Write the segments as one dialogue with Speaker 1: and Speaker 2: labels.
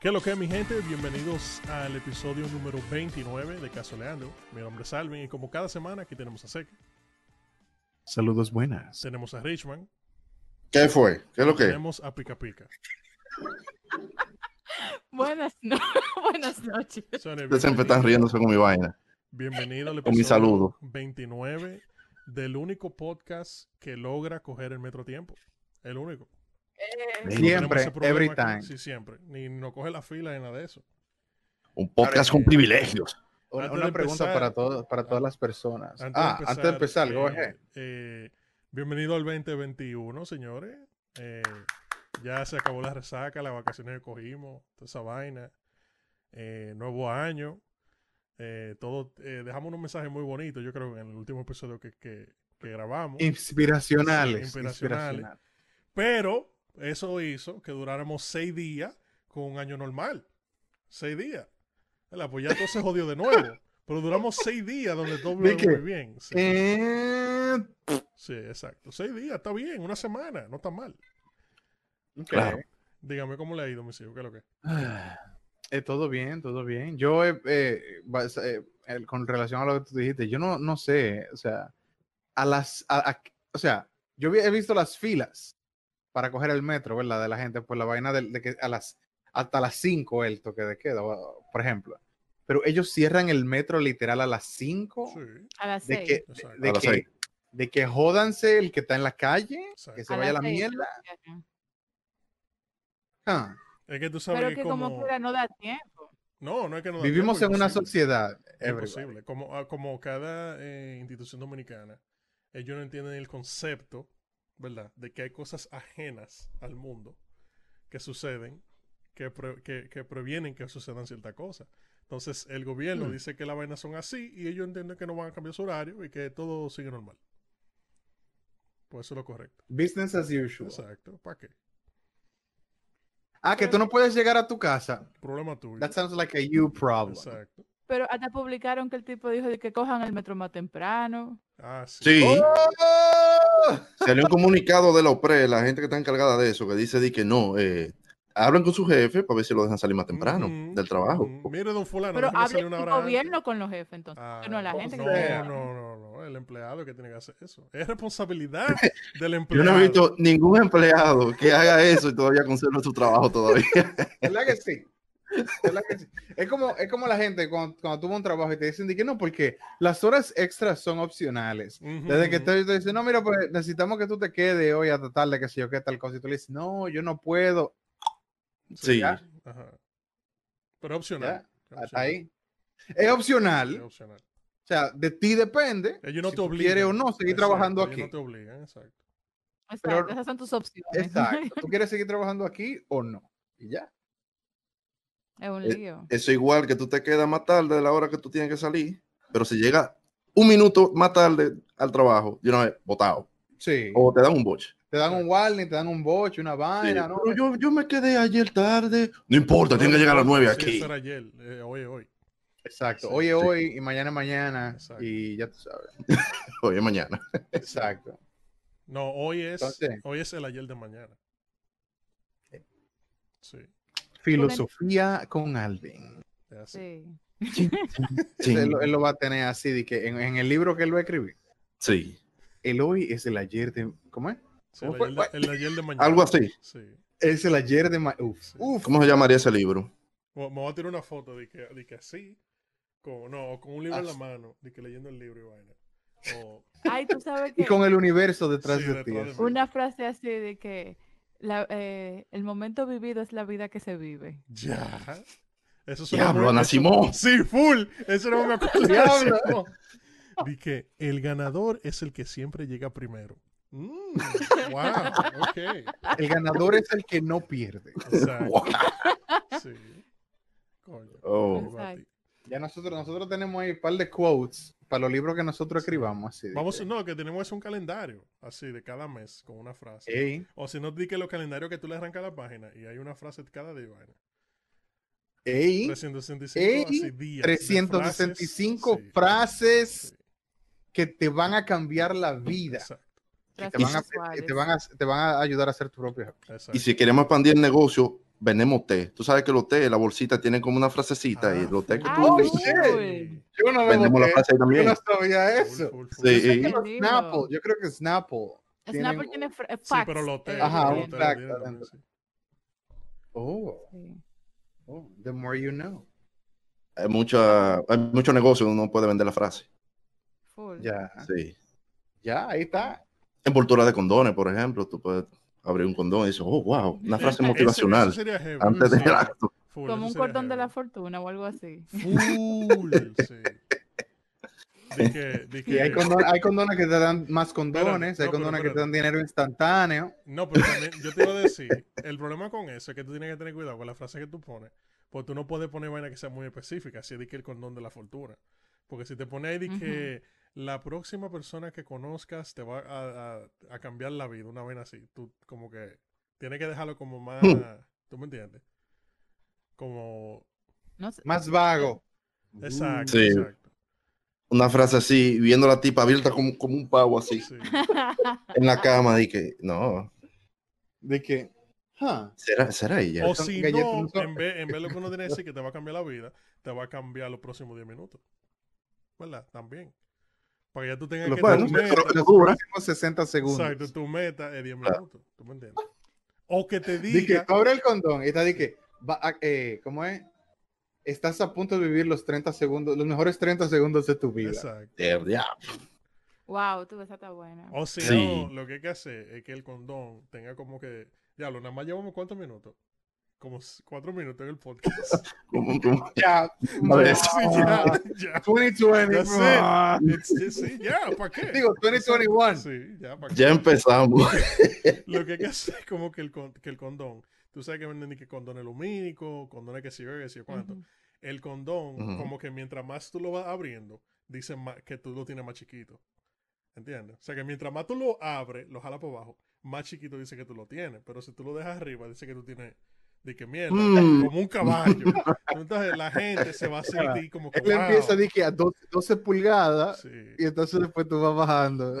Speaker 1: ¿Qué es lo que es, mi gente? Bienvenidos al episodio número 29 de Caso Leandro. Mi nombre es Alvin y como cada semana aquí tenemos a Seca,
Speaker 2: Saludos buenas.
Speaker 1: tenemos a Richman,
Speaker 3: ¿Qué fue? ¿Qué es lo que?
Speaker 1: tenemos a Pica Pica.
Speaker 4: Buenas, no- buenas noches.
Speaker 1: Señores,
Speaker 3: Ustedes
Speaker 1: bienvenido-
Speaker 3: siempre están riéndose con mi vaina.
Speaker 1: Bienvenido al
Speaker 3: Con mi
Speaker 1: episodio
Speaker 3: saludo.
Speaker 1: 29 del único podcast que logra coger el metro tiempo. El único.
Speaker 2: Hey,
Speaker 1: No tenemos
Speaker 5: Siempre,
Speaker 1: ese problema
Speaker 5: every
Speaker 1: aquí.
Speaker 5: time.
Speaker 1: Sí, siempre. Ni no coge la fila ni nada de eso.
Speaker 3: Un podcast con privilegios.
Speaker 5: Una,
Speaker 1: Antes de
Speaker 5: una pregunta
Speaker 1: empezar-
Speaker 5: para, todo- para todas las personas.
Speaker 1: Antes
Speaker 5: ah,
Speaker 1: de
Speaker 5: antes de empezar, go
Speaker 1: eh,
Speaker 5: ahead.
Speaker 1: eh, bienvenido al 2021, señores. Eh, ya se acabó la resaca, las vacaciones que cogimos, toda esa vaina. Eh, nuevo año. Eh, todo, eh, dejamos un mensaje muy bonito, yo creo, en el último episodio que, que- que grabamos.
Speaker 5: Inspiracionales.
Speaker 1: Sí,
Speaker 5: inspiracionales.
Speaker 1: Pero eso hizo que duráramos seis días con un año normal. Seis días. ¿Verdad? Pues ya todo se jodió de nuevo. Pero duramos seis días donde todo
Speaker 5: ¿De
Speaker 1: vivió
Speaker 5: qué?
Speaker 1: muy bien. Sí.
Speaker 5: Eh,
Speaker 1: Sí, exacto. Seis días, está bien, una semana, no está mal.
Speaker 5: ok.
Speaker 3: Claro.
Speaker 1: Dígame cómo le ha ido, mis hijos, qué es lo que.
Speaker 5: Eh, todo bien, todo bien. Yo, eh, eh, va- eh, el- con relación a lo que tú dijiste, yo no, no sé, o sea, a las, a- a- o sea, yo vi- he visto las filas para coger el metro, ¿verdad? De la gente, por la vaina del- de, que a las, hasta las 5 el toque de queda, o- por ejemplo. Pero ellos cierran el metro literal a las 5.
Speaker 1: Sí,
Speaker 4: A las
Speaker 5: de
Speaker 4: seis.
Speaker 5: que,
Speaker 1: exacto.
Speaker 5: de
Speaker 3: A las
Speaker 5: que,
Speaker 3: seis.
Speaker 5: de que jódanse el que está en la calle,
Speaker 1: exacto.
Speaker 5: que se
Speaker 4: A
Speaker 5: vaya a
Speaker 4: las
Speaker 5: la
Speaker 4: seis,
Speaker 5: mierda.
Speaker 4: claro.
Speaker 5: Ah,
Speaker 1: Es que tú sabes
Speaker 4: Pero
Speaker 1: que,
Speaker 4: que
Speaker 1: como.
Speaker 4: como quiera no da tiempo.
Speaker 1: No, no es que no. da
Speaker 5: Ah, vivimos en
Speaker 1: tiempo,
Speaker 5: una
Speaker 1: imposible.
Speaker 5: sociedad.
Speaker 1: Es
Speaker 5: everybody.
Speaker 1: Imposible. Como, ah, como cada eh, institución dominicana, ellos no entienden el concepto, ¿verdad? De que hay cosas ajenas al mundo que suceden, que, pre- que, que previenen que sucedan ciertas cosas. Entonces, el gobierno
Speaker 5: Hmm.
Speaker 1: dice que las vainas son así y ellos entienden que no van a cambiar su horario y que todo sigue normal. Pues eso es lo correcto.
Speaker 5: Business as usual.
Speaker 1: Exacto. ¿Para qué?
Speaker 5: Ah, que tú no puedes llegar a tu casa.
Speaker 1: Problema tuyo.
Speaker 5: That sounds like a you problem.
Speaker 1: Exacto.
Speaker 4: Pero hasta publicaron que el tipo dijo de que cojan el metro más temprano.
Speaker 1: Ah, sí.
Speaker 3: Sí,
Speaker 5: ¡Oh!
Speaker 3: salió un comunicado de la OPRE, la gente que está encargada de eso, que dice di que no, eh, hablan con su jefe para ver si lo dejan salir más temprano
Speaker 1: Ujú,
Speaker 3: del trabajo.
Speaker 1: ujú. Mm-hmm. Mire, don fulano,
Speaker 4: Pero
Speaker 1: déjeme
Speaker 4: hable
Speaker 1: salir
Speaker 4: el
Speaker 1: una hora antes.
Speaker 4: gobierno con los jefes, entonces.
Speaker 1: Ah,
Speaker 4: que no la gente. que
Speaker 1: No,
Speaker 4: está-
Speaker 1: no, no, no, el empleado que tiene que hacer eso. Es responsabilidad del
Speaker 3: Yo
Speaker 1: empleado.
Speaker 3: no he visto ningún empleado que haga eso y todavía conserve su trabajo todavía.
Speaker 5: ¿Verdad que sí? ¿Verdad que sí? Es como, es como la gente cuando, cuando tuvo un trabajo y te dicen de que no, porque las horas extras son opcionales.
Speaker 1: Ujú.
Speaker 5: Desde que te, te dicen, no, mira, pues necesitamos que tú te quedes hoy hasta tarde, que sé yo, qué tal cosa. Y tú le dices, no, yo no puedo.
Speaker 3: Sí.
Speaker 5: Ya.
Speaker 1: Ajá. Pero opcional.
Speaker 5: Hasta
Speaker 1: Opcional.
Speaker 5: ahí. Es
Speaker 1: Sí,
Speaker 5: opcional. O
Speaker 1: opcional.
Speaker 5: sea, de ti depende.
Speaker 1: Ellos no
Speaker 5: si
Speaker 1: te
Speaker 5: tú
Speaker 1: obligan.
Speaker 5: quieres o no seguir
Speaker 1: Exacto,
Speaker 5: trabajando
Speaker 1: ellos
Speaker 5: aquí.
Speaker 1: No te obligan, exacto.
Speaker 4: Exacto,
Speaker 5: pero-
Speaker 4: esas son tus opciones.
Speaker 5: Exacto. ¿Tú quieres seguir trabajando aquí o no? Y ya.
Speaker 4: es un
Speaker 3: Eh,
Speaker 4: lío.
Speaker 3: Eso igual que tú te quedas más tarde de la hora que tú tienes que salir, pero si llega un minuto más tarde al trabajo, yo no he votado.
Speaker 5: Sí.
Speaker 3: O te dan un boche.
Speaker 5: Te dan un warning, te dan un boche, una
Speaker 3: Sí,
Speaker 5: vaina, ¿no?
Speaker 3: pero yo, yo me quedé ayer tarde. No importa, tiene que llegar a las 9
Speaker 1: Sí,
Speaker 3: aquí.
Speaker 1: eso era ayer, eh, hoy, es hoy.
Speaker 5: Exacto.
Speaker 1: Sí,
Speaker 5: Hoy es
Speaker 3: sí.
Speaker 5: hoy y mañana es mañana.
Speaker 1: Exacto.
Speaker 5: Y ya tú sabes.
Speaker 3: Hoy es mañana.
Speaker 5: Exacto.
Speaker 1: No, hoy es,
Speaker 5: Entonces-
Speaker 1: hoy es el ayer de mañana. Sí,
Speaker 5: Filosofía con Alvin.
Speaker 1: es así.
Speaker 4: Sí.
Speaker 3: Sí,
Speaker 5: Él, lo- él lo va a tener así, de que en, en el libro que él va a escribir.
Speaker 3: sí.
Speaker 5: El hoy es el ayer de. ¿Cómo es?
Speaker 1: Sí, el,
Speaker 3: ¿Cómo fue?
Speaker 1: ayer de, el ayer de mañana.
Speaker 3: Algo así.
Speaker 1: Sí.
Speaker 5: Es el ayer de. ma- Uf.
Speaker 1: Sí.
Speaker 5: Uf.
Speaker 3: ¿Cómo se llamaría ese libro?
Speaker 1: Bueno, me voy a tirar una foto de que, de que así, con, no, o con un libro en la
Speaker 5: Así.
Speaker 1: mano, de que leyendo el libro y vaina. O,
Speaker 4: Ay, tú sabes
Speaker 5: Y
Speaker 4: que
Speaker 5: con el universo detrás
Speaker 1: Sí,
Speaker 5: de
Speaker 1: detrás
Speaker 5: ti.
Speaker 1: de
Speaker 5: así.
Speaker 1: mí.
Speaker 4: una frase así de que la- eh, el momento vivido es la vida que se vive.
Speaker 1: ya. Eso suena
Speaker 3: Diablo,
Speaker 1: muy-
Speaker 3: Ana
Speaker 1: eso-
Speaker 3: Simón.
Speaker 1: Sí, full. Eso no me acuerdo.
Speaker 5: Diablo.
Speaker 1: Di que el ganador es el que siempre llega primero. Mm, wow, ok.
Speaker 5: El ganador es el que no pierde.
Speaker 1: Exacto.
Speaker 3: Wow.
Speaker 1: Sí. Coño.
Speaker 3: Oh.
Speaker 1: Digo a ti.
Speaker 5: Ya nosotros, nosotros tenemos ahí un par de quotes para los libros que nosotros escribamos. Así de
Speaker 1: Vamos,
Speaker 5: que-
Speaker 1: no, que tenemos es un calendario, así, de cada mes, con una frase.
Speaker 5: Ey,
Speaker 1: O si no, di que los calendarios que tú le arrancas a la página y hay una frase de cada día. vaina.
Speaker 5: ey,
Speaker 1: 365
Speaker 5: Ey,
Speaker 1: así, días. de
Speaker 5: 365
Speaker 1: frases. Sí,
Speaker 5: frases
Speaker 1: sí,
Speaker 5: que te van a cambiar la vida.
Speaker 1: exacto,
Speaker 5: que
Speaker 4: Frases
Speaker 5: te van, a, que
Speaker 4: sexuales.
Speaker 5: te, van a, te van a ayudar a hacer tu propio.
Speaker 1: exacto.
Speaker 3: Y si queremos expandir el negocio, vendemos té. Tú sabes que los té, la bolsita, tienen como una frasecita y
Speaker 1: Ah,
Speaker 3: los té que
Speaker 4: full.
Speaker 3: tú
Speaker 4: Ay,
Speaker 3: vendes,
Speaker 4: sí.
Speaker 1: full,
Speaker 5: Yo no
Speaker 3: vendemos la
Speaker 5: boté,
Speaker 3: frase ahí
Speaker 5: yo
Speaker 3: también.
Speaker 5: no sabía eso.
Speaker 1: full, full.
Speaker 3: Sí,
Speaker 5: Yo sé
Speaker 3: y-
Speaker 5: que los
Speaker 4: Entendido.
Speaker 5: Snapple, yo creo que Snapple. tienen-
Speaker 4: Snapple tiene fr- eh,
Speaker 1: Sí,
Speaker 4: facts,
Speaker 1: pero los té,
Speaker 4: eh,
Speaker 5: Ajá,
Speaker 1: los
Speaker 5: un
Speaker 4: bien.
Speaker 1: té lo
Speaker 5: fact.
Speaker 1: tienen también, sí.
Speaker 5: Oh,
Speaker 4: Sí.
Speaker 5: oh, the more you know.
Speaker 3: Hay, mucha, hay mucho negocio donde uno puede vender la frase.
Speaker 4: Full.
Speaker 5: Ya,
Speaker 3: Sí.
Speaker 5: ya, ahí está.
Speaker 3: Envoltura de condones, por ejemplo. Tú puedes abrir un condón y dices, oh, wow, una frase
Speaker 4: Eso-
Speaker 3: motivacional
Speaker 1: Eso- eso sería heavy,
Speaker 3: antes
Speaker 1: sí,
Speaker 3: del acto.
Speaker 1: full, eso
Speaker 4: Como un
Speaker 1: sería
Speaker 4: cordón de
Speaker 1: heavy.
Speaker 4: la fortuna o algo así.
Speaker 1: Full, sí. Di que, di
Speaker 5: Y hay,
Speaker 1: que-
Speaker 5: condon- hay condones que te dan más condones,
Speaker 1: Espérate,
Speaker 5: hay
Speaker 1: no, pero
Speaker 5: condones que te dan
Speaker 1: espérate.
Speaker 5: dinero instantáneo.
Speaker 1: No, pero también yo te iba a decir, el problema con eso es que tú tienes que tener cuidado con la frase que tú pones, porque tú no puedes poner vaina que sea muy específica, así de que el condón de la fortuna. Porque si te pones ahí de que la próxima persona que conozcas te va a, a- a cambiar la vida, una vaina así, tú como que tienes que dejarlo como más, ¿tú me entiendes? Como,
Speaker 4: No sé.
Speaker 5: Más vago. Uh.
Speaker 1: exacto,
Speaker 3: Sí.
Speaker 1: exacto.
Speaker 3: Una frase así, viendo a la tipa abierta como, como un pavo así
Speaker 1: Sí.
Speaker 3: en la cama. Y que, no,
Speaker 5: De que, huh,
Speaker 3: será, será ella.
Speaker 1: O
Speaker 5: Son
Speaker 1: si
Speaker 5: galletas,
Speaker 1: no,
Speaker 5: no son-
Speaker 1: en vez, en vez de lo que uno tiene que decir que te va a cambiar la vida, te va a cambiar los próximos 10 minutos. ¿Verdad? También. Para que ya tú tengas
Speaker 5: Los
Speaker 1: que
Speaker 3: Bueno,
Speaker 1: tu
Speaker 5: pero-
Speaker 1: meta,
Speaker 3: pero dura.
Speaker 5: últimos 60 segundos.
Speaker 1: exacto, tu meta es 10 minutos. ¿Tú me entiendes? O que te
Speaker 5: De Ah. que
Speaker 1: diga,
Speaker 5: tú abres el condón y está de que, va a- eh, ¿cómo es? Estás a punto de vivir los 30 segundos, los mejores 30 segundos de tu vida.
Speaker 1: exacto.
Speaker 3: Eh, ya,
Speaker 4: wow, tú, esa está buena.
Speaker 1: O si
Speaker 3: Sí.
Speaker 1: no, lo que hay que hacer es que el condón tenga como que, ya lo nada más llevamos cuántos minutos. Como s- cuatro minutos en el podcast.
Speaker 3: como- como-
Speaker 5: Ya,
Speaker 3: A ver,
Speaker 1: Sí, ya, ya.
Speaker 5: 2020.
Speaker 1: That's it. It's- sí, ya, ¿para qué?
Speaker 5: Digo, 2021.
Speaker 1: Sí, ya, ¿para qué?
Speaker 3: ya empezamos.
Speaker 1: Lo que hay que hacer es como que el, con- que el condón. Tú sabes que venden y que condón alumínico, condones que si yo, que si yo cuánto.
Speaker 4: Ujú.
Speaker 1: El condón,
Speaker 3: Ujú.
Speaker 1: como que mientras más tú lo vas abriendo, dice ma- que tú lo tienes más chiquito. ¿Entiendes? O sea que mientras más tú lo abres, lo jalas por abajo, más chiquito dice que tú lo tienes. Pero si tú lo dejas arriba, dice que tú tienes. De que mierda,
Speaker 3: Mm.
Speaker 1: como un caballo. Entonces la gente se va a sentir como que.
Speaker 5: Él empieza
Speaker 1: "Wow".
Speaker 5: de que a 12, 12 pulgadas
Speaker 1: Sí.
Speaker 5: y entonces después tú vas bajando.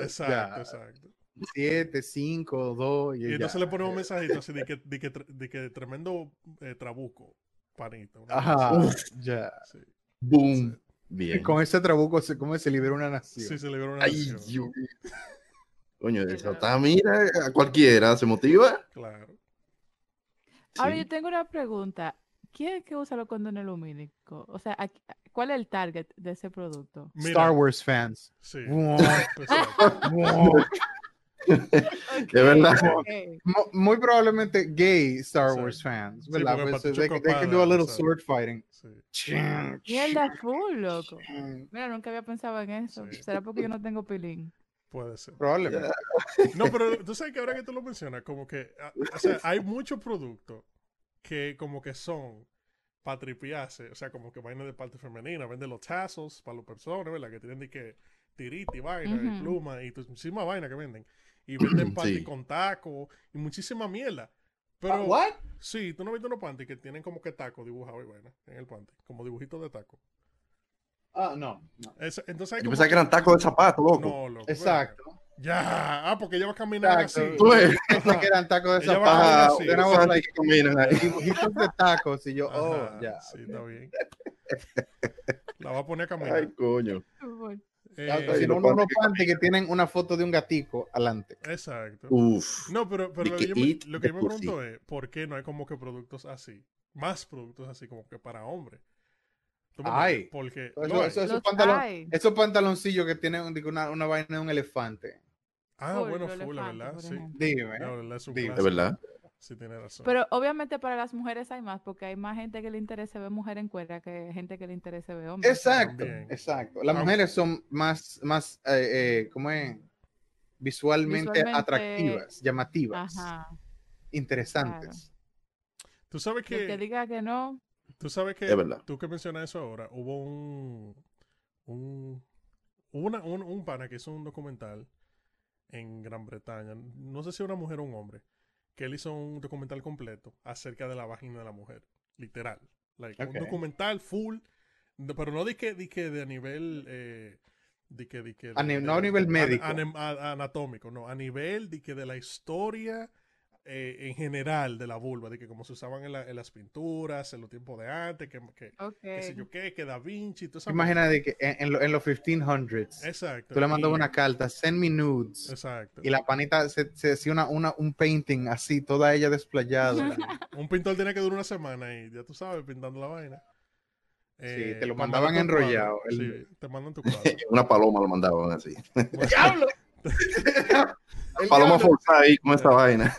Speaker 5: ya,
Speaker 1: Exacto, exacto.
Speaker 5: 7, 5, 2 y,
Speaker 1: Y
Speaker 5: ya. Eh.
Speaker 1: entonces le ponemos un mensajito así de que, de que, tr- de que tremendo eh, trabuco, panito. una
Speaker 5: Ajá,
Speaker 1: cosa
Speaker 5: ya.
Speaker 1: así. Sí.
Speaker 3: Boom.
Speaker 5: Y
Speaker 3: Bien.
Speaker 5: con ese trabuco se, como se liberó una nación.
Speaker 1: Sí, se le vieron una
Speaker 3: Ay,
Speaker 1: nación,
Speaker 3: Dios. Coño,
Speaker 4: Qué
Speaker 3: eso
Speaker 4: loco.
Speaker 3: está, mira, a cualquiera se motiva.
Speaker 1: Claro.
Speaker 4: Ahora
Speaker 3: Sí.
Speaker 4: yo tengo una pregunta. ¿Quién es que usa los condones lumínicos? O sea, ¿a qui- ¿cuál es el target de ese producto?
Speaker 1: Mira,
Speaker 5: Star Wars fans.
Speaker 1: Sí. Ah,
Speaker 5: Wow.
Speaker 1: exacto.
Speaker 5: Wow.
Speaker 3: Es verdad.
Speaker 4: Ok.
Speaker 5: Mo- Muy probablemente gay Star
Speaker 1: Sí.
Speaker 5: Wars fans.
Speaker 1: Sí,
Speaker 5: ¿verdad?
Speaker 1: porque
Speaker 5: Pues,
Speaker 1: para tu
Speaker 5: they,
Speaker 1: choco
Speaker 5: they can do a
Speaker 1: pana,
Speaker 5: little
Speaker 1: ¿sabes?
Speaker 5: sword fighting.
Speaker 1: Sí.
Speaker 5: Chin,
Speaker 4: Mierda, full, loco.
Speaker 5: chin.
Speaker 4: Mira, nunca había pensado en eso.
Speaker 1: Sí.
Speaker 4: ¿Será porque yo no tengo pilín?
Speaker 1: Puede ser.
Speaker 5: Probablemente.
Speaker 1: No, pero tú sabes que ahora que tú lo mencionas, como que, a- o sea, hay muchos productos que como que son para tripiarse, o sea, como que vaina de parte femenina, venden los tazos para las personas, ¿verdad? Que tienen de que tirita y vaina, y
Speaker 4: Ujú.
Speaker 1: pluma, y tus- muchísima vaina que venden. Y venden panty
Speaker 3: Sí.
Speaker 1: con taco y muchísima mierda.
Speaker 5: Ah,
Speaker 1: Pero,
Speaker 5: what?
Speaker 1: sí, tú no viste unos panty que tienen como que taco dibujado y vaina en el panty, como dibujitos de taco.
Speaker 5: Ah, no. no.
Speaker 1: Esa- entonces hay
Speaker 3: Yo
Speaker 1: como
Speaker 3: pensaba que eran tacos de zapato, loco.
Speaker 1: No, loco. ven
Speaker 5: Exacto.
Speaker 1: acá. Ya. Ah, porque ella va a caminar
Speaker 5: Exacto.
Speaker 1: así.
Speaker 3: Tú ves,
Speaker 5: Pensé que eran tacos de
Speaker 1: Ella
Speaker 5: zapato.
Speaker 1: va a
Speaker 3: ah,
Speaker 1: sí,
Speaker 5: Then I was
Speaker 3: esas
Speaker 5: like,
Speaker 3: que caminan ahí.
Speaker 5: dibujitos de tacos. Y yo, oh,
Speaker 1: Ajá,
Speaker 5: ya.
Speaker 1: Sí, está bien. La va a poner a caminar.
Speaker 3: Ay, coño.
Speaker 4: Full.
Speaker 1: Eh,
Speaker 5: Ya,
Speaker 3: sí,
Speaker 5: si no, uno-
Speaker 3: los
Speaker 5: unos
Speaker 3: panties que-
Speaker 5: panties que tienen una foto de un gatico adelante.
Speaker 1: exacto.
Speaker 3: Uf.
Speaker 1: No, pero, pero
Speaker 3: de
Speaker 1: lo
Speaker 3: que
Speaker 1: que yo me,
Speaker 3: eat
Speaker 1: lo que
Speaker 3: the
Speaker 1: yo me
Speaker 3: pussy.
Speaker 1: pregunto es, ¿por qué no hay como que productos así? Más productos así como que para hombres. ¿Tú me
Speaker 5: Ay.
Speaker 1: entiendes? Porque...
Speaker 5: Eso-
Speaker 1: lo hay.
Speaker 5: eso-
Speaker 4: Los
Speaker 5: Esos pantalones-
Speaker 4: hay.
Speaker 5: Esos pantaloncillos que tienen un- digo, una, una vaina de un elefante.
Speaker 1: ah,
Speaker 4: Full,
Speaker 1: bueno,
Speaker 4: los
Speaker 1: full, la
Speaker 4: elefantes,
Speaker 1: verdad,
Speaker 4: por
Speaker 1: sí.
Speaker 4: ejemplo.
Speaker 5: Dime.
Speaker 1: La verdad es un
Speaker 5: Dime.
Speaker 3: De
Speaker 1: clásico.
Speaker 3: verdad.
Speaker 1: Sí, tiene razón.
Speaker 4: Pero obviamente para las mujeres hay más, porque hay más gente que le interese ver mujer en cuera que gente que le interese ver hombre.
Speaker 5: Exacto,
Speaker 1: También.
Speaker 5: exacto. Las
Speaker 1: Ah.
Speaker 5: mujeres son más, más, eh, eh, ¿cómo es? Visualmente,
Speaker 4: Visualmente-
Speaker 5: atractivas, llamativas,
Speaker 4: Ajá.
Speaker 5: interesantes.
Speaker 1: Tú sabes
Speaker 4: El que
Speaker 1: que...
Speaker 4: diga que no,
Speaker 1: Tú sabes que
Speaker 3: Es verdad.
Speaker 1: tú que mencionas eso ahora, hubo un un, una- un un pana que hizo un documental en Gran Bretaña, no sé si una mujer o un hombre, que él hizo un documental completo acerca de la vagina de la mujer, literal. Like,
Speaker 5: Ok.
Speaker 1: Un documental full, de- pero no di que, di que de nivel... Eh, di que, di que
Speaker 5: A ni- no a nivel médico.
Speaker 1: anem- a- anatómico, no, a nivel de que de la historia eh, en general de la vulva, de que como se usaban en, la- en las pinturas, en los tiempos de antes, que, que,
Speaker 4: Ok.
Speaker 1: qué sé yo qué, que Da Vinci, toda esa
Speaker 5: Imagina de que en, en lo- en los 1500s,
Speaker 1: vaina. Exacto.
Speaker 5: tú le mandabas
Speaker 1: Y-
Speaker 5: una carta, send me nudes,
Speaker 1: Exacto.
Speaker 5: y la panita se, se hacía una, una, un painting así, toda ella desplayada.
Speaker 1: Un pintor tiene que durar una semana y ya tú sabes, pintando la vaina. Eh,
Speaker 5: te lo
Speaker 1: te
Speaker 5: mandaban
Speaker 1: mandan tu cuadro,
Speaker 5: enrollado, el-
Speaker 1: Sí, te mandan tu cuadro.
Speaker 3: Una paloma lo mandaban así.
Speaker 1: Bueno,
Speaker 5: El
Speaker 3: Paloma
Speaker 5: diablo,
Speaker 3: forzada ahí con esta vaina.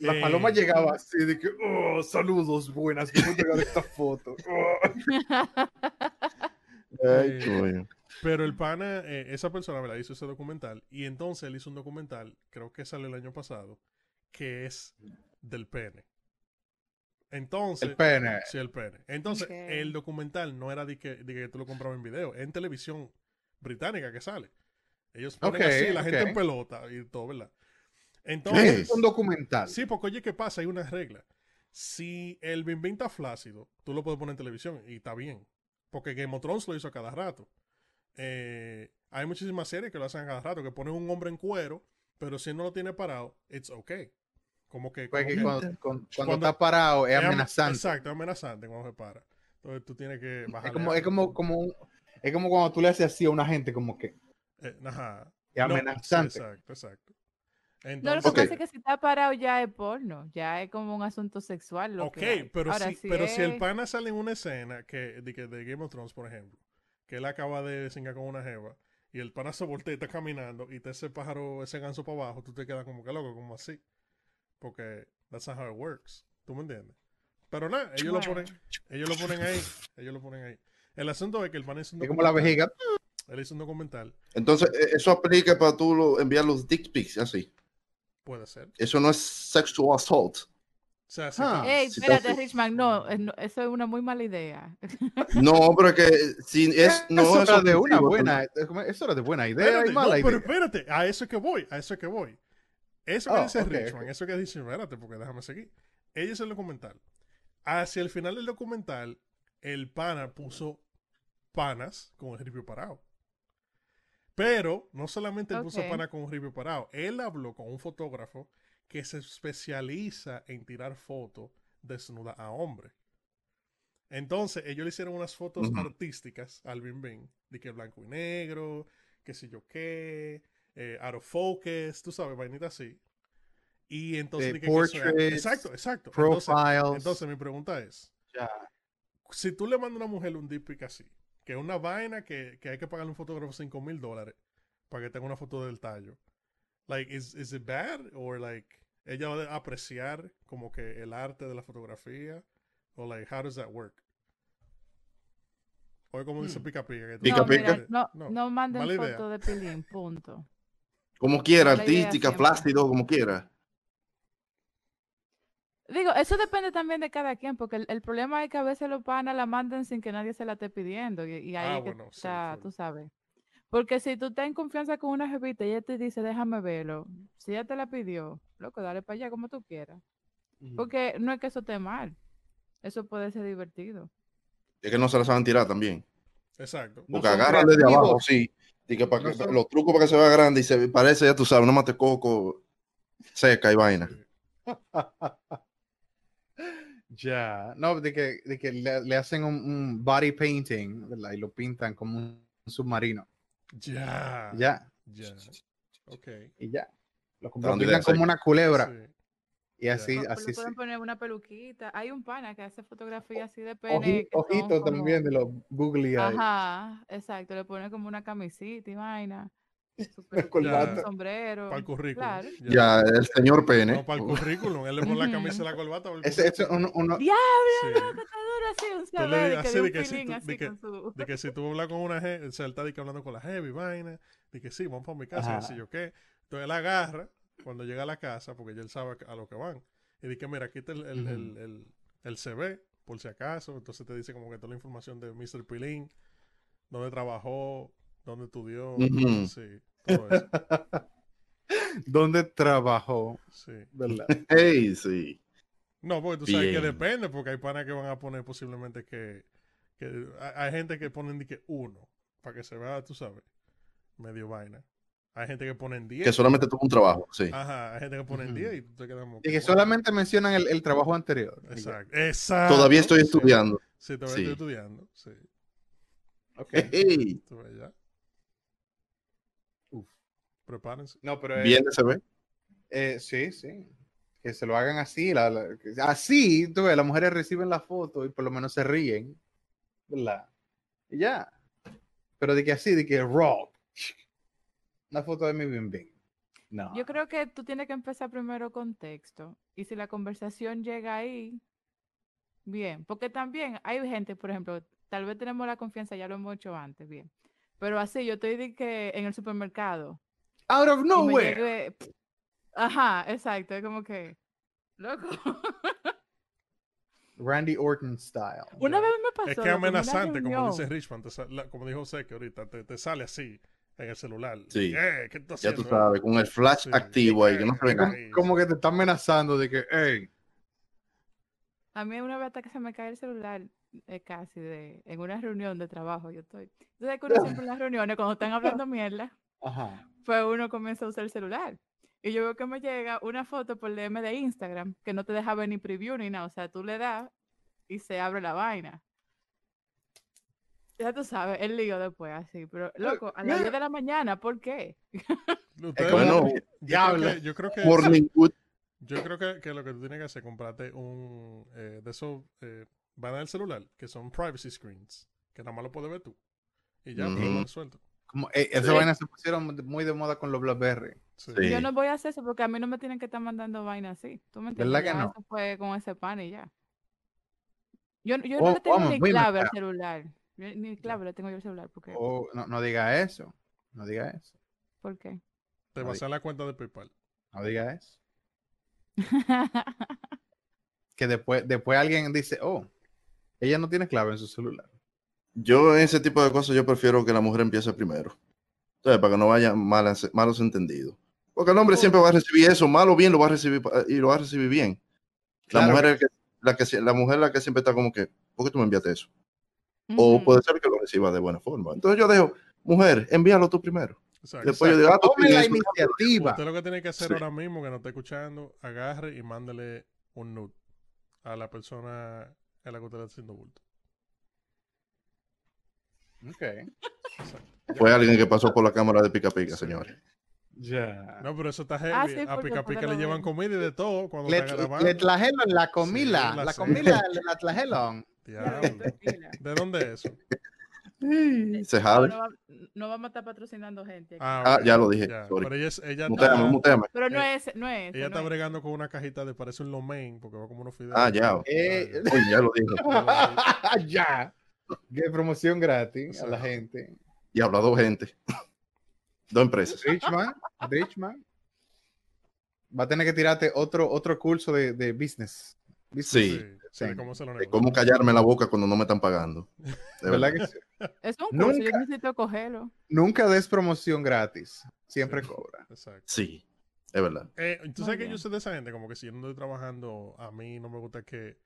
Speaker 5: la
Speaker 1: Eh,
Speaker 5: paloma llegaba así, de que, oh, saludos, buenas, quiero llegar esta foto. Oh.
Speaker 3: Ay,
Speaker 1: Eh,
Speaker 3: coño.
Speaker 1: Pero el pana, eh, esa persona, ¿verdad? Hizo ese documental. Y entonces él hizo un documental, creo que salió el año pasado, que es del pene. Entonces.
Speaker 5: El pene.
Speaker 1: Sí, el pene. Entonces,
Speaker 4: Ok.
Speaker 1: el documental no era de que, de que tú lo comprabas en video, es en televisión británica que sale. Ellos ponen
Speaker 5: Ok,
Speaker 1: así, la gente
Speaker 5: ok.
Speaker 1: en pelota y todo, ¿verdad?
Speaker 3: ¿Qué?
Speaker 1: Entonces.
Speaker 5: Es un documental.
Speaker 1: Sí, porque oye, ¿qué pasa? Hay una regla. Si el Bimbim está flácido, tú lo puedes poner en televisión y está bien. Porque Game of Thrones lo hizo a cada rato. Eh, hay muchísimas series que lo hacen a cada rato, que ponen un hombre en cuero, pero si él no lo tiene parado, it's okay. Como que...
Speaker 5: Porque
Speaker 1: como que-
Speaker 5: Pues cuando, cuando- cuando
Speaker 1: Cuando-
Speaker 5: está parado es
Speaker 1: am-
Speaker 5: amenazante.
Speaker 1: Exacto, es amenazante cuando se para. Entonces tú tienes que
Speaker 5: Es
Speaker 1: bajar.
Speaker 5: como, es como, como un- es como cuando tú le haces así a una gente, como que
Speaker 1: Eh, ajá.
Speaker 5: es
Speaker 1: No,
Speaker 5: amenazante.
Speaker 1: exacto, exacto.
Speaker 4: No, lo
Speaker 1: Entonces,
Speaker 4: que
Speaker 3: Ok.
Speaker 4: pasa es que si está parado ya es porno, ya es como un asunto sexual. Lo
Speaker 1: Ok,
Speaker 4: que hay.
Speaker 1: pero,
Speaker 4: Ahora,
Speaker 1: si, pero si el
Speaker 4: es-
Speaker 1: pana sale en una escena que, de, que- de Game of Thrones, por ejemplo, que él acaba de cingar con una jeva, y el pana se voltea y está caminando, y te ese pájaro, ese ganso para abajo, tú te quedas como que loco, como así. Porque that's not how it works. ¿Tú me entiendes? Pero nada, ellos, lo
Speaker 4: Bueno.
Speaker 1: ponen, ellos lo ponen ahí. Ellos lo ponen ahí. El asunto es que el pana hizo un
Speaker 5: Es como "Ah, la
Speaker 1: documental-
Speaker 5: vejiga.
Speaker 1: Él hizo un documental.
Speaker 3: Entonces, eh, eso aplica para tú lo- enviar los dick pics así.
Speaker 1: Puede ser. O
Speaker 3: Eso no es sexual assault.
Speaker 1: sea, si
Speaker 5: Ah. Mm.
Speaker 1: tú-
Speaker 4: Ey,
Speaker 3: si te
Speaker 4: espérate,
Speaker 3: haces-
Speaker 4: Richman, no, eh, no, eso es una muy mala idea.
Speaker 3: No, pero que si es no
Speaker 5: eso
Speaker 3: es
Speaker 5: era de una
Speaker 3: ofensivo,
Speaker 5: buena, es como- eso era de buena idea
Speaker 1: Espérate,
Speaker 5: y
Speaker 1: no,
Speaker 5: mala
Speaker 1: pero
Speaker 5: idea.
Speaker 1: espérate, a eso es que voy, a eso es que voy. Eso que
Speaker 5: Ah,
Speaker 1: dice
Speaker 5: ok,
Speaker 1: Richman, eso que dice, espérate, porque déjame seguir. Ella hizo el documental. Hacia el final del documental, el pana puso panas con el ripio parado. Pero no solamente él puso
Speaker 4: Ok.
Speaker 1: pana con un ripio parado, él habló con un fotógrafo que se especializa en tirar fotos desnuda a hombres. Entonces, ellos le hicieron unas fotos
Speaker 3: Ujú.
Speaker 1: artísticas al Bim Bim, de que blanco y negro, que sé yo qué, eh, out of focus, tú sabes, vainita así. Y entonces...
Speaker 5: De
Speaker 1: de que- que eso era-
Speaker 5: portraits,
Speaker 1: exacto, exacto. Entonces-
Speaker 5: Profiles.
Speaker 1: entonces, mi pregunta es:
Speaker 5: Ya.
Speaker 1: si tú le mandas a una mujer un dick pic así, que es una vaina que, que hay que pagarle a un fotógrafo 5 mil dólares para que tenga una foto del tallo, like, is, is it bad? Or like, ella va a apreciar como que el arte de la fotografía? O like, how does that work? O es como dice pica pica. que tú-
Speaker 3: Pica
Speaker 4: no, mira, Hmm. no,
Speaker 1: No.
Speaker 4: no, manden
Speaker 1: mala idea.
Speaker 4: foto de pilín, punto.
Speaker 3: Como quiera,
Speaker 4: Mala idea
Speaker 3: artística,
Speaker 4: siempre.
Speaker 3: plástico, como quiera.
Speaker 4: Digo, eso depende también de cada quien, porque el, el problema es que a veces los panas la mandan sin que nadie se la esté pidiendo, y, y ahí
Speaker 1: Ah,
Speaker 4: es que
Speaker 1: bueno, sí,
Speaker 4: está,
Speaker 1: full.
Speaker 4: tú sabes. Porque si tú estás en confianza con una jevita y ella te dice, déjame verlo, si ella te la pidió, loco, dale para allá como tú quieras.
Speaker 5: mm,
Speaker 4: Porque no es que eso esté mal, eso puede ser divertido.
Speaker 3: Es que no se la saben tirar también.
Speaker 1: Exacto.
Speaker 5: No
Speaker 3: Porque
Speaker 5: son
Speaker 3: agarran desde
Speaker 5: creativos.
Speaker 3: abajo, sí. Y que para
Speaker 5: No
Speaker 3: que-
Speaker 5: son-
Speaker 3: Los trucos para que se vea grande y se parece, ya tú sabes, nomás te coco seca y vaina.
Speaker 5: Ya, no, de que, de que le, le hacen un, un body painting ¿verdad? y lo pintan como un, submarino.
Speaker 1: Ya.
Speaker 5: Ya,
Speaker 1: Ya. Ok.
Speaker 5: y ya. Lo, lo
Speaker 3: ¿Dónde le
Speaker 5: pintan como
Speaker 3: enseñan?
Speaker 5: una culebra
Speaker 1: Sí.
Speaker 5: y así,
Speaker 4: O- o
Speaker 5: así.
Speaker 4: le
Speaker 5: sí.
Speaker 4: pueden poner una peluquita. Hay un pana que hace fotografía así de pene.
Speaker 5: Oji-
Speaker 4: que son
Speaker 5: ojitos
Speaker 4: como-
Speaker 5: también de los googly eyes.
Speaker 4: Ajá, exacto. Le pone como una camisita y vaina. su peluquita,
Speaker 5: corbata.
Speaker 4: un sombrero.
Speaker 1: Para el currículum.
Speaker 4: Claro.
Speaker 3: Ya, el señor pene.
Speaker 1: No, para el currículum. Él le pone la
Speaker 4: Ujú.
Speaker 1: camisa y la corbata. para el
Speaker 5: ¿Eh? Uh. Ese, ese es
Speaker 1: currículum.
Speaker 5: uno, uno-
Speaker 4: Diablo,
Speaker 1: Sí.
Speaker 4: loco, está duro así, un
Speaker 1: le
Speaker 4: saber
Speaker 1: di-
Speaker 4: de que
Speaker 1: así
Speaker 4: de
Speaker 1: de
Speaker 4: un
Speaker 1: que sí,
Speaker 4: pilín
Speaker 1: tú- de
Speaker 4: así
Speaker 1: que-
Speaker 4: con su...
Speaker 1: De que si tú hablas con una gente, o sea, él está de que hablando con la heavy vaina, de que sí, vamos para mi casa, y
Speaker 5: Ajá.
Speaker 1: qué sé yo qué. Entonces él agarra cuando llega a la casa, porque ya él sabe a lo que van. Y dice, mira, aquí está el, el, el- el- el CV, por si acaso. Entonces te dice como que toda la información de Mr. Pilín, dónde trabajó, dónde estudió,
Speaker 3: Ujú.
Speaker 1: sí, todo eso.
Speaker 5: ¿Dónde trabajó?
Speaker 1: Sí.
Speaker 5: ¿Verdad?
Speaker 3: Hey, sí.
Speaker 1: No, porque tú sabes que
Speaker 3: Bien.
Speaker 1: depende, porque hay panas que van a poner posiblemente que, que hay, hay gente que ponen de que uno, para que se vea, tú sabes, medio vaina. Hay gente que ponen 10.
Speaker 3: Que solamente tuvo un trabajo, sí.
Speaker 5: Ah,
Speaker 1: Ajá, hay gente que ponen
Speaker 5: Ujú.
Speaker 1: 10 y tú te quedas como
Speaker 5: Y que
Speaker 1: wow.
Speaker 5: solamente mencionan el, el trabajo anterior.
Speaker 1: Exacto. Exacto.
Speaker 3: Todavía estoy
Speaker 1: Sí.
Speaker 3: estudiando.
Speaker 1: Sí, todavía
Speaker 3: Sí.
Speaker 1: estoy estudiando. Sí.
Speaker 5: Ok.
Speaker 3: Eh, Hey,
Speaker 1: Tú ves ya.
Speaker 5: Uf.
Speaker 1: Prepárense.
Speaker 5: No, pero eh,
Speaker 3: bien se ve.
Speaker 5: eh, sí, sí. Que se lo hagan así. la- la- que- así, tú ves, las mujeres reciben la foto y por lo menos se ríen. ¿Verdad? Y ya. Pero de que así, de que rock. Una foto de mi bien bien. No.
Speaker 4: Yo creo que tú tienes que empezar primero con texto. Y si la conversación llega ahí, bien. Porque también hay gente, por ejemplo, tal vez tenemos la confianza, ya lo hemos hecho antes, bien. Pero así, yo estoy de que en el supermercado.
Speaker 5: Out of
Speaker 4: y me
Speaker 5: nowhere.
Speaker 4: llegue- pf, Ajá, exacto. Es como que. Loco.
Speaker 5: Randy Orton style.
Speaker 4: Una
Speaker 1: Ya.
Speaker 4: vez me pasó.
Speaker 1: Es que
Speaker 4: loco, en
Speaker 1: es
Speaker 4: una
Speaker 1: amenazante, como dice
Speaker 4: reunión.
Speaker 1: Richman, te sal- la- como dijo Seki ahorita, te, te sale así en el celular.
Speaker 3: Sí.
Speaker 1: Eh, ¿qué tú
Speaker 3: Ya tú
Speaker 1: haciendo?
Speaker 3: sabes, con el flash
Speaker 1: Sí.
Speaker 3: activo ahí, que no se ve
Speaker 5: Como,
Speaker 3: nada.
Speaker 1: Ahí,
Speaker 5: como que te está amenazando de que, hey,
Speaker 4: A mí una vez hasta que se me cae el celular, eh, casi, de, en una reunión de trabajo, yo estoy. Entonces, que uno siempre en las reuniones, cuando están hablando mierda,
Speaker 5: ajá.
Speaker 4: pues uno comienza a usar el celular. Y yo veo que me llega una foto por DM de Instagram, que no te deja ver ni preview ni nada. O sea, tú le das y se abre la vaina. Ya tú sabes, el lío después, así. Pero, loco, a las 10 de la mañana, ¿por qué?
Speaker 1: Ustedes-
Speaker 3: Bueno,
Speaker 1: yo, creo
Speaker 5: diablo.
Speaker 1: que, yo creo que
Speaker 3: por ningún.
Speaker 1: Yo creo que, que lo que tú tienes que hacer es comprarte un eh, de esos eh, van del celular, que son privacy screens, que nada más lo puedes ver tú. Y ya, pues,
Speaker 3: Ujú.
Speaker 1: resuelto.
Speaker 5: Como, eh, esas
Speaker 4: Sí.
Speaker 5: vainas se pusieron de- muy de moda con los Blackberry.
Speaker 1: Sí.
Speaker 3: Sí.
Speaker 4: Yo no voy a hacer eso porque a mí no me tienen que estar mandando vaina así. ¿Tú me entiendes?
Speaker 5: ¿Verdad que
Speaker 4: Ya
Speaker 5: no?
Speaker 4: Eso fue con ese pan y ya. Yo, n- yo
Speaker 5: Oh,
Speaker 4: no le tengo
Speaker 5: vamos,
Speaker 4: ni
Speaker 5: voy a
Speaker 4: clave al
Speaker 5: marcar.
Speaker 4: celular. Yo ni clave le tengo yo al celular. ¿Por qué?
Speaker 5: Oh, no, no diga eso. No diga eso.
Speaker 4: ¿Por qué?
Speaker 1: Te
Speaker 5: Ahí.
Speaker 1: vas a la cuenta de PayPal.
Speaker 5: No diga eso. Que después, después alguien dice, oh, ella no tiene clave en su celular.
Speaker 3: Yo en ese tipo de cosas yo prefiero que la mujer empiece primero. Entonces, para que no vayan malas, malos entendidos. Porque el hombre siempre va a recibir eso, malo o bien lo va a recibir pa- y lo va a recibir bien. La
Speaker 5: Claro
Speaker 3: mujer es que- la que sie- la mujer es la que siempre está como que, ¿por qué tú me enviaste eso?
Speaker 5: Oh,
Speaker 3: O
Speaker 4: Ujú.
Speaker 3: puede ser que lo reciba de buena forma. Entonces yo dejo, mujer, envíalo tú primero.
Speaker 1: Exacto.
Speaker 3: Después yo digo, ah, tú
Speaker 5: Tome la
Speaker 3: tienes eso.
Speaker 5: iniciativa.
Speaker 1: Usted lo que tiene que hacer
Speaker 3: Sí.
Speaker 1: ahora mismo, que no está escuchando, agarre y mándele un nude a la persona a la que usted le está haciendo bulto.
Speaker 5: Ok.
Speaker 3: Fue alguien que pasó por la cámara de pica pica, señores.
Speaker 5: Ya.
Speaker 1: No, pero eso está heavy.
Speaker 4: sí,
Speaker 1: a
Speaker 4: porque
Speaker 1: Pica Pica
Speaker 4: después
Speaker 1: le
Speaker 4: lo
Speaker 1: llevan
Speaker 4: ven.
Speaker 1: comida y de todo cuando
Speaker 5: Le,
Speaker 1: está
Speaker 5: le
Speaker 1: grabando.
Speaker 5: tlajelan la comila.
Speaker 1: Sí, la
Speaker 5: la
Speaker 1: sé.
Speaker 5: comila le la tlajelan.
Speaker 4: Ya,
Speaker 1: Diablo.
Speaker 4: tranquila.
Speaker 1: ¿De dónde es eso?
Speaker 3: Se
Speaker 4: No,
Speaker 3: jale.
Speaker 4: no, va- no vamos a estar patrocinando gente. aquí.
Speaker 3: Ah,
Speaker 1: ok,
Speaker 3: ya lo dije, sorry.
Speaker 1: Pero ella, es- ella está-
Speaker 3: Muteame, muteame.
Speaker 4: Pero no
Speaker 1: eh,
Speaker 4: es, no es.
Speaker 1: Ella está
Speaker 4: no es.
Speaker 1: bregando con una cajita de parece un lomain, porque va como unos fideos.
Speaker 3: Ah, ya.
Speaker 5: Eh, ah,
Speaker 3: Oye, ya lo dije.
Speaker 5: ya. Qué promoción gratis a la
Speaker 1: Exacto.
Speaker 5: gente.
Speaker 3: Y habló dos gente. Dos empresas.
Speaker 5: Richman, Richman. Va a tener que tirarte otro, otro curso de, de business. business.
Speaker 3: Sí.
Speaker 1: sí, de cómo se lo
Speaker 3: De
Speaker 1: negocio.
Speaker 3: cómo callarme la boca cuando no me están pagando. De
Speaker 5: ¿Verdad
Speaker 3: verdad.
Speaker 5: que sí?
Speaker 4: Es un curso, yo
Speaker 5: Nunca.
Speaker 4: necesito cogerlo.
Speaker 5: Nunca des promoción gratis. Siempre
Speaker 1: Sí.
Speaker 5: cobra.
Speaker 1: Exacto.
Speaker 3: Sí, es verdad.
Speaker 1: Eh, tú
Speaker 4: Muy
Speaker 1: sabes que yo
Speaker 4: bien.
Speaker 1: soy de esa gente, como que si yo no estoy trabajando, a mí no me gusta que.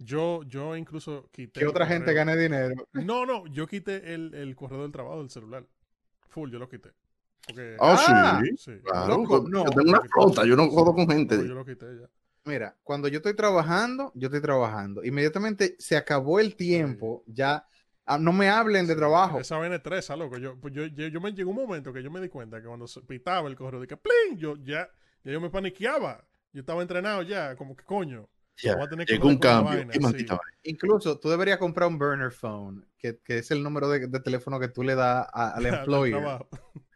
Speaker 1: Yo, yo incluso quité.
Speaker 5: Que
Speaker 1: el
Speaker 5: otra gente
Speaker 1: correo.
Speaker 5: gane dinero.
Speaker 1: No, no, yo quité el, el correo del trabajo del celular. Full, yo lo quité. Porque.
Speaker 3: Ah,
Speaker 5: Ah.
Speaker 3: sí.
Speaker 1: sí.
Speaker 3: Claro,
Speaker 5: Loco,
Speaker 3: yo
Speaker 5: no.
Speaker 3: tengo una flota, yo no jodo con
Speaker 1: No,
Speaker 3: gente.
Speaker 1: yo lo quité ya.
Speaker 5: Mira, cuando yo estoy trabajando, yo estoy trabajando. Inmediatamente se acabó el tiempo. Ya ah, no me hablen de
Speaker 1: Sí,
Speaker 5: trabajo.
Speaker 1: Esa vaina es tresa, loco. Yo, pues yo, yo, yo me llegó un momento que yo me di cuenta que cuando se- pitaba el correo de que ¡plin! Yo ya, ya yo me paniqueaba. Yo estaba entrenado ya, como que coño.
Speaker 3: Ya,
Speaker 1: voy a tener que
Speaker 3: Llegó un
Speaker 1: joder con la
Speaker 3: cambio.
Speaker 1: vaina,
Speaker 3: Qué
Speaker 1: sí.
Speaker 3: maldita vaina.
Speaker 5: Incluso tú deberías comprar un burner phone, que, que es el número de, de teléfono que tú le das a- al
Speaker 1: Del
Speaker 5: employer,
Speaker 1: trabajo.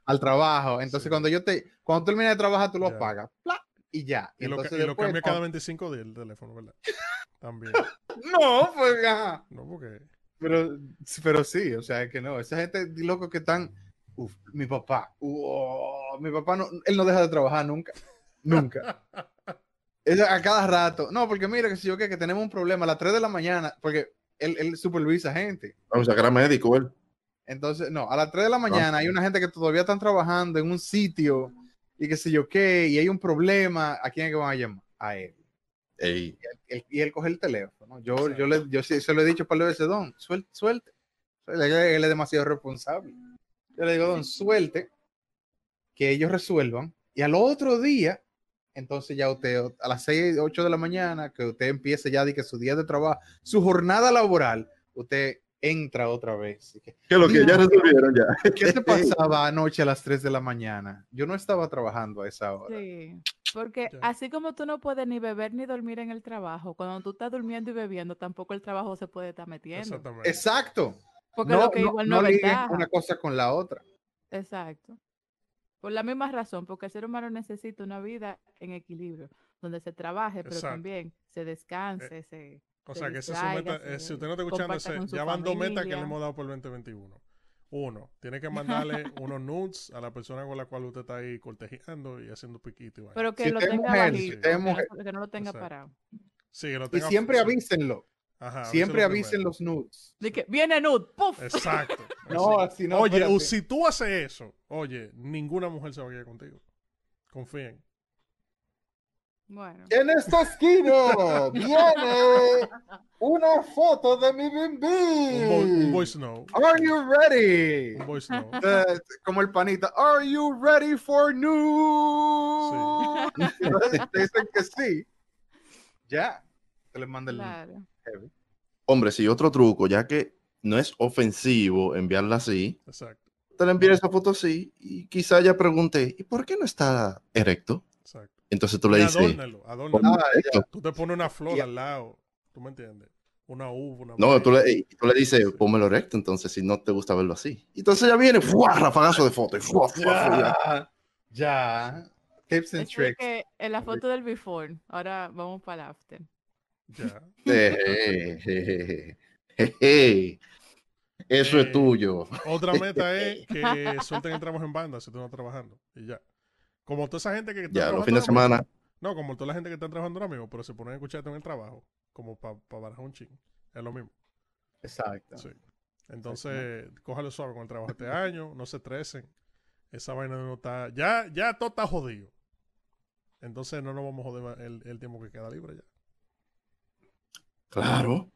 Speaker 5: al trabajo. Entonces,
Speaker 1: Sí.
Speaker 5: cuando yo te, cuando termines de trabajar, tú lo
Speaker 1: Ya.
Speaker 5: apagas. ¡pla! Y ya.
Speaker 1: Y, lo, ca-
Speaker 5: Entonces,
Speaker 1: y lo
Speaker 5: después,
Speaker 1: cambia cada
Speaker 5: cuando-
Speaker 1: 25 días el teléfono, ¿verdad? También.
Speaker 5: No, pues, ajá.
Speaker 1: No, porque.
Speaker 5: Pero, pero sí, o sea, es que no, esa gente di loco que están, uf, mi papá, uo, mi papá no, él no deja de trabajar nunca, nunca. Es a cada rato. No, porque mira, que si yo qué, que tenemos un problema a las 3 de la mañana, porque él, él supervisa gente.
Speaker 3: Vamos a sacar a médico él.
Speaker 5: Entonces, no, a las 3 de la mañana hay una gente que todavía están trabajando en un sitio y qué sé yo qué, y hay un problema, ¿a quién es que van a llamar? A él.
Speaker 3: Ey,
Speaker 5: Él- y él coge el teléfono. Yo, yo, le, yo sí- se lo he dicho para veces, don, suelte, suelte. Él, él es demasiado responsable. Yo le digo, don, suelte, que ellos resuelvan. Y al otro día, entonces ya usted, a las 6, 8 de la mañana, que usted empiece ya de que su día de trabajo, su jornada laboral, usted entra otra vez. Y que,
Speaker 3: Que lo que ya resolvieron ya.
Speaker 5: ¿Qué te pasaba anoche a las 3 de la mañana? Yo no estaba trabajando a esa hora.
Speaker 4: Sí, porque
Speaker 1: Ya.
Speaker 4: así como tú no puedes ni beber ni dormir en el trabajo, cuando tú estás durmiendo y bebiendo, tampoco el trabajo se puede estar metiendo.
Speaker 1: Exactamente.
Speaker 5: Exacto.
Speaker 4: Porque
Speaker 5: No,
Speaker 4: lo que
Speaker 5: no-
Speaker 4: igual
Speaker 5: no
Speaker 4: no, es
Speaker 5: liguen
Speaker 4: ventaja.
Speaker 5: una cosa con la otra.
Speaker 4: Exacto. Por la misma razón, porque el ser humano necesita una vida en equilibrio, donde se trabaje, pero
Speaker 1: Exacto. Eh,
Speaker 4: también se descanse, se...
Speaker 1: O
Speaker 4: se
Speaker 1: sea, que se
Speaker 4: distraiga,
Speaker 1: someta, eh,
Speaker 4: se
Speaker 1: si usted no está escuchando,
Speaker 4: comparta
Speaker 1: se-
Speaker 4: con su
Speaker 1: ya van dos metas que le
Speaker 4: familia.
Speaker 1: hemos dado por el 2021. Uno, tiene que mandarle unos nudes a la persona con la cual usted está ahí cortejando y haciendo piquito y vaina.
Speaker 4: Pero que
Speaker 5: Si
Speaker 4: lo
Speaker 5: usted es
Speaker 4: tenga
Speaker 5: mujer,
Speaker 1: si
Speaker 4: bajito,
Speaker 1: usted
Speaker 5: es
Speaker 4: que no-
Speaker 5: mujer-
Speaker 4: que no, lo tenga
Speaker 1: Exacto.
Speaker 4: parado.
Speaker 1: Sí, que lo
Speaker 5: Y
Speaker 1: tenga-
Speaker 5: siempre
Speaker 1: sí.
Speaker 5: avísenlo.
Speaker 1: Ajá, avíselo
Speaker 5: Siempre
Speaker 1: primero.
Speaker 5: avisen los nudes.
Speaker 4: De que viene nude, ¡puf!
Speaker 1: Exacto.
Speaker 5: No,
Speaker 1: Así.
Speaker 5: así no.
Speaker 1: oye,
Speaker 5: espérate.
Speaker 1: o si tú haces eso, oye, ninguna mujer se va a quedar contigo. Confíen.
Speaker 4: Bueno,
Speaker 5: En esta esquina viene una foto de mi
Speaker 1: Un, vo- un
Speaker 5: bimbi.
Speaker 1: voice no.
Speaker 5: Mm. Are you ready?
Speaker 1: Un voice no.
Speaker 5: Eh, como el panita. Are you ready for nudes? Entonces, te Dicen que sí. Ya. Te les manda el link.
Speaker 4: claro.
Speaker 5: heavy.
Speaker 3: Hombre, sí, otro truco, ya que no es ofensivo enviarla así,
Speaker 1: Exacto,
Speaker 3: te le envía esa foto así y quizá ya pregunté, ¿y por qué no está erecto?
Speaker 1: exacto.
Speaker 3: Entonces tú
Speaker 1: Y
Speaker 3: le dices,
Speaker 1: adórnalo,
Speaker 3: "Ponlo
Speaker 1: adórnalo.
Speaker 5: Ah,
Speaker 3: erecto".
Speaker 1: Tú te pones una flor
Speaker 5: Y-
Speaker 1: al lado. ¿Tú me entiendes? Una uva, una
Speaker 3: No,
Speaker 1: vaina.
Speaker 3: tú le, y tú le dices,
Speaker 1: Sí.
Speaker 3: pónmelo recto, entonces si no te gusta verlo así. Entonces ya viene, ¡fua! Rafagazo de foto. y ¡fua, fua, fua! Ya.
Speaker 5: Ya. Ya. Tips and
Speaker 4: Eso de
Speaker 5: tricks.
Speaker 4: que en la
Speaker 5: Rick.
Speaker 4: foto del before, ahora vamos para el after.
Speaker 1: Ya.
Speaker 3: Eh, eh, eh, eh, eh. Eso
Speaker 1: Eh.
Speaker 3: es tuyo.
Speaker 1: Otra meta es que suelten el trabajo en banda si tú no estás trabajando. Y ya. Como toda esa gente que está
Speaker 3: Ya,
Speaker 1: trabajando
Speaker 3: los fines de
Speaker 1: ahora mismo.
Speaker 3: semana.
Speaker 1: No, como toda la gente que está trabajando ahora mismo, pero se ponen a escucharte en el trabajo, como para barajar un ching. Es lo mismo.
Speaker 5: Exacto.
Speaker 1: Sí. Entonces, cójalo suave con el trabajo este año, no se estresen. Esa vaina no está. Ya, ya todo está jodido. Entonces no nos vamos a joder el, el tiempo que queda libre ya.
Speaker 3: Claro.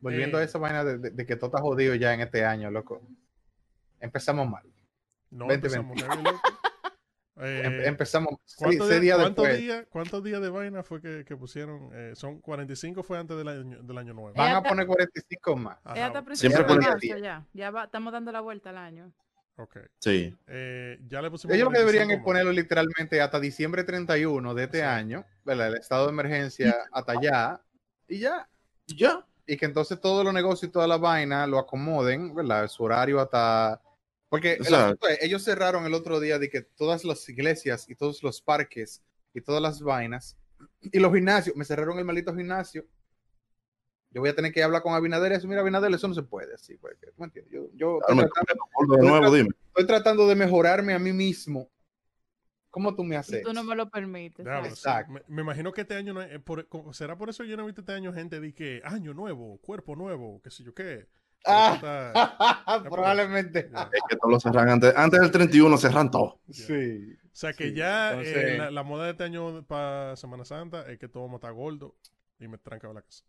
Speaker 5: Volviendo
Speaker 1: Eh.
Speaker 5: a esa vaina de, de- de que todo está jodido ya en este año, loco. Empezamos mal.
Speaker 1: No
Speaker 5: Vente,
Speaker 1: empezamos heavy, loco. Eh,
Speaker 5: Em- empezamos seis,
Speaker 1: ¿cuántos
Speaker 5: seis
Speaker 1: días-
Speaker 5: días
Speaker 1: cuántos
Speaker 5: después.
Speaker 1: días- ¿Cuántos días de vaina fue que, que pusieron? Eh, son 45 fue antes del año, del año nuevo.
Speaker 5: Van
Speaker 4: Ella
Speaker 5: a
Speaker 4: está-
Speaker 5: poner 45 más.
Speaker 1: Ajá,
Speaker 4: Ya está a
Speaker 3: Siempre
Speaker 4: principios de
Speaker 3: con el
Speaker 4: marzo
Speaker 5: día.
Speaker 4: ya. Ya va- estamos dando la vuelta al año.
Speaker 1: ok.
Speaker 3: Sí.
Speaker 1: Eh, ya le pusimos
Speaker 5: Ellos lo que deberían es
Speaker 1: 45
Speaker 5: ponerlo literalmente hasta diciembre 31 de este
Speaker 1: Exacto.
Speaker 5: año, ¿verdad? El estado de emergencia hasta allá y ya.
Speaker 3: Ya.
Speaker 5: Y que entonces todos los negocios y toda la vaina lo acomoden, ¿verdad? Su horario hasta... Porque el
Speaker 3: Exacto.
Speaker 5: asunto es, ellos cerraron el otro día de que todas las iglesias y todos los parques y todas las vainas y los gimnasios, me cerraron el maldito gimnasio. Yo voy a tener que hablar con Abinader, eso, mira Abinader, eso no se puede, así, porque, ¿tú me entiendes? Yo, yo estoy
Speaker 3: Claro, Ah, me-
Speaker 5: tratando-
Speaker 3: De nuevo, dime.
Speaker 5: estoy tratando de mejorarme a mí mismo. ¿Cómo tú me
Speaker 4: Y
Speaker 5: haces?
Speaker 4: tú no me lo permites.
Speaker 1: Diablo,
Speaker 4: ¿sabes?
Speaker 1: sí.
Speaker 5: Exacto.
Speaker 1: Me, me imagino que este año no es- eh, por- como- será por eso que yo no he visto este año gente de que año nuevo, cuerpo nuevo, qué sé yo qué.
Speaker 5: Ah.
Speaker 1: Pero está-
Speaker 5: Probablemente.
Speaker 1: ya.
Speaker 3: Es que todos lo cerran antes, antes del 31, cerran todo.
Speaker 5: Sí.
Speaker 1: O sea que
Speaker 5: Sí,
Speaker 1: ya eh,
Speaker 5: entonces-
Speaker 1: la, la moda de este año para Semana Santa es que todo vamos a estar gordo y me tranca la casa.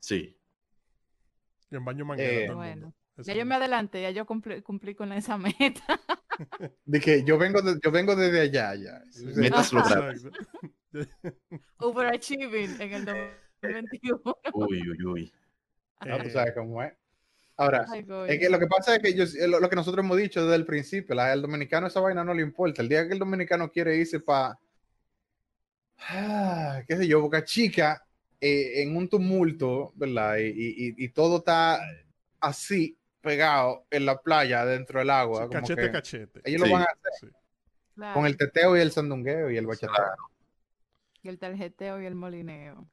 Speaker 3: Sí.
Speaker 1: Y en baño manguera.
Speaker 5: Eh,
Speaker 1: todo el
Speaker 4: Bueno.
Speaker 1: mundo. Ese
Speaker 4: Ya yo
Speaker 1: es
Speaker 4: me adelanté, ya yo cumplí, cumplí con esa meta.
Speaker 5: De que yo vengo, de- yo vengo desde allá ya.
Speaker 1: mi-
Speaker 3: me- Metas logradas.
Speaker 1: Exacto. Eh,
Speaker 4: Overachieving en el 2021.
Speaker 3: Uy, uy, uy.
Speaker 5: Ah, tú
Speaker 1: Eh,
Speaker 5: sabes cómo es. Ahora,
Speaker 4: Ay, coño.
Speaker 5: es que lo que pasa es que yo, eh, lo, lo que nosotros hemos dicho desde el principio, la- al dominicano esa vaina no le importa. El día que el dominicano quiere irse para, qué sé yo, Boca Chica, eh, en un tumulto, ¿verdad? Y, y- y- y todo está así, pegado en la playa, dentro del agua. como
Speaker 1: cachete
Speaker 5: que
Speaker 1: a cachete.
Speaker 5: ellos
Speaker 3: Sí.
Speaker 5: lo van a hacer
Speaker 1: Sí.
Speaker 4: Claro,
Speaker 5: con el teteo y el sandungueo y el bachateo.
Speaker 4: y el tarjeteo y el molineo.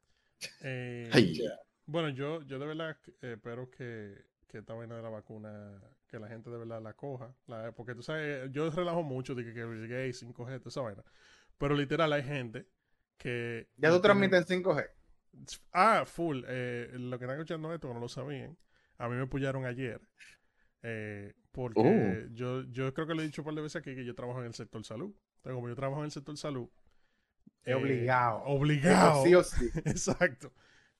Speaker 1: Eh,
Speaker 3: Ay,
Speaker 1: Bueno, yo, yo de verdad eh, espero que, que esta vaina de la vacuna, que la gente de verdad la coja. la- porque tú sabes, yo relajo mucho de que, que Bill Gates, 5G, toda esa vaina. Pero literal, hay gente que...
Speaker 5: Ya
Speaker 1: no
Speaker 5: tú
Speaker 1: tienen-
Speaker 5: transmites en 5G.
Speaker 1: Ah, full. Eh, lo que están escuchando esto no lo sabían. A mí me apoyaron ayer. eh, porque
Speaker 3: Oh.
Speaker 1: yo, yo creo que lo he dicho un par de veces aquí que yo trabajo en el sector salud. Entonces, como yo trabajo en el sector salud.
Speaker 5: Es
Speaker 1: eh,
Speaker 5: obligado.
Speaker 1: Obligado.
Speaker 5: Sí o sí.
Speaker 1: Exacto.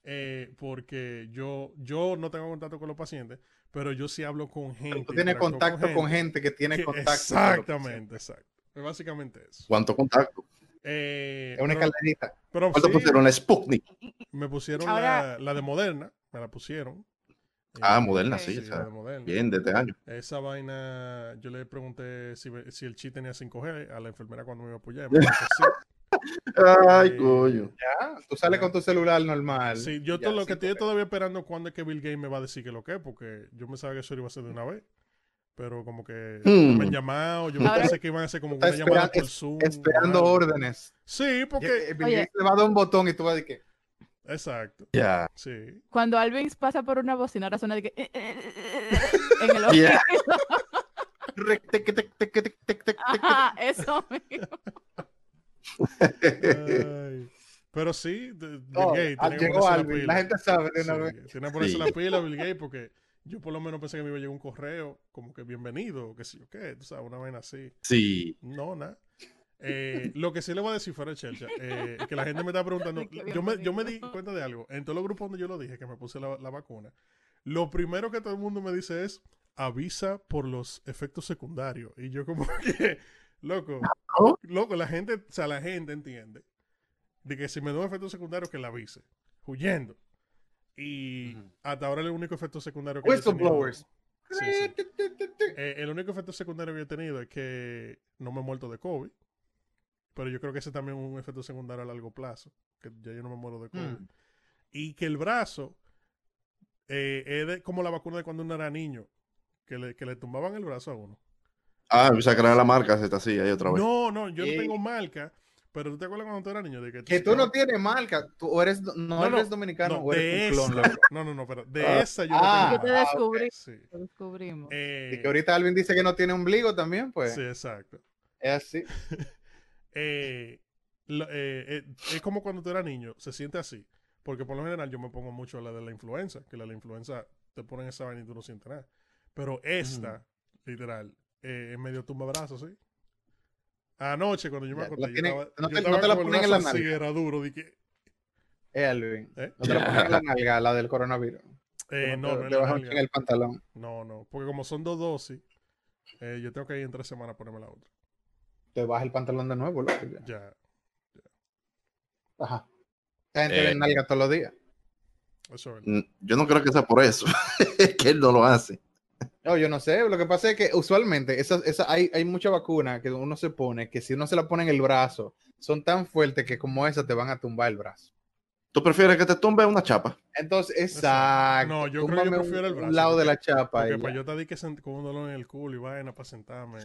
Speaker 1: Eh, porque yo, yo no tengo contacto con los pacientes, pero yo sí hablo con gente.
Speaker 5: Tú tienes
Speaker 1: interactúo con
Speaker 5: contacto con gente que tiene
Speaker 1: que-
Speaker 5: contacto. con los pacientes.
Speaker 1: Exactamente, exacto. Es básicamente eso.
Speaker 3: ¿Cuánto contacto?
Speaker 1: Eh,
Speaker 5: Es una
Speaker 1: pero-
Speaker 5: escalerita.
Speaker 1: pero
Speaker 3: ¿Cuánto
Speaker 1: sí,
Speaker 3: pusieron? La Sputnik.
Speaker 1: me pusieron
Speaker 4: Ahora-
Speaker 1: la, la de Moderna, me la pusieron.
Speaker 3: Ah,
Speaker 1: Eh,
Speaker 3: Moderna,
Speaker 4: ok.
Speaker 3: sí. o
Speaker 1: la
Speaker 3: sea,
Speaker 1: de Moderna.
Speaker 3: bien, de este año.
Speaker 1: Esa vaina, yo le pregunté si, ve- si el chip tenía 5G a la enfermera cuando me iba a apoyar. me dijo que
Speaker 3: Ay,
Speaker 1: Eh,
Speaker 3: coño.
Speaker 5: Ya, Ah, tú sales
Speaker 1: Ya.
Speaker 5: con tu celular normal.
Speaker 1: sí. Sí, yo
Speaker 5: Ya,
Speaker 1: todo lo que estoy
Speaker 5: 5G.
Speaker 1: todavía esperando cuando es que Bill Gates me va a decir que lo que es, porque yo pensaba que eso lo iba a hacer de una vez. Pero como que no me han
Speaker 3: Hmm.
Speaker 1: llamado, yo
Speaker 4: Ahora-
Speaker 1: pensé que iban a hacer como
Speaker 5: Está
Speaker 1: una llamada
Speaker 5: esperan-
Speaker 1: por
Speaker 5: es-
Speaker 1: Zoom.
Speaker 5: Esperando
Speaker 1: o algo.
Speaker 5: órdenes.
Speaker 1: Sí, porque...
Speaker 5: Ye- Bill
Speaker 4: Oye.
Speaker 5: Gates le va a dar un botón y tú vas a decir que.
Speaker 1: Exacto,
Speaker 3: Ya.
Speaker 1: sí.
Speaker 4: Cuando Alvin pasa por una bocina, ahora suena de que. eh, en el oído.
Speaker 3: Yeah.
Speaker 5: "Rec, tec, tec, tec, tec, tec, tec".
Speaker 4: Ajá, eso mismo.
Speaker 1: Ay. Pero sí, de- Bill
Speaker 5: Oh,
Speaker 1: Gates
Speaker 5: ah,
Speaker 1: tiene que
Speaker 5: Llegó
Speaker 1: ponerse la
Speaker 5: Alvin.
Speaker 1: pila.
Speaker 5: La gente sabe de una
Speaker 1: Sí,
Speaker 5: vez.
Speaker 1: Tiene que ponerse
Speaker 3: Sí.
Speaker 1: la pila Bill Gates porque yo por lo menos pensé que me iba a llegar un correo como que bienvenido, que sé yo qué, tú sabes, una vaina así.
Speaker 3: Sí.
Speaker 1: No, nada. Eh, lo que sí le voy a decir fuera de chelcha, eh, que la gente me está preguntando,
Speaker 4: Ay, qué
Speaker 1: yo me, yo me di
Speaker 4: bienvenido.
Speaker 1: cuenta de algo, en todos los grupos donde yo lo dije, que me puse la, la vacuna, lo primero que todo el mundo me dice es, avisa por los efectos secundarios. Y yo como que, loco, loco, la gente, o sea, la gente entiende de que si me da un efecto secundario, que la avise, huyendo. Y
Speaker 5: Ujú.
Speaker 1: hasta ahora el único efecto secundario que... yo he tenido-
Speaker 5: Whistleblowers.
Speaker 1: Sí, sí.
Speaker 5: Tec, tec, tec, tec.
Speaker 1: Eh, el único efecto secundario que yo he tenido es que no me he muerto de COVID. Pero yo creo que ese también es un efecto secundario a largo plazo. Que ya yo no me muero de COVID.
Speaker 5: Mm.
Speaker 1: Y que el brazo eh, es de- como la vacuna de cuando uno era niño. Que le, que le tumbaban el brazo a uno.
Speaker 3: Ah, o sea, crear la marca, se está así, ahí otra vez.
Speaker 1: No, no, yo
Speaker 5: Eh.
Speaker 1: no tengo marca. Pero tú te acuerdas cuando tú eras niño. De que,
Speaker 5: Que tú no tienes marca. Tú o eres, no,
Speaker 1: No, no,
Speaker 5: eres dominicano
Speaker 1: no,
Speaker 5: o
Speaker 1: de
Speaker 5: eres un clon,
Speaker 1: esa.
Speaker 5: loco.
Speaker 1: No, no, no, pero de
Speaker 3: Ah.
Speaker 1: esa yo no
Speaker 5: Ah.
Speaker 4: Yo
Speaker 1: tengo
Speaker 4: te
Speaker 1: marca.
Speaker 4: descubrí.
Speaker 1: Sí.
Speaker 4: Lo descubrimos.
Speaker 1: Eh,
Speaker 5: Y que ahorita Alvin dice que no tiene ombligo también, pues.
Speaker 1: sí, exacto.
Speaker 5: Es así.
Speaker 1: eh, lo- eh, eh, es como cuando tú eras niño, se siente así. Porque por lo general yo me pongo mucho a la de la influenza, que la de la influenza te ponen esa vaina y tú no sientes nada. Pero esta, literal, eh, es medio tumba brazos, ¿sí? Anoche cuando yo me
Speaker 5: Ya,
Speaker 1: acosté,
Speaker 5: la
Speaker 1: yo
Speaker 5: tienen-
Speaker 1: estaba-
Speaker 5: no
Speaker 1: yo
Speaker 5: te- no
Speaker 1: estaba
Speaker 5: te la
Speaker 1: con el
Speaker 5: ponen en
Speaker 1: brazo
Speaker 5: la
Speaker 1: así,
Speaker 5: nalga.
Speaker 1: era duro, di que-
Speaker 5: Es Alvin.
Speaker 1: ¿eh?
Speaker 5: No te lo pones en la nalga, la del coronavirus.
Speaker 1: Eh,
Speaker 5: Te-
Speaker 1: no, no,
Speaker 5: te
Speaker 1: en la
Speaker 5: bajan
Speaker 1: nalga.
Speaker 5: en el pantalón.
Speaker 1: No, no, porque como son dos dosis, eh, yo tengo que ir en tres semanas a ponerme la otra.
Speaker 5: Te baja el pantalón de nuevo, loco. ya.
Speaker 1: Ya.
Speaker 5: Ajá. Esta gente
Speaker 3: Eh.
Speaker 5: ve nalga todos los días.
Speaker 1: Eso es.
Speaker 3: Mm, Yo no creo que sea por eso. Es que él no lo hace.
Speaker 5: No, yo no sé. Lo que pasa es que usualmente esas, esas, hay, hay mucha vacuna que uno se pone que si uno se la pone en el brazo, son tan fuertes que como esa te van a tumbar el brazo.
Speaker 3: ¿Tú prefieres que te tumbe una chapa?
Speaker 5: Entonces,
Speaker 1: Exacto.
Speaker 5: exacto.
Speaker 1: No, yo creo que yo
Speaker 5: Túmbame un-
Speaker 1: prefiero el brazo,
Speaker 5: Un lado de
Speaker 1: porque-
Speaker 5: la chapa.
Speaker 1: Porque
Speaker 5: Y
Speaker 1: pues
Speaker 5: ya.
Speaker 1: yo te di que sent- con un dolor en el culo y vaina para sentarme.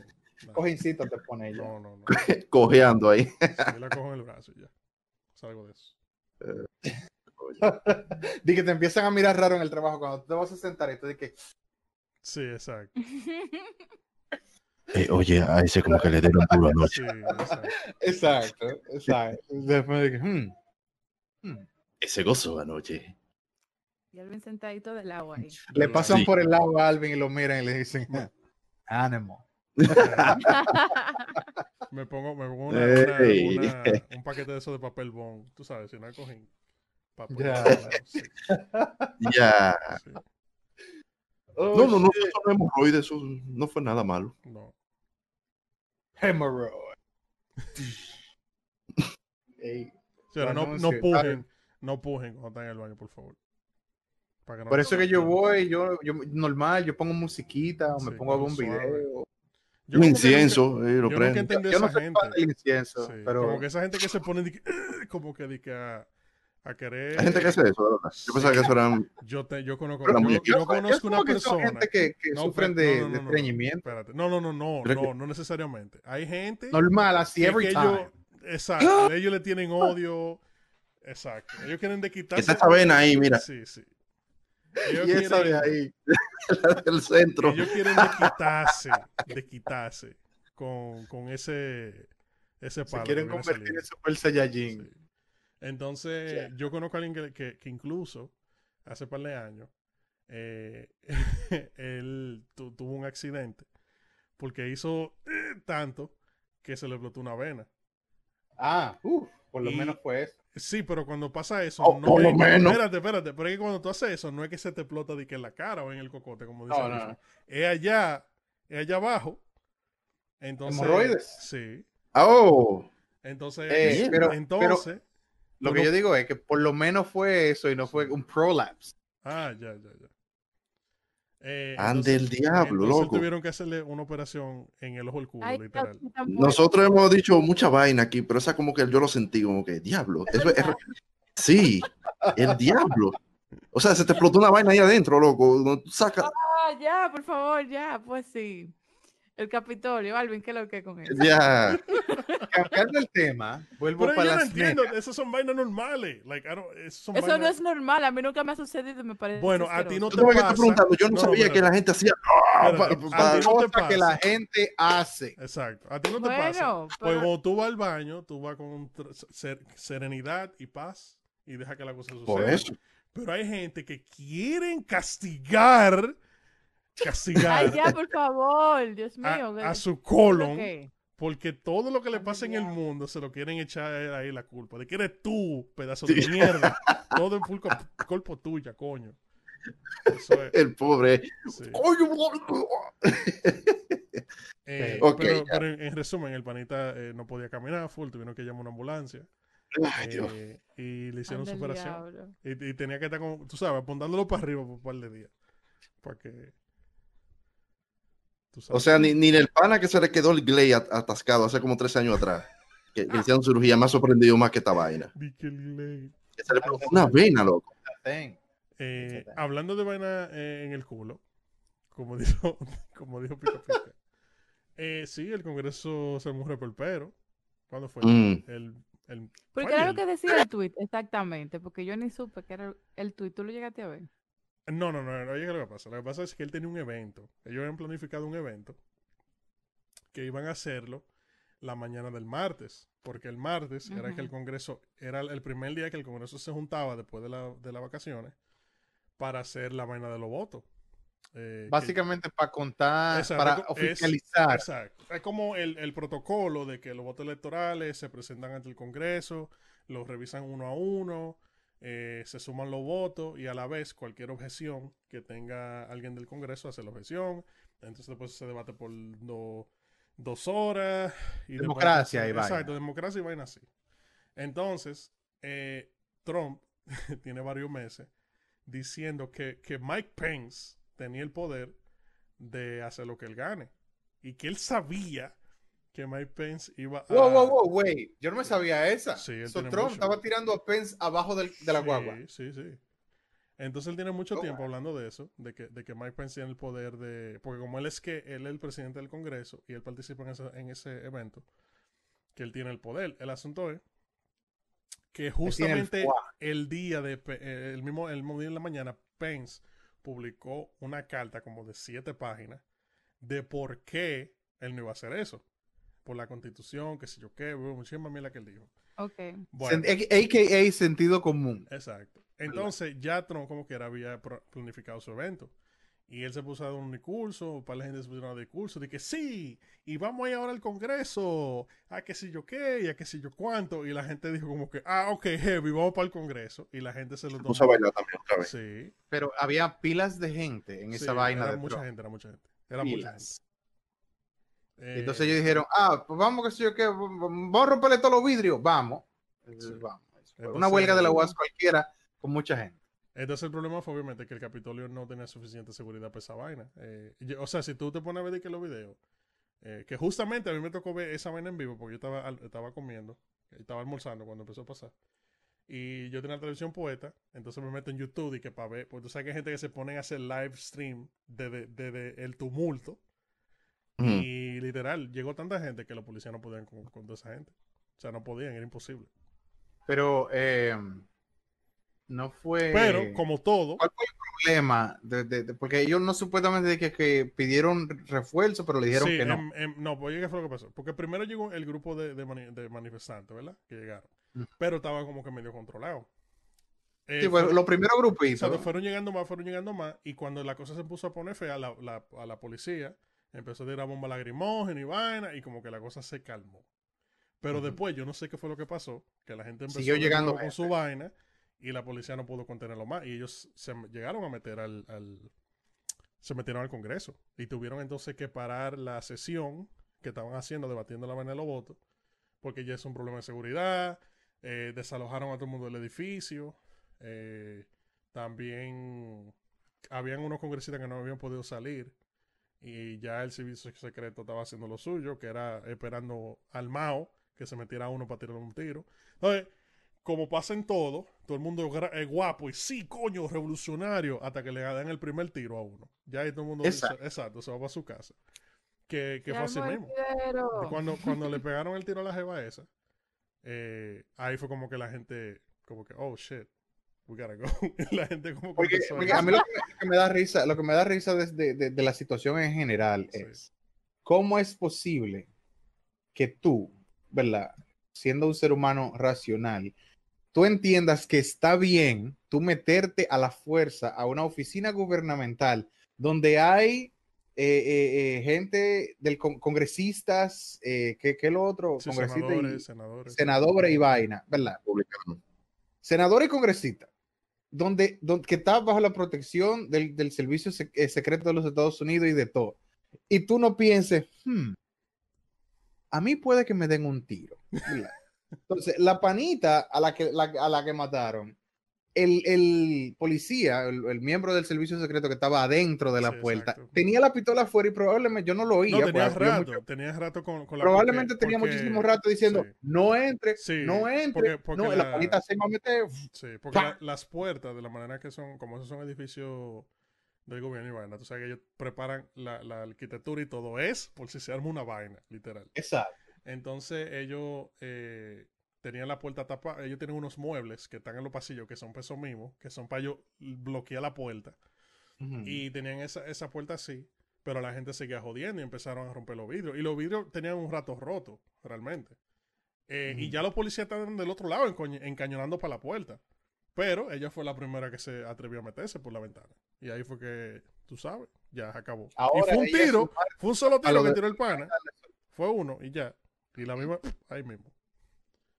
Speaker 1: Nah.
Speaker 5: Cojincito te pone y ya.
Speaker 1: No, no, no.
Speaker 3: Cojeando ahí.
Speaker 1: Yo la cojo en el brazo y ya. Salgo de eso.
Speaker 5: Di que te empiezan a mirar raro en el trabajo cuando tú te vas a sentar y tú di que
Speaker 1: Sí, exacto.
Speaker 6: Eh, oye, a ese como que le dieron duro anoche.
Speaker 1: Sí, exacto.
Speaker 5: exacto, exacto. Después de que, hmm,
Speaker 3: Ese gozo anoche.
Speaker 4: y Alvin sentadito del agua ahí.
Speaker 5: le
Speaker 1: Sí.
Speaker 5: pasan por el lado a Alvin y lo miran y le dicen, "Ja, ánimo.
Speaker 1: Me pongo, me pongo una- una-
Speaker 3: Ey.
Speaker 1: una- un paquete de eso de papel bond. Tú sabes, si no cojín. Papel
Speaker 5: Ya.
Speaker 1: bond, sí,
Speaker 3: Ya.
Speaker 1: sí.
Speaker 3: No, no, no, eso no es hemorroide, eso no fue nada malo.
Speaker 1: No.
Speaker 5: Hemorrhoid. Ey,
Speaker 1: Señora, no, no
Speaker 5: Anuncio.
Speaker 1: pujen. No pujen cuando están en el baño, por favor. Para no
Speaker 5: Por
Speaker 1: le
Speaker 5: eso que yo
Speaker 1: salgan.
Speaker 5: voy, yo, yo normal, yo pongo musiquita o me
Speaker 1: Sí,
Speaker 5: pongo a ver un
Speaker 1: suave.
Speaker 5: video.
Speaker 1: Yo
Speaker 3: Un
Speaker 1: como que nunca-
Speaker 3: incienso, eh, lo
Speaker 1: Yo nunca
Speaker 3: prendo.
Speaker 1: entendí
Speaker 5: Yo
Speaker 1: esa
Speaker 5: no soy
Speaker 1: gente.
Speaker 5: fan del incienso,
Speaker 1: Sí, Como
Speaker 5: pero
Speaker 1: que esa gente que se pone de que, como que, de que a, a querer.
Speaker 3: Hay gente que hace eso, de ¿verdad? Yo pensaba que eso era.
Speaker 1: Yo, te, yo conozco,
Speaker 3: Pero
Speaker 1: yo,
Speaker 3: muñeca.
Speaker 1: yo
Speaker 5: Yo
Speaker 1: conozco
Speaker 5: supongo
Speaker 1: una
Speaker 5: que son
Speaker 1: persona.
Speaker 5: gente que, que
Speaker 1: No,
Speaker 5: sufren
Speaker 1: pero-
Speaker 5: de,
Speaker 1: no, no,
Speaker 5: de
Speaker 1: no, no.
Speaker 5: estreñimiento.
Speaker 1: Espérate. No, no, no, no,
Speaker 3: Creo que-
Speaker 1: no, no necesariamente. Hay gente
Speaker 5: Normal, así,
Speaker 1: que-
Speaker 5: every
Speaker 1: que
Speaker 5: time.
Speaker 1: ellos, exacto, ellos le tienen odio. Exacto. Ellos quieren de quitarse.
Speaker 3: Está esa vena ahí, mira,
Speaker 1: Sí, sí. Ellos
Speaker 5: Y esa de ahí.
Speaker 3: el centro.
Speaker 1: ellos quieren de quitarse, de quitarse con, con ese
Speaker 5: Se
Speaker 1: ese palo.
Speaker 5: quieren
Speaker 1: que viene
Speaker 5: convertir en
Speaker 1: saliendo.
Speaker 5: Super Saiyajin.
Speaker 1: Sí. Entonces, yo conozco a alguien que, que- que incluso hace par de años, eh, él tu- tuvo un accidente porque hizo eh, tanto que se le explotó una vena.
Speaker 5: Ah, uff, por lo
Speaker 1: Y-
Speaker 5: menos fue eso.
Speaker 1: Sí, pero cuando pasa eso,
Speaker 3: Oh,
Speaker 1: no
Speaker 3: por lo
Speaker 1: es-
Speaker 3: menos.
Speaker 1: Espérate, espérate, pero es que cuando tú haces eso, no es que se te explota de que en la cara o en el cocote, como dice
Speaker 5: No, no,
Speaker 1: Wilson.
Speaker 5: no.
Speaker 1: Es allá, es allá abajo. Entonces,
Speaker 5: Hemorroides.
Speaker 1: Sí.
Speaker 3: Oh,
Speaker 1: Entonces,
Speaker 5: Eh,
Speaker 1: bien.
Speaker 5: pero-
Speaker 1: entonces,
Speaker 5: Lo
Speaker 1: Uno-
Speaker 5: que yo digo es que por lo menos fue eso y no fue un prolapse.
Speaker 1: ah, ya, ya, ya. Eh,
Speaker 3: ande el diablo,
Speaker 1: entonces
Speaker 3: loco.
Speaker 1: tuvieron que hacerle una operación en el ojo del culo,
Speaker 4: Ay, no,
Speaker 1: literal.
Speaker 4: sí, tampoco.
Speaker 3: Nosotros hemos dicho mucha vaina aquí, pero esa como que yo lo sentí como que diablo. Eso es,
Speaker 4: verdad.
Speaker 3: sí, el diablo. O sea, se te explotó una vaina ahí adentro, loco. No, tú saca,
Speaker 4: Ah, ya, por favor, ya, pues sí. El Capitolio, Alvin, ¿qué es lo que con eso?
Speaker 3: ya.
Speaker 5: Cambiando el tema, vuelvo
Speaker 1: Pero yo
Speaker 5: para
Speaker 1: no
Speaker 5: las
Speaker 1: entiendo,
Speaker 5: nenas.
Speaker 1: esas son vainas normales. Like, I don't- esas son
Speaker 4: Eso no
Speaker 1: vainas-
Speaker 4: es normal, a mí nunca me ha sucedido, me parece.
Speaker 1: Bueno, a ti no
Speaker 3: Tú
Speaker 1: te
Speaker 3: sabes que
Speaker 1: pasa.
Speaker 3: estoy preguntando, yo no, sabía
Speaker 1: espérate.
Speaker 3: que la gente hacía.
Speaker 1: Espérate, Ah,
Speaker 3: pa-
Speaker 1: a
Speaker 3: pa-
Speaker 1: ti
Speaker 3: pa-
Speaker 1: no te
Speaker 5: Cosa que
Speaker 1: pasa.
Speaker 5: la gente hace.
Speaker 1: Exacto. A ti no te pasa.
Speaker 4: Bueno,
Speaker 1: Pues
Speaker 4: pero-
Speaker 1: cuando tú vas al baño, tú vas con tr- ser- serenidad y paz y deja que la cosa suceda.
Speaker 3: Por eso.
Speaker 1: Pero hay gente que quieren castigar,
Speaker 4: Ay,
Speaker 1: castigar
Speaker 4: ya, por favor, Dios
Speaker 1: a-
Speaker 4: mío.
Speaker 1: a,
Speaker 4: ¿qué-
Speaker 1: su
Speaker 4: qué es lo
Speaker 1: colon
Speaker 4: que?
Speaker 1: porque todo lo que le
Speaker 4: Ay,
Speaker 1: pasa en el
Speaker 4: diablo.
Speaker 1: mundo se lo quieren echar a él ahí la culpa. De que eres tú, pedazo de mierda. todo el culpa cuerpo tuya, coño. Eso es.
Speaker 3: El pobre.
Speaker 1: sí.
Speaker 3: Coño,
Speaker 1: Eh,
Speaker 3: Ok,
Speaker 1: pero,
Speaker 3: ya.
Speaker 1: pero en, en resumen, el panita eh, no podía caminar full, tuvieron que llamar a una ambulancia.
Speaker 3: Ay, Dios.
Speaker 1: eh, y le hicieron
Speaker 4: Anda
Speaker 1: su
Speaker 4: el
Speaker 1: operación.
Speaker 4: diablo.
Speaker 1: Y, y tenía que estar, con, tú sabes, apuntándolo para arriba por un par de días. Para que. tú
Speaker 3: O
Speaker 1: sabes.
Speaker 3: sea, ni, ni el pana que se le quedó el gley at- atascado hace como tres años atrás. Que,
Speaker 1: Ah.
Speaker 3: que hicieron cirugía, me ha sorprendido más que esta vaina.
Speaker 1: Di que le-
Speaker 3: Que se le explotó una vena, loco.
Speaker 5: Ten.
Speaker 1: Eh,
Speaker 5: Exacto.
Speaker 1: hablando de vaina eh, en el culo, como dijo, como dijo Pica Pica. eh, sí, el Congreso se muere por pero. ¿Cuándo fue?
Speaker 3: Mm.
Speaker 1: El, el-
Speaker 4: Porque
Speaker 1: Oye,
Speaker 4: era lo
Speaker 1: el-
Speaker 4: que decía el tweet, exactamente, porque yo ni supe que era el tweet, tú lo llegaste a ver.
Speaker 1: No, no, no, no, oye, ¿qué es lo que pasa? Lo que pasa es que él tenía un evento. Ellos habían planificado un evento que iban a hacerlo la mañana del martes, porque el martes era que el
Speaker 4: Ujú.
Speaker 1: Congreso, era el- el primer día que el Congreso se juntaba después de, la- de las vacaciones para hacer la vaina de los votos. Eh, que-
Speaker 5: Básicamente para contar,
Speaker 1: Exacto,
Speaker 5: para
Speaker 1: es-
Speaker 5: oficializar.
Speaker 1: Exacto. Es como el, el protocolo de que los votos electorales se presentan ante el Congreso, los revisan uno a uno, eh, se suman los votos y a la vez cualquier objeción que tenga alguien del Congreso hace la objeción. Entonces después se debate por do- dos horas. Y después-
Speaker 5: Democracia y
Speaker 1: Exacto,
Speaker 5: vaina.
Speaker 1: democracia y vaina así. Entonces, eh, Trump tiene varios meses diciendo que, que Mike Pence tenía el poder de hacer lo que él gane. Y que él sabía que Mike Pence iba a...
Speaker 5: Wow, wow, wow, güey. Yo no me sabía esa.
Speaker 1: Ah. Sí, él
Speaker 5: So,
Speaker 1: tiene
Speaker 5: Trump
Speaker 1: mucho.
Speaker 5: estaba tirando a Pence abajo del- de la
Speaker 1: Sí,
Speaker 5: guagua.
Speaker 1: Sí, sí. Entonces él tiene mucho
Speaker 5: Oh,
Speaker 1: tiempo hablando de eso, de que, de que Mike Pence tiene el poder de... Porque como él es que él es el presidente del Congreso y él participa en ese, en ese evento, que él tiene el poder. El asunto es que
Speaker 5: tiene el
Speaker 1: justamente
Speaker 5: fuá.
Speaker 1: el día de Pe- eh, el mismo, el mismo día de la mañana, Pence publicó una carta como de siete páginas de por qué él no iba a hacer eso. Por la constitución, que sé yo qué, bro, muchísima mierda que él dijo.
Speaker 4: Ok.
Speaker 1: Bueno.
Speaker 5: Sen- AKA sentido común.
Speaker 1: Exacto. Entonces, ya Trump como que era, había pro- planificado su evento. Y él se puso a dar un discurso, para la gente se pusieron a dar discurso, de que sí, y vamos ahí ahora al Congreso, a que si yo qué, y a que si yo cuánto. Y la gente dijo como que, ah, ok, heavy, vamos para el Congreso. Y la gente se lo
Speaker 3: Vamos a
Speaker 1: tomó.
Speaker 3: bailar pues, también otra vez.
Speaker 1: Sí,
Speaker 5: Pero había pilas de gente en
Speaker 1: sí,
Speaker 5: esa vaina
Speaker 1: era
Speaker 5: de
Speaker 1: mucha
Speaker 5: Trump.
Speaker 1: gente, era mucha gente. Era mucha gente.
Speaker 5: Pilas. Y Entonces
Speaker 1: Eh,
Speaker 5: ellos dijeron, ah, pues vamos, qué sé yo qué, v- v- vamos a romperle todos los vidrios. Vamos. Entonces, vamos. Una
Speaker 1: Entonces-
Speaker 5: huelga de la UAS cualquiera con mucha gente.
Speaker 1: Entonces el problema fue obviamente que el Capitolio no tenía suficiente seguridad para esa vaina. Eh, yo- o sea, si tú te pones a ver de que los videos, eh, que justamente a mí me tocó ver esa vaina en vivo porque yo estaba, al- estaba comiendo, estaba almorzando cuando empezó a pasar. Y yo tenía la televisión puesta, entonces me meto en YouTube y que para ver, pues tú sabes que hay gente que se ponen a hacer live stream desde desde el tumulto.
Speaker 3: Ujú.
Speaker 1: Y literal, llegó tanta gente que los policías no podían con, con toda esa gente. O sea, no podían, era imposible.
Speaker 5: Pero eh, no fue...
Speaker 1: Pero, como todo,
Speaker 5: ¿Cuál fue el problema? De- de- de- porque ellos no supuestamente de que, que pidieron refuerzo, pero le dijeron
Speaker 1: Sí,
Speaker 5: que no.
Speaker 1: em- em, no, pues oye, ¿qué fue lo que pasó? Porque primero llegó el grupo de, de mani- de manifestantes, ¿verdad? Que llegaron. pero estaba como que medio controlado. Eh,
Speaker 5: Sí, pues,
Speaker 1: fue-
Speaker 5: los primeros
Speaker 1: o sea, pues,
Speaker 5: grupitos.
Speaker 1: fueron llegando más, fueron llegando más, y cuando la cosa se puso a poner fea, la, la- a la policía empezó a tirar bomba lagrimógena y vaina, y como que la cosa se calmó. Pero después, yo no sé qué fue lo que pasó, que la gente empezó
Speaker 5: Siguió
Speaker 1: de
Speaker 5: llegando
Speaker 1: nuevo con
Speaker 5: gente.
Speaker 1: su vaina, y la policía no pudo contenerlo más, y ellos se m- llegaron a meter al, al- se metieron al Congreso, y tuvieron entonces que parar la sesión que estaban haciendo, debatiendo la vaina de los votos, porque ya es un problema de seguridad, eh, desalojaron a todo el mundo del edificio, eh, también habían unos congresistas que no habían podido salir y ya el servicio secreto estaba haciendo lo suyo, que era esperando al Mao que se metiera uno para tirarle un tiro. Entonces, como pasa en todo, todo el mundo gra- es guapo y sí, coño, revolucionario, hasta que le dan el primer tiro a uno. Ya ahí todo el mundo dice,
Speaker 5: Exacto.
Speaker 1: exacto, se va para su casa. Que, que
Speaker 4: Se
Speaker 1: fue así
Speaker 4: armó el
Speaker 1: mismo.
Speaker 4: tiro.
Speaker 1: Y Cuando, cuando le pegaron el tiro a la jeva esa, eh, ahí fue como que la gente, como que, oh shit, we gotta go. Y la gente como que
Speaker 5: Porque,
Speaker 1: empezó a
Speaker 5: porque
Speaker 1: ir-
Speaker 5: a mí lo que, me- que me da risa, lo que me da risa de, de- de- de la situación en general
Speaker 1: Sí.
Speaker 5: es cómo es posible que tú, ¿verdad? Siendo un ser humano racional, tú entiendas que está bien tú meterte a la fuerza a una oficina gubernamental donde hay eh, eh, eh, gente del con- congresistas, eh, ¿qué, qué es lo otro?
Speaker 1: Sí,
Speaker 5: Congresistas y-
Speaker 1: senadores, senadores.
Speaker 5: senadores y vaina, ¿verdad?
Speaker 3: Mm, Republicano.
Speaker 5: senador y congresista, donde, don- que está bajo la protección del, del Servicio Sec- eh, Secreto de los Estados Unidos y de todo, y tú no pienses, "Hmm, a mí puede que me den un tiro. ¿verdad? Entonces, la panita a la que, la- a la que mataron, el, el policía, el, el miembro del Servicio Secreto que estaba adentro de la
Speaker 1: Sí,
Speaker 5: puerta,
Speaker 1: exacto.
Speaker 5: tenía la pistola afuera y probablemente yo no lo oía.
Speaker 1: No,
Speaker 5: pues,
Speaker 1: tenías
Speaker 5: había
Speaker 1: rato,
Speaker 5: mucho-
Speaker 1: tenías rato con, con la
Speaker 5: probablemente
Speaker 1: porque-
Speaker 5: tenía
Speaker 1: porque-
Speaker 5: muchísimo rato diciendo,
Speaker 1: sí.
Speaker 5: no entre,
Speaker 1: Sí,
Speaker 5: no entre.
Speaker 1: porque- porque
Speaker 5: no,
Speaker 1: la-
Speaker 5: la panita se iba a meter,
Speaker 1: Sí, porque
Speaker 5: ¡Pam!
Speaker 1: la- las puertas, de la manera que son, como esos son edificios del gobierno y vaina, tú sabes que ellos preparan la, la arquitectura y todo es por si se arma una vaina, literal.
Speaker 5: Exacto.
Speaker 1: Entonces ellos eh, tenían la puerta tapada, ellos tienen unos muebles que están en los pasillos que son pesos mismos, que son para ellos bloquear la puerta. Y tenían esa, esa puerta así, pero la gente seguía jodiendo y empezaron a romper los vidrios. Y los vidrios tenían un rato roto, realmente. Eh, Y ya los policías estaban del otro lado encoñ- encañonando para la puerta. Pero ella fue la primera que se atrevió a meterse por la ventana. Y ahí fue que, tú sabes, ya se acabó. y
Speaker 5: Ahora
Speaker 1: fue un
Speaker 5: ella
Speaker 1: tiro,
Speaker 5: sumar-
Speaker 1: fue un solo
Speaker 5: a
Speaker 1: tiro
Speaker 5: lo
Speaker 1: que
Speaker 5: de-
Speaker 1: tiró el pana. Fue uno y ya. Y la misma, ahí mismo.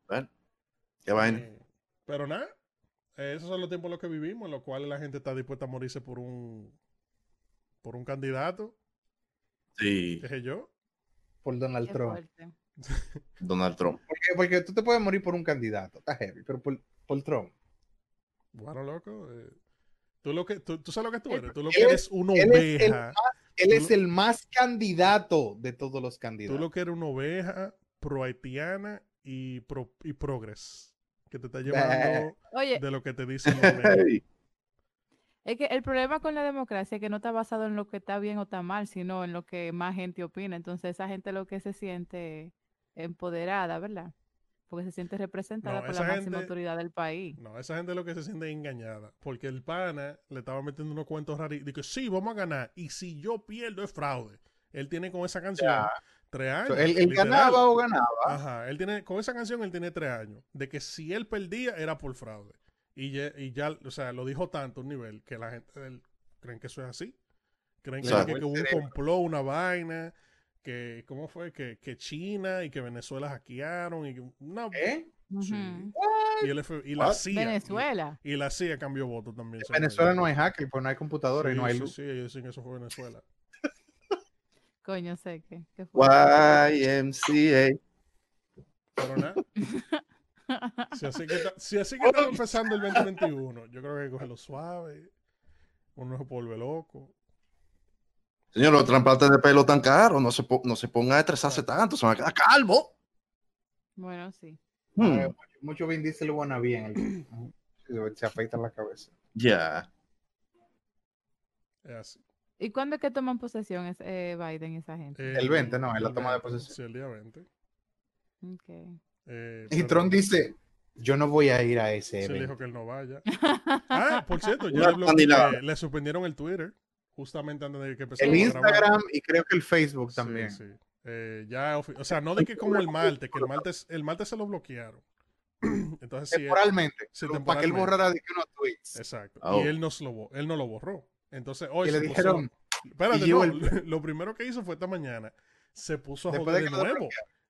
Speaker 3: Bueno, qué vaina.
Speaker 1: Eh, pero nada, eh, esos son los tiempos en los que vivimos, en los cuales la gente está dispuesta a morirse por un por un candidato,
Speaker 3: Sí,
Speaker 1: qué sé yo.
Speaker 5: por Donald
Speaker 4: Qué
Speaker 5: Trump.
Speaker 4: fuerte.
Speaker 3: Donald Trump.
Speaker 5: Porque, porque tú te puedes morir por un candidato, está heavy, pero por, por Trump.
Speaker 1: Bueno, loco. eh, tú, lo que, tú, tú sabes lo que tú
Speaker 4: Él-
Speaker 1: eres. Tú lo
Speaker 5: él
Speaker 1: que
Speaker 5: es-
Speaker 1: eres una
Speaker 5: él es el
Speaker 1: oveja.
Speaker 5: Él
Speaker 1: Tú
Speaker 5: es
Speaker 1: lo-
Speaker 5: el más candidato de todos los
Speaker 1: Tú
Speaker 5: candidatos.
Speaker 1: lo que eres una oveja pro haitiana y pro y progres. Que te está llevando
Speaker 4: Oye,
Speaker 1: de lo que te dicen los medios.
Speaker 4: es que el problema con la democracia es que no está basado en lo que está bien o está mal, sino en lo que más gente opina. Entonces esa gente lo que se siente empoderada, ¿verdad? Porque se siente representada
Speaker 1: No,
Speaker 4: por
Speaker 1: esa
Speaker 4: la máxima
Speaker 1: gente-
Speaker 4: autoridad del país.
Speaker 1: No, esa gente lo que se siente es engañada. Porque el pana le estaba metiendo unos cuentos raros. Dice, sí, vamos a ganar. Y si yo pierdo es fraude. Él tiene con esa canción tres
Speaker 5: O
Speaker 1: años.
Speaker 5: sea, él, él
Speaker 1: literal.
Speaker 5: ganaba o ganaba.
Speaker 1: Ajá, él tiene, con esa canción él tiene tres años. De que si él perdía era por fraude. Y ya, y ya o sea, lo dijo tanto a un nivel que la gente de él- creen que eso es así. Creen que,
Speaker 3: Claro.
Speaker 1: que- que
Speaker 5: El
Speaker 1: hubo un
Speaker 5: cerebro.
Speaker 1: complot, una vaina, que, ¿cómo fue? Que, que China y que Venezuela hackearon y que- no,
Speaker 5: ¿Eh?
Speaker 1: sí.
Speaker 4: Ujú.
Speaker 1: Y, el F- y la
Speaker 3: What?
Speaker 1: CIA. y-
Speaker 4: Venezuela.
Speaker 1: Y, la CIA cambió voto también.
Speaker 5: En Venezuela no hay hacker, pues no hay computadora
Speaker 1: Sí,
Speaker 5: y no hay
Speaker 1: sí,
Speaker 5: luz.
Speaker 1: Sí, ellos dicen que eso fue Venezuela.
Speaker 4: Coño, sé que. que fue.
Speaker 3: YMCA.
Speaker 1: Pero nada. Si así que, ta- si
Speaker 5: Oh.
Speaker 1: así que estamos empezando el 2021, yo creo que hay que cogerlo suave. Uno no se vuelve loco.
Speaker 3: Señor, los trasplantes de pelo tan caros, no se, po- no se ponga a estresarse tanto, se van a quedar
Speaker 1: Ah,
Speaker 3: calvo.
Speaker 4: Bueno, sí.
Speaker 3: Hmm,
Speaker 5: Eh, Mucho Vin Diesel buena bien. Se afeita la cabeza.
Speaker 3: Ya.
Speaker 1: Es así.
Speaker 4: ¿Y cuándo es que toman posesión es, eh, Biden y esa gente?
Speaker 1: Eh,
Speaker 5: El 20, no, es la toma de
Speaker 1: 20,
Speaker 5: posesión.
Speaker 1: Sí, el día 20.
Speaker 4: Ok.
Speaker 1: Eh,
Speaker 5: Y
Speaker 1: pero
Speaker 5: Trump dice, yo no voy a ir a ese
Speaker 1: Se le
Speaker 5: evento.
Speaker 1: dijo que él no vaya. Ah, por cierto, yo
Speaker 3: Una
Speaker 1: le, bloqueé-
Speaker 3: candidata.
Speaker 1: le suspendieron el Twitter justamente antes de que
Speaker 5: El
Speaker 1: empezara
Speaker 5: Instagram y creo que el Facebook
Speaker 1: Sí,
Speaker 5: también.
Speaker 1: sí. Eh, ya, ofi- o sea, no de que como el martes, que el martes, el martes se lo bloquearon. Entonces, si él-
Speaker 5: temporalmente.
Speaker 1: sí,
Speaker 5: pero Para que él
Speaker 1: temporalmente.
Speaker 5: borrara de que unos tweets.
Speaker 1: Exacto.
Speaker 3: Ah, oh.
Speaker 1: Y él, nos lo, bo- él no lo borró. Entonces, hoy
Speaker 5: Y le
Speaker 1: se puso-
Speaker 5: dijeron,
Speaker 1: Espérate,
Speaker 5: y yo
Speaker 1: no,
Speaker 5: el-
Speaker 1: lo primero que hizo fue esta mañana. Se puso a
Speaker 5: Después
Speaker 1: joder
Speaker 5: de
Speaker 1: de
Speaker 5: que lo
Speaker 1: nuevo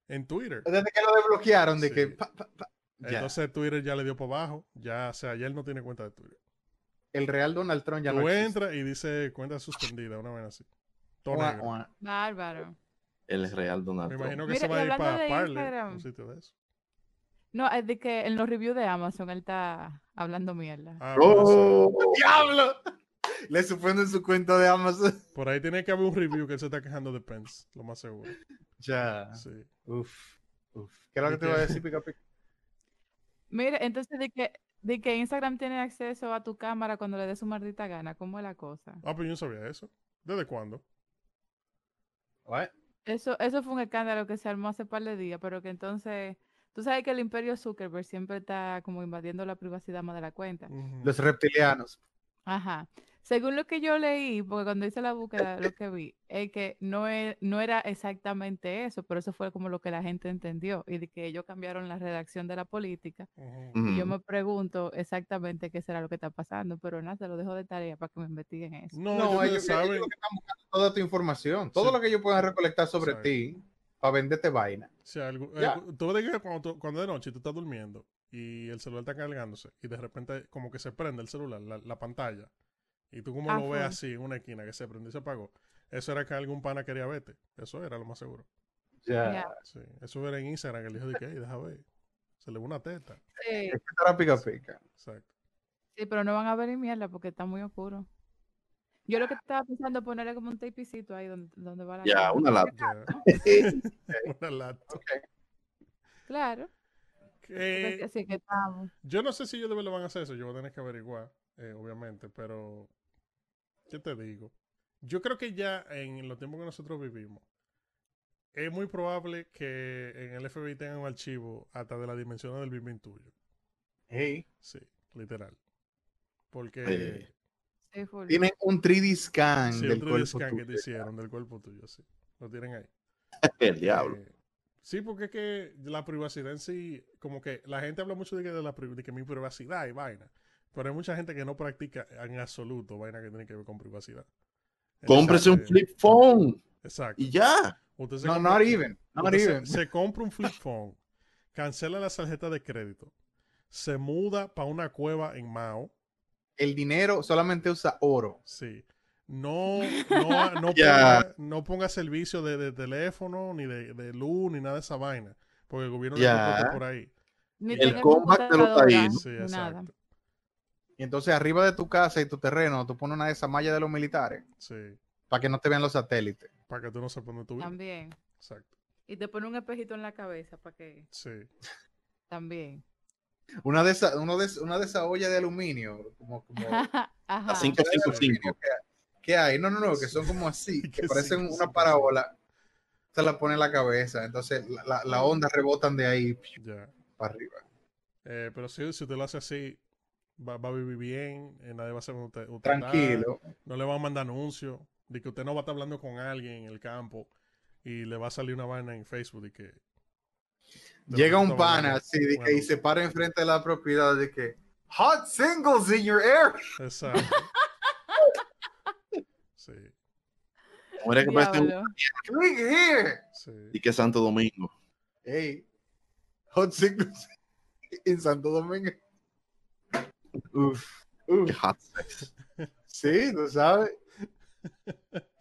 Speaker 1: en Twitter.
Speaker 5: desde que lo desbloquearon, de
Speaker 1: Sí.
Speaker 5: que. pa, pa, pa, ya.
Speaker 1: Entonces Twitter ya le dio por abajo. Ya, o sea, ya él no tiene cuenta de Twitter.
Speaker 5: el real Donald Trump ya
Speaker 1: Tú
Speaker 5: no existe.
Speaker 1: entras y dice cuenta suspendida, una vez así. Todo
Speaker 5: Ua,
Speaker 1: negro.
Speaker 5: ua.
Speaker 4: Bárbaro.
Speaker 3: El real
Speaker 1: Me
Speaker 3: Donald Trump.
Speaker 1: imagino que
Speaker 4: Mira,
Speaker 1: se
Speaker 4: y
Speaker 1: va a ir
Speaker 4: hablando
Speaker 1: para
Speaker 4: de
Speaker 1: Parler,
Speaker 4: Instagram.
Speaker 1: un sitio de eso.
Speaker 4: No, es de que en los reviews de Amazon él está hablando mierda.
Speaker 1: Ah, puede
Speaker 3: ¡Oh!
Speaker 5: ¡Diablo! Le suspenden su cuenta de Amazon.
Speaker 1: ser. Por ahí tiene que haber un review que él se está quejando de Pence, lo más seguro.
Speaker 5: Ya.
Speaker 1: Sí.
Speaker 5: Uf. Uf. ¿Qué es lo que te iba a decir, Pica Pica?
Speaker 4: Mira, entonces de que, de que Instagram tiene acceso a tu cámara cuando le dé su maldita gana. ¿Cómo es la cosa?
Speaker 1: Ah, pero yo no sabía eso. ¿Desde cuándo?
Speaker 5: What?
Speaker 4: Eso, eso fue un escándalo que se armó hace par de días, pero que entonces, tú sabes que el imperio Zuckerberg siempre está como invadiendo la privacidad más de la cuenta.
Speaker 1: Ujú.
Speaker 5: Los reptilianos.
Speaker 4: Ajá. Según lo que yo leí, porque cuando hice la búsqueda, lo que vi es que no, e- no era exactamente eso, pero eso fue como lo que la gente entendió y de que ellos cambiaron la redacción de la política.
Speaker 1: Ujú.
Speaker 4: Y yo
Speaker 3: Ujú.
Speaker 4: me pregunto exactamente qué será lo que está pasando, pero nada, se lo dejo de tarea para que me investiguen eso.
Speaker 1: No,
Speaker 5: No,
Speaker 1: ellos, ya
Speaker 5: ellos, ellos
Speaker 1: saben.
Speaker 5: lo que están buscando es toda tu información. Todo
Speaker 1: Sí.
Speaker 5: lo que ellos puedan recolectar sobre
Speaker 1: Exacto.
Speaker 5: ti para venderte vaina.
Speaker 1: si algo-
Speaker 5: Ya.
Speaker 1: algo- tú ves que cuando, tú- cuando es de noche y tú estás durmiendo y el celular está cargándose y de repente como que se prende el celular, la, la pantalla, y tú como
Speaker 4: Ah,
Speaker 1: lo ves
Speaker 4: full.
Speaker 1: así en una esquina que se prendió y se apagó, eso era que algún pana quería verte. Eso era lo más seguro.
Speaker 5: Ya.
Speaker 4: Ya.
Speaker 1: Sí, eso era en Instagram que le dijo de que, "Ey, deja ver. Se le ve una teta.
Speaker 4: Sí,
Speaker 5: Es que esto era pica pica.
Speaker 1: Exacto.
Speaker 4: sí, pero no van a ver ni mierda porque está muy oscuro. Yo lo que estaba pensando es ponerle como un tapicito ahí donde, donde va la
Speaker 3: Ya,
Speaker 4: cámara.
Speaker 3: una
Speaker 5: Ah,
Speaker 3: lata.
Speaker 1: Ya. Una lata.
Speaker 4: Claro,
Speaker 1: Que-
Speaker 4: porque así que estamos.
Speaker 1: yo no sé si ellos de verdad van a hacer eso. Yo voy a tener que averiguar, eh, obviamente, pero. ¿Qué te digo? Yo creo que ya en los tiempos que nosotros vivimos, es muy probable que en el FBI tengan un archivo hasta de las dimensiones del Big Bang tuyo.
Speaker 5: Hey.
Speaker 1: Sí, literal. Porque.
Speaker 3: Eh,
Speaker 4: Sí, full.
Speaker 5: Tienen un 3D scan
Speaker 1: sí,
Speaker 5: del
Speaker 1: el 3D
Speaker 5: cuerpo.
Speaker 1: scan que
Speaker 5: tuyo.
Speaker 1: te hicieron del cuerpo tuyo, sí. Lo tienen ahí.
Speaker 3: El diablo.
Speaker 1: Eh, sí, porque es que la privacidad en sí, como que la gente habla mucho de que, de la, pri- de que mi privacidad y vaina, pero hay mucha gente que no practica en absoluto vaina que tiene que ver con privacidad. Entonces,
Speaker 3: Cómprese un
Speaker 1: eh,
Speaker 3: flip phone
Speaker 1: Exacto.
Speaker 3: y ya.
Speaker 1: Usted se
Speaker 5: No,
Speaker 1: compra-
Speaker 5: not even. Not
Speaker 1: usted se-
Speaker 5: even.
Speaker 1: Se, compra un flip phone, cancela la tarjeta de crédito, se muda para una cueva en Mao,
Speaker 5: El dinero solamente usa oro.
Speaker 1: sí. No, no, no,
Speaker 3: Ya.
Speaker 1: ponga, no ponga servicio de, de teléfono, ni de, de luz, ni nada de esa vaina, porque el gobierno
Speaker 3: Ya.
Speaker 1: le protege por ahí.
Speaker 4: Ni
Speaker 1: El
Speaker 4: tener
Speaker 3: comeback de los
Speaker 4: computadora,
Speaker 3: taínos.
Speaker 1: Ah, Sí,
Speaker 4: ni
Speaker 1: exacto.
Speaker 4: nada.
Speaker 5: Y entonces arriba de tu casa y tu terreno tú pones una de esas mallas de los militares
Speaker 1: Sí,
Speaker 5: para que no te vean los satélites.
Speaker 1: para que tú no sepas dónde tú vives.
Speaker 4: También.
Speaker 1: Exacto.
Speaker 4: Y te pone un espejito en la cabeza para que
Speaker 1: Sí.
Speaker 4: también.
Speaker 5: Una de esas, uno de, una de esas ollas de aluminio, como, como
Speaker 4: Ajá.
Speaker 3: A 555.
Speaker 5: que hay. No, no, no, que son como así, que
Speaker 1: Que
Speaker 5: parecen
Speaker 1: sí, que sí, que
Speaker 5: una
Speaker 1: sí.
Speaker 5: parábola. Se la pone en la cabeza, entonces la, la, la onda rebotan de ahí
Speaker 1: Ya.
Speaker 5: para arriba.
Speaker 1: Eh, pero si, si usted lo hace así, va, va a vivir bien, eh, nadie va a ser usted, usted está,
Speaker 5: Tranquilo.
Speaker 1: No le van a mandar anuncios de que usted no va a estar hablando con alguien en el campo y le va a salir una vaina en Facebook de que... de
Speaker 5: Llega
Speaker 1: lo que
Speaker 5: un
Speaker 1: está
Speaker 5: pana
Speaker 1: hablando.
Speaker 5: así de que,
Speaker 1: Bueno,
Speaker 5: y se para enfrente de la propiedad de que Hot singles in your area.
Speaker 1: Exacto. sí,
Speaker 3: Muere que parece un-
Speaker 4: Diablo.
Speaker 5: Click here.
Speaker 1: sí.
Speaker 3: y que Santo Domingo.
Speaker 5: Hey, hot singles en Santo Domingo. Uf, uf.
Speaker 3: Qué hot sex.
Speaker 5: Sí, tú sabes.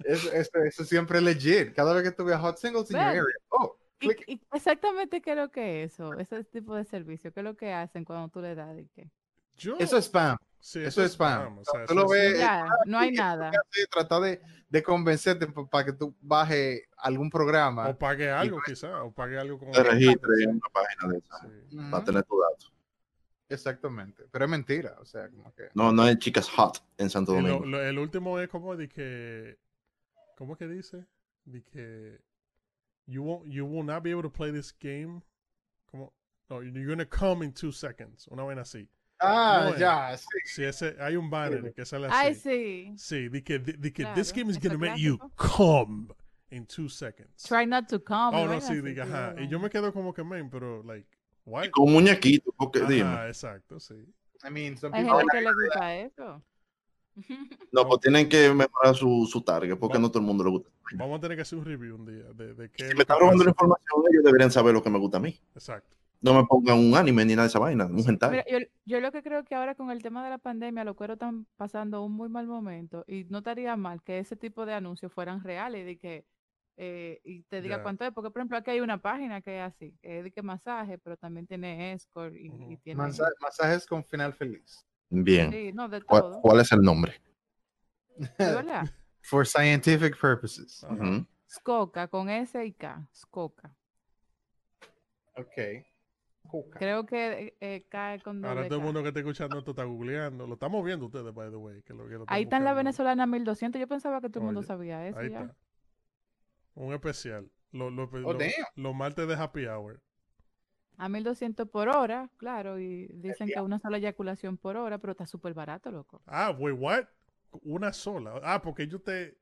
Speaker 5: Eso, eso, eso siempre es legit. Cada vez que tú veas hot singles in your
Speaker 4: Bueno.
Speaker 5: area. Oh,
Speaker 4: ¿Y-
Speaker 5: click.
Speaker 4: y exactamente qué es lo que es eso, ese tipo de servicio, qué es lo que hacen cuando tú le das de qué.
Speaker 1: Yo-
Speaker 5: Eso es spam.
Speaker 1: sí,
Speaker 5: eso es spam.
Speaker 1: o sea,
Speaker 5: Tú
Speaker 1: eso
Speaker 5: lo
Speaker 1: es-
Speaker 5: ves- Eh,
Speaker 4: Ya, no hay
Speaker 5: sí,
Speaker 4: nada.
Speaker 5: Trata de, de convencerte para que tú bajes algún programa.
Speaker 1: O pague algo, quizá, o pague algo con...
Speaker 3: Te registres en una página de esa
Speaker 1: Sí.
Speaker 5: Ujú,
Speaker 3: para tener tu dato.
Speaker 5: Exactamente. Pero es mentira. O sea, como que.
Speaker 3: No, no es chicas hot en Santo
Speaker 1: Y Eh, lo-
Speaker 3: Domingo.
Speaker 1: lo- el último es como de que. ¿Cómo es que dice? De que. You, won't, you will not be able to play this game. Como. No, you're gonna come in two seconds. Una vaina así.
Speaker 5: Ah,
Speaker 1: No, eh.
Speaker 5: ya, sí.
Speaker 1: Si ese, hay un banner que sale así.
Speaker 4: Ay, sí.
Speaker 1: Ah, Sí, de que, de, de que this
Speaker 4: Claro,
Speaker 1: game is
Speaker 4: eso
Speaker 1: gonna make you
Speaker 4: clásico.
Speaker 1: come in two seconds.
Speaker 4: Try not to come.
Speaker 1: oh,
Speaker 4: vaina
Speaker 1: no, sí,
Speaker 4: así,
Speaker 1: diga,
Speaker 4: sí,
Speaker 1: ajá. Y
Speaker 4: bueno.
Speaker 1: yo me quedo como que, man, pero, like, Why?
Speaker 3: Con un muñequito, porque
Speaker 1: Ajá,
Speaker 3: dime.
Speaker 1: exacto, sí.
Speaker 5: I mean, some
Speaker 4: Hay
Speaker 5: people
Speaker 4: gente que le gusta eso.
Speaker 3: No, pues tienen que mejorar su, su target, porque no todo el mundo le gusta.
Speaker 1: Vamos a tener que hacer un review un día de, de qué es
Speaker 3: Si
Speaker 1: lo
Speaker 3: me están
Speaker 1: que
Speaker 3: robando la
Speaker 1: pasa.
Speaker 3: información, ellos deberían saber lo que me gusta a mí.
Speaker 1: Exacto.
Speaker 3: No me pongan un anime ni nada de esa vaina, un hentai.
Speaker 4: Mira, yo, yo lo que creo que ahora con el tema de la pandemia, los cueros están pasando un muy mal momento y no estaría mal que ese tipo de anuncios fueran reales de que, eh, y te diga
Speaker 1: Ya.
Speaker 4: cuánto es. Porque, por ejemplo, aquí hay una página que es así, que es de que masaje, pero también tiene escort y, y
Speaker 1: Ujú.
Speaker 4: tiene...
Speaker 5: Masa- masajes con final feliz.
Speaker 3: Bien.
Speaker 4: Sí, no, de
Speaker 3: ¿Cuál,
Speaker 4: todo.
Speaker 3: cuál es el nombre?
Speaker 4: de verdad.
Speaker 5: For scientific purposes.
Speaker 1: Ajá.
Speaker 3: Ujú.
Speaker 4: Skoka, con S y K. Skoka.
Speaker 5: Ok. Cuca.
Speaker 4: Creo que eh, cae con
Speaker 1: Ahora
Speaker 4: doble
Speaker 1: todo el
Speaker 4: K.
Speaker 1: mundo que está escuchando esto está googleando. Lo estamos viendo ustedes, by the way. que lo- que lo
Speaker 4: Ahí está
Speaker 1: están
Speaker 4: en la
Speaker 1: buscando.
Speaker 4: venezolana 1200. Yo pensaba que todo el mundo
Speaker 1: Oye,
Speaker 4: sabía eso
Speaker 1: Ahí
Speaker 4: ya.
Speaker 1: está. Un especial. Lo, lo,
Speaker 5: Oh,
Speaker 1: lo-
Speaker 5: damn.
Speaker 1: los martes de happy hour.
Speaker 4: A 1200 por hora, claro. Y dicen que una sola eyaculación por hora, pero está súper barato, loco.
Speaker 1: Ah, wait, what? Una sola. Ah, porque ellos te,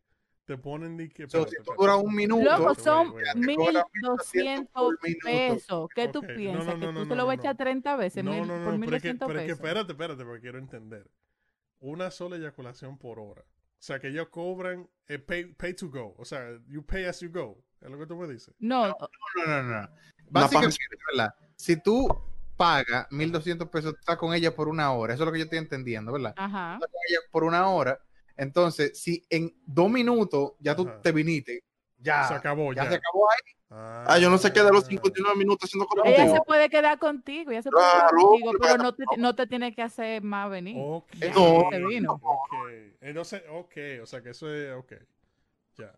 Speaker 1: te ponen ni que.
Speaker 5: So,
Speaker 1: espérate,
Speaker 5: si tú
Speaker 1: espérate.
Speaker 5: duras un minuto, pues,
Speaker 4: Loco,
Speaker 1: Wait,
Speaker 4: son
Speaker 1: wait, wait.
Speaker 5: te cobran
Speaker 4: 1200
Speaker 5: por minuto.
Speaker 4: pesos. ¿Qué tú
Speaker 1: Ok, no,
Speaker 4: piensas?
Speaker 1: no,
Speaker 4: que
Speaker 1: no,
Speaker 4: tú
Speaker 1: no,
Speaker 4: te
Speaker 1: no,
Speaker 4: lo vas a
Speaker 1: no.
Speaker 4: echar 30 veces
Speaker 1: No,
Speaker 4: mil-
Speaker 1: no,
Speaker 4: por
Speaker 1: no, pero es que,
Speaker 4: 1200
Speaker 1: pero es que
Speaker 4: pesos.
Speaker 1: espérate, espérate, porque quiero entender. Una sola eyaculación por hora. O sea, que ellos cobran eh, pay, pay to go. O sea, you pay as you go. Es lo que tú me dices.
Speaker 4: no,
Speaker 5: No, no, no, no. Básicamente, ¿verdad? Si tú pagas 1200 pesos, estás con ella por una hora. Eso es lo que yo estoy entendiendo, ¿verdad?
Speaker 4: ajá.
Speaker 5: Estás con ella por una hora. Entonces, si en dos minutos ya tú
Speaker 1: Ajá.
Speaker 5: te viniste, ya
Speaker 1: se acabó
Speaker 5: ya
Speaker 1: ya.
Speaker 5: se acabó ahí.
Speaker 3: Ah, yo no sé qué de los 59 minutos haciendo cosas
Speaker 4: Ella
Speaker 3: contigo.
Speaker 4: se puede quedar contigo, ella se puede quedar
Speaker 3: Claro,
Speaker 4: contigo,
Speaker 3: pero
Speaker 4: pero no te, no te tiene que hacer más venir.
Speaker 1: Ok.
Speaker 4: Ya,
Speaker 3: Eh, No,
Speaker 4: se vino.
Speaker 1: Ok. Entonces, ok. O sea, que eso es. Ok. Ya.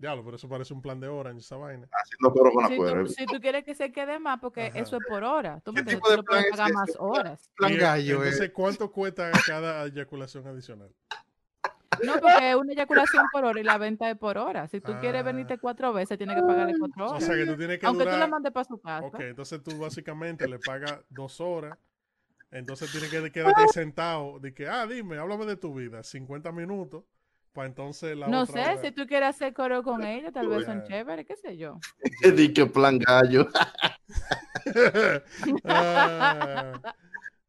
Speaker 1: Diablo, pero eso parece un plan de Orange, esa vaina.
Speaker 3: Haciendo coro con la
Speaker 4: si,
Speaker 3: cuerda.
Speaker 4: tú, si tú quieres que se quede más, porque
Speaker 1: Ajá.
Speaker 4: eso es por hora. Tú, me
Speaker 5: ¿Qué
Speaker 4: entiendes?
Speaker 5: tipo
Speaker 4: Tú
Speaker 5: de
Speaker 4: le puedes
Speaker 5: plan es
Speaker 4: pagar más
Speaker 5: ese?
Speaker 4: horas.
Speaker 5: Plan
Speaker 1: Y,
Speaker 5: gallo, eh.
Speaker 1: Entonces, ¿cuánto cuesta cada eyaculación adicional?
Speaker 4: No, porque es una eyaculación por hora y la venta es por hora. Si tú
Speaker 1: Ah.
Speaker 4: quieres venirte cuatro veces, tienes que pagarle cuatro
Speaker 1: O
Speaker 4: horas.
Speaker 1: sea, que tú tienes que
Speaker 4: Oh, Aunque tú la
Speaker 1: durar.
Speaker 4: mandes para su casa.
Speaker 1: Ok, entonces tú básicamente le pagas dos horas. Entonces tienes que quedarte ahí sentado. De que, ah, dime, háblame de tu vida. 50 minutos. Para entonces la
Speaker 4: No
Speaker 1: otra
Speaker 4: sé,
Speaker 1: hora-
Speaker 4: si tú quieres hacer coro con ella, tal vez son
Speaker 1: Ya.
Speaker 4: chéveres, qué sé yo.
Speaker 3: Di que plan gallo.
Speaker 1: Ah,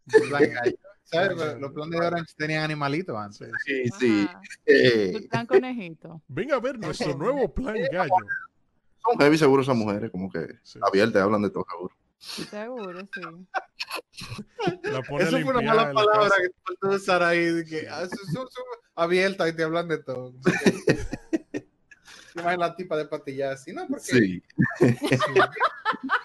Speaker 5: Plan gallo. ¿Sabes?
Speaker 1: Ajá.
Speaker 5: Los planes de Orange tenían animalitos antes.
Speaker 1: sí.
Speaker 3: Sí, sí.
Speaker 4: Ajá,
Speaker 3: Eh,
Speaker 4: tu plan conejito.
Speaker 1: Ven a ver nuestro nuevo plan gallo.
Speaker 3: son heavy seguro esas mujeres, como que
Speaker 1: Sí.
Speaker 3: abiertas, hablan de todo seguro.
Speaker 4: Seguro, sí.
Speaker 1: La pone a
Speaker 5: Eso fue una
Speaker 1: limpiar
Speaker 5: mala
Speaker 1: la
Speaker 5: palabra
Speaker 1: casa.
Speaker 5: que faltó de usar ahí. de que, ah, su- su- su- abierta y te hablan de todo. Te imaginas la tipa de patillas así, ¿no? Porque
Speaker 3: Sí.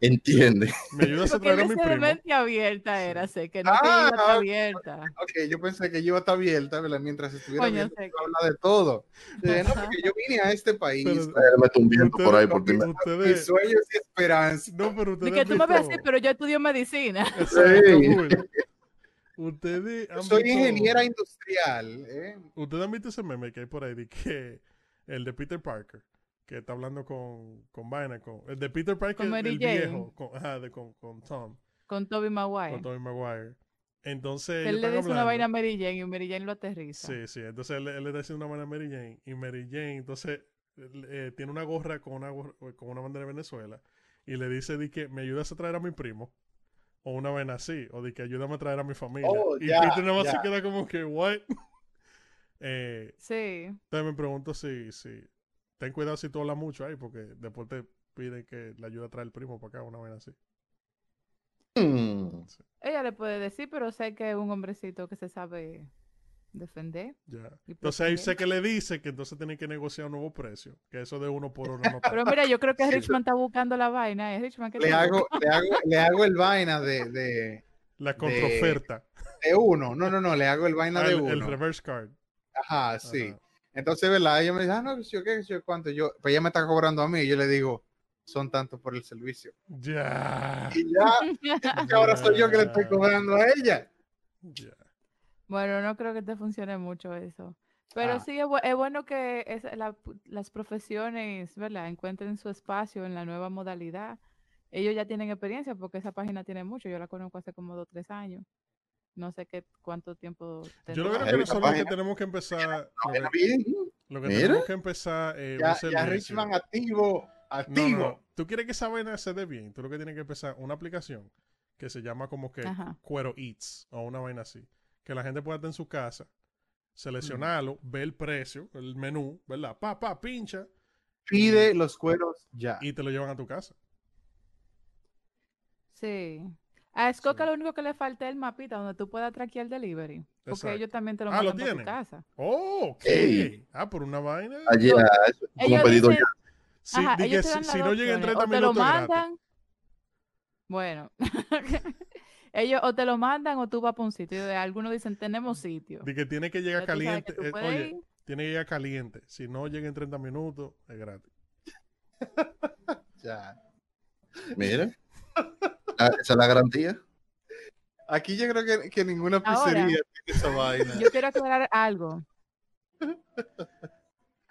Speaker 3: Entiende.
Speaker 1: Me ayudas a
Speaker 4: Porque
Speaker 1: traer a mi
Speaker 4: ella
Speaker 1: primo.
Speaker 4: mente abierta era, sé que no
Speaker 5: Ah,
Speaker 4: te iba
Speaker 5: ok.
Speaker 4: abierta.
Speaker 5: Ok, yo pensé que yo estaba abierta, ¿verdad? Mientras estuviera
Speaker 4: Coño,
Speaker 5: abierta,
Speaker 4: sé
Speaker 5: iba a hablar de todo. Eh, no, porque yo vine a este país,
Speaker 1: Pero-
Speaker 5: con
Speaker 3: Me meto un viento
Speaker 1: Ustedes-
Speaker 3: por ahí por ti.
Speaker 5: mis
Speaker 1: ustedes-
Speaker 5: sueños y esperanzas.
Speaker 1: No, pero
Speaker 4: De
Speaker 1: ustedes.
Speaker 4: que
Speaker 1: han
Speaker 4: tú me ves así,
Speaker 1: visto-
Speaker 4: pero yo estudio medicina.
Speaker 1: Exacto,
Speaker 3: Sí.
Speaker 1: Google. Ustedes han
Speaker 5: Soy
Speaker 1: visto-
Speaker 5: ingeniera industrial. ¿eh?
Speaker 1: Ustedes han visto ese meme que hay por ahí de que el de Peter Parker, que está hablando con, con Vaina, con el de Peter Parker,
Speaker 4: Con Mary
Speaker 1: el
Speaker 4: Jane.
Speaker 1: viejo, con, ajá, de, con, con Tom,
Speaker 4: Con Toby Maguire.
Speaker 1: con Tobey Maguire. Entonces,
Speaker 4: Él
Speaker 1: ellos
Speaker 4: le
Speaker 1: están
Speaker 4: dice una vaina a
Speaker 1: hablando.
Speaker 4: Mary Jane y Mary Jane lo aterriza.
Speaker 1: Sí, sí, entonces él, él le está diciendo una vaina a Mary Jane, y Mary Jane, entonces, él, eh, tiene una gorra con una, gorra- con una bandera de Venezuela, y le dice, de que, ¿me ayudas a traer a mi primo? O una vaina así, o de que ayúdame a traer a mi familia.
Speaker 5: Oh,
Speaker 1: y
Speaker 5: ya,
Speaker 1: Peter nada más se
Speaker 5: ya.
Speaker 1: queda como que, ¿what? eh,
Speaker 4: Sí.
Speaker 1: Entonces me pregunto si, si. Ten cuidado si tú hablas mucho ahí, porque después te piden que le ayude a traer el primo para acá, una vez así.
Speaker 3: Mm.
Speaker 4: Ella le puede decir, pero sé que es un hombrecito que se sabe defender.
Speaker 1: Ya.
Speaker 4: Y
Speaker 1: Entonces ahí
Speaker 4: proteger.
Speaker 1: sé que le dice que entonces tienen que negociar un nuevo precio, que eso de uno por uno no está.
Speaker 4: Pero mira, yo creo que Richman está buscando la vaina. ¿eh? Es Richman que
Speaker 5: Le, hago, le, hago, le hago el vaina de, de,
Speaker 1: La contraoferta.
Speaker 5: de uno. No, no, no, le hago el vaina
Speaker 1: Ah,
Speaker 5: de
Speaker 1: el, el
Speaker 5: uno.
Speaker 1: reverse card.
Speaker 5: Ajá, sí.
Speaker 1: Ajá.
Speaker 5: Entonces, ¿verdad? Ella me dice, ah, no, que sé yo qué, que sé yo cuánto. Yo, pues ella me está cobrando a mí y yo le digo, son tantos por el servicio.
Speaker 1: Ya.
Speaker 5: Y ya, que ahora soy yo que le estoy cobrando a ella.
Speaker 1: Ya.
Speaker 4: Bueno, no creo que te funcione mucho eso. Pero
Speaker 5: Ah.
Speaker 4: sí, es, bu- es bueno que es- la- las profesiones, ¿verdad? Encuentren su espacio en la nueva modalidad. Ellos ya tienen experiencia porque esa página tiene mucho. Yo la conozco hace como dos o tres años. No sé qué cuánto tiempo
Speaker 1: Yo lo
Speaker 4: tendrá.
Speaker 1: creo que
Speaker 3: Ahí
Speaker 1: nosotros
Speaker 3: está
Speaker 1: lo que
Speaker 3: página.
Speaker 1: tenemos que empezar. Lo
Speaker 3: Era
Speaker 1: que,
Speaker 3: bien.
Speaker 1: lo que
Speaker 3: Mira.
Speaker 1: tenemos que empezar. eh, un
Speaker 5: Ya, ya
Speaker 1: servicio.
Speaker 5: Richman activo,
Speaker 1: No, no,
Speaker 5: activo.
Speaker 1: no. tú quieres que esa vaina se dé bien, tú lo que tienes que empezar una aplicación que se llama como que
Speaker 4: Ajá.
Speaker 1: Cuero Eats o una vaina así. Que la gente pueda estar en su casa, seleccionarlo, ver el precio, el menú, ¿verdad? Pa, pa, pincha
Speaker 5: Pide los cueros ya.
Speaker 1: y te lo llevan a tu casa.
Speaker 4: Sí. A Escoca
Speaker 1: Sí.
Speaker 4: lo único que le falta es el mapita donde tú puedas traquear el delivery. Porque
Speaker 1: Exacto.
Speaker 4: ellos también te lo
Speaker 1: Ah, ¿lo
Speaker 4: mandan por tu
Speaker 1: tienen?
Speaker 4: casa.
Speaker 1: ¡Oh! ok.
Speaker 3: Ey.
Speaker 1: Ah, por una vaina.
Speaker 3: Ayer, ah, eso, como
Speaker 4: Ellos
Speaker 3: pedido
Speaker 4: dicen-
Speaker 3: ya.
Speaker 1: Sí,
Speaker 4: Ajá,
Speaker 1: di
Speaker 4: ellos
Speaker 1: que
Speaker 4: te
Speaker 1: si,
Speaker 4: dan
Speaker 1: si
Speaker 4: las
Speaker 1: no
Speaker 4: dos
Speaker 1: llega en
Speaker 4: opciones,
Speaker 1: 30
Speaker 4: o te lo
Speaker 1: minutos, es gratis.
Speaker 4: mandan. Bueno, ellos o te lo mandan o tú vas para un sitio. De- Algunos dicen, tenemos sitio.
Speaker 1: Di que tiene que llegar
Speaker 4: Ya tú sabes
Speaker 1: caliente.
Speaker 4: que tú
Speaker 1: eh,
Speaker 4: puedes
Speaker 1: oye,
Speaker 4: ir.
Speaker 1: tiene que llegar caliente. Si no llega en 30 minutos, es gratis.
Speaker 5: ya.
Speaker 3: Mira. Ah, esa es la garantía.
Speaker 5: Aquí yo creo que, que ninguna
Speaker 4: Ahora.
Speaker 5: pizzería tiene esa vaina.
Speaker 4: Yo quiero aclarar algo. Yo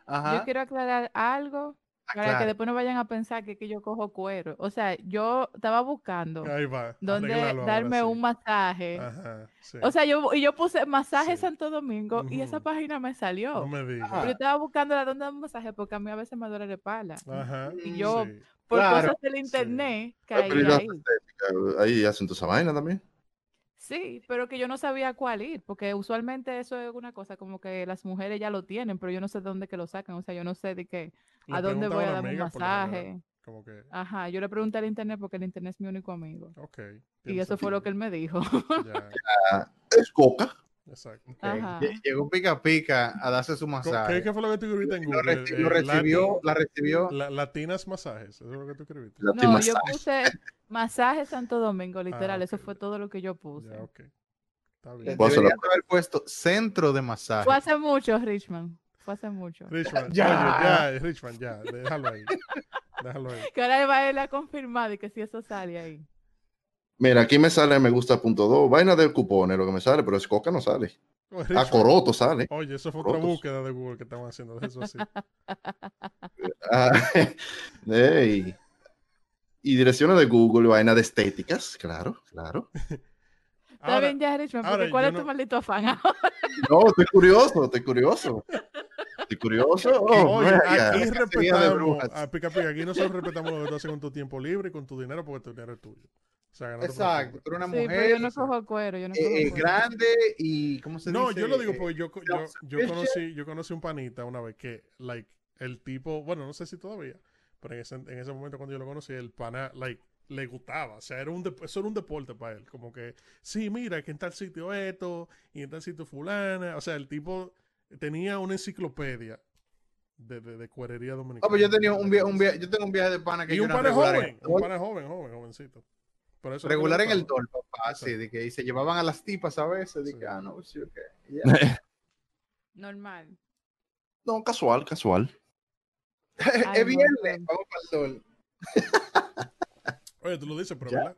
Speaker 5: Ajá. Ah,
Speaker 4: quiero aclarar algo para que
Speaker 5: Aclara.
Speaker 4: después no vayan a pensar que, es que yo cojo cuero. O sea, yo estaba buscando
Speaker 1: Ahí va.
Speaker 4: dónde
Speaker 1: arréglalo ahora,
Speaker 4: darme
Speaker 1: sí.
Speaker 4: un masaje.
Speaker 1: Ajá, sí.
Speaker 4: O sea, yo, y yo puse masaje
Speaker 1: Sí.
Speaker 4: Santo Domingo y esa
Speaker 1: Ujú.
Speaker 4: página me salió.
Speaker 1: no me digas.
Speaker 4: Pero yo estaba buscando la donde un masaje porque a mí a veces me duele la espalda.
Speaker 1: Ajá.
Speaker 4: Y yo-
Speaker 1: Ah, sí.
Speaker 4: Por
Speaker 5: Claro,
Speaker 4: cosas del internet
Speaker 3: Ah,
Speaker 4: caí
Speaker 3: pero ¿y las
Speaker 4: ahí.
Speaker 3: estéticas? Ahí hacen toda esa vaina también.
Speaker 4: Sí, pero que yo no sabía cuál ir, porque usualmente eso es una cosa como que las mujeres ya lo tienen, pero yo no sé de dónde que lo sacan, o sea, yo no sé de qué,
Speaker 1: Le
Speaker 4: a dónde
Speaker 1: preguntaba
Speaker 4: voy a
Speaker 1: una
Speaker 4: dar un
Speaker 1: amiga, por lo general,
Speaker 4: masaje.
Speaker 1: Como que,
Speaker 4: Ajá, yo le pregunté al internet porque el internet es mi único amigo.
Speaker 1: ok.
Speaker 4: Y
Speaker 1: tiene
Speaker 4: eso fue lo que él me dijo.
Speaker 1: sentido. Ya,
Speaker 3: Es coca.
Speaker 1: exacto.
Speaker 5: Ok,
Speaker 4: Ajá.
Speaker 5: eh, lle- Llegó pica pica a darse su
Speaker 1: Co-
Speaker 5: masaje.
Speaker 1: ¿Qué, qué fue lo que tú escribiste en
Speaker 5: Lo,
Speaker 1: Google?
Speaker 5: reci-
Speaker 1: Eh,
Speaker 5: lo recibió,
Speaker 1: lati-
Speaker 5: la recibió.
Speaker 1: la- latinas masajes. Eso es lo que tú escribiste.
Speaker 3: La
Speaker 4: No, yo
Speaker 3: timaza-
Speaker 4: puse masaje Santo Domingo, literal, eso
Speaker 1: Ah, ok,
Speaker 4: fue
Speaker 1: ya.
Speaker 4: todo lo que yo puse.
Speaker 1: Ya, ok. Está bien.
Speaker 3: Voy a hacer la-
Speaker 5: Deberías haber puesto centro de
Speaker 1: Ah.
Speaker 5: masaje.
Speaker 4: Fue hace mucho, Richmond, fue hace mucho.
Speaker 1: Richmond,
Speaker 5: Ya.
Speaker 1: ya. ya, Richmond, ya. Déjalo ahí. Déjalo ahí.
Speaker 4: Que ahora va él a confirmar de que si eso sale ahí.
Speaker 3: Mira, aquí me sale me gusta punto dos. Vaina del cupón es lo que me sale, pero es coca no sale.
Speaker 1: Oh,
Speaker 3: A
Speaker 1: Richmond.
Speaker 3: coroto Ah, sale.
Speaker 1: Oye, eso fue otra
Speaker 3: Rotos.
Speaker 1: búsqueda de Google que estamos haciendo. de Eso sí.
Speaker 3: Ah, ey. Y direcciones de Google, vaina de estéticas, claro, claro.
Speaker 4: Está
Speaker 1: Ahora,
Speaker 4: bien ya, Richmond,
Speaker 1: ahora
Speaker 4: porque ¿cuál
Speaker 1: yo
Speaker 4: es tu
Speaker 1: no-
Speaker 4: maldito afán ahora?
Speaker 3: No, estoy curioso, estoy curioso. Estoy curioso. Oh,
Speaker 1: Oye,
Speaker 3: my God.
Speaker 1: aquí
Speaker 5: cacería de
Speaker 1: respetamos,
Speaker 5: brujas.
Speaker 1: ah, pica, pica, aquí nosotros respetamos lo que tú haces con tu tiempo libre y con tu dinero porque tu dinero es tuyo. O sea, que no te
Speaker 5: Exacto.
Speaker 1: preocupes.
Speaker 5: Pero una
Speaker 4: Sí, pero
Speaker 5: mujer
Speaker 4: yo no cojo cuero, yo no cojo
Speaker 5: eh, eh,
Speaker 4: cuero.
Speaker 5: grande y. ¿Cómo se
Speaker 1: No,
Speaker 5: dice?
Speaker 1: yo lo digo
Speaker 5: Eh,
Speaker 1: porque yo, co- yo, yo
Speaker 5: self-sufficient.
Speaker 1: conocí, yo conocí un panita una vez que, like, el tipo, bueno, no sé si todavía, pero en ese, en ese momento cuando yo lo conocí, el pana, like, le gustaba, o sea, era un dep- eso era un deporte para él, como que, sí, mira, que en tal sitio esto, y en tal sitio fulana, o sea, el tipo tenía una enciclopedia de, de, de cuerería dominicana.
Speaker 5: Ah, pues yo tenía un viaje,
Speaker 1: viaje
Speaker 5: un via- yo tengo un viaje de pana que
Speaker 1: Y
Speaker 5: yo
Speaker 1: un
Speaker 5: era
Speaker 1: pana
Speaker 5: regular,
Speaker 1: joven,
Speaker 5: en,
Speaker 1: un pana joven, joven, jovencito. Por eso
Speaker 5: regular en el
Speaker 1: todo
Speaker 5: dol, papá, así, de que y se llevaban a las tipas a veces, de
Speaker 1: Sí.
Speaker 5: que, ah, no, sí, ok, ya.
Speaker 4: Normal.
Speaker 3: No, casual, casual.
Speaker 4: Ay,
Speaker 5: es
Speaker 4: no,
Speaker 5: viernes,
Speaker 4: no.
Speaker 5: vamos para el dol.
Speaker 1: Oye, tú lo dices, pero
Speaker 5: Ya.
Speaker 1: ¿verdad?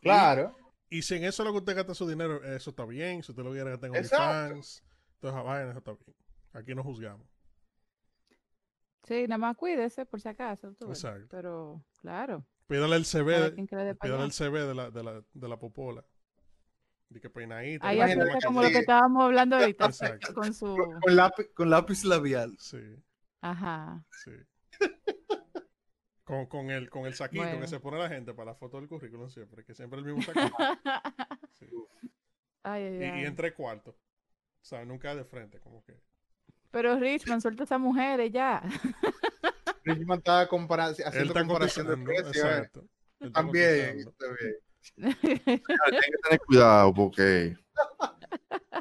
Speaker 5: Claro,
Speaker 1: Y si en eso es lo que usted gasta su dinero, eso está bien. Si usted lo quiere gastar en
Speaker 5: Exacto.
Speaker 1: OnlyFans, todas esas vainas, eso está bien. Aquí no juzgamos.
Speaker 4: Sí, nada más cuídese por si acaso. tú ves.
Speaker 1: Exacto.
Speaker 4: Pero, claro.
Speaker 1: Pídale el
Speaker 4: cada
Speaker 1: CV, de-
Speaker 4: quien cree de pa'
Speaker 1: pídale
Speaker 4: allá.
Speaker 1: el CV de la, de la, de la popola. De que peinadita.
Speaker 4: Ahí
Speaker 1: que
Speaker 5: imagino
Speaker 4: aplica
Speaker 1: más
Speaker 4: como lo que
Speaker 5: sí.
Speaker 4: estábamos hablando ahorita.
Speaker 1: Exacto.
Speaker 4: Con su.
Speaker 5: con lápiz, con lápiz labial.
Speaker 1: Sí,
Speaker 4: Ajá.
Speaker 1: sí. Con, con, el, con el saquito
Speaker 4: Bueno.
Speaker 1: que se pone la gente para la foto del currículum siempre, que siempre es el mismo saquito. Sí.
Speaker 4: Ay, ay,
Speaker 1: Y, y
Speaker 4: ay.
Speaker 1: en tres cuartos. O sea, nunca de frente, como que.
Speaker 4: Pero Richmond, suelta a esas mujeres ya.
Speaker 5: Richmond estaba compara-
Speaker 1: Él
Speaker 5: haciendo
Speaker 1: está
Speaker 5: comparación de
Speaker 1: cotizando.
Speaker 5: precios. eh.
Speaker 1: Exacto. Él está
Speaker 5: También,
Speaker 1: cotizando.
Speaker 5: también.
Speaker 3: Tienen que tener cuidado porque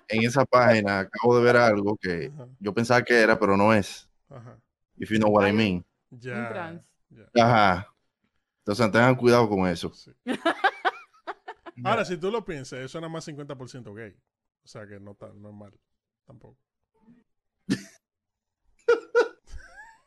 Speaker 3: en esa página acabo de ver algo que
Speaker 1: Ajá,
Speaker 3: yo pensaba que era, pero no es.
Speaker 1: ajá.
Speaker 3: If you know what I mean.
Speaker 1: Ya.
Speaker 4: trans.
Speaker 1: ya.
Speaker 3: Ajá. Entonces tengan cuidado con eso.
Speaker 1: Sí. Ahora, si tú lo piensas, eso era más 50% gay. O sea que no, está- no es mal tampoco.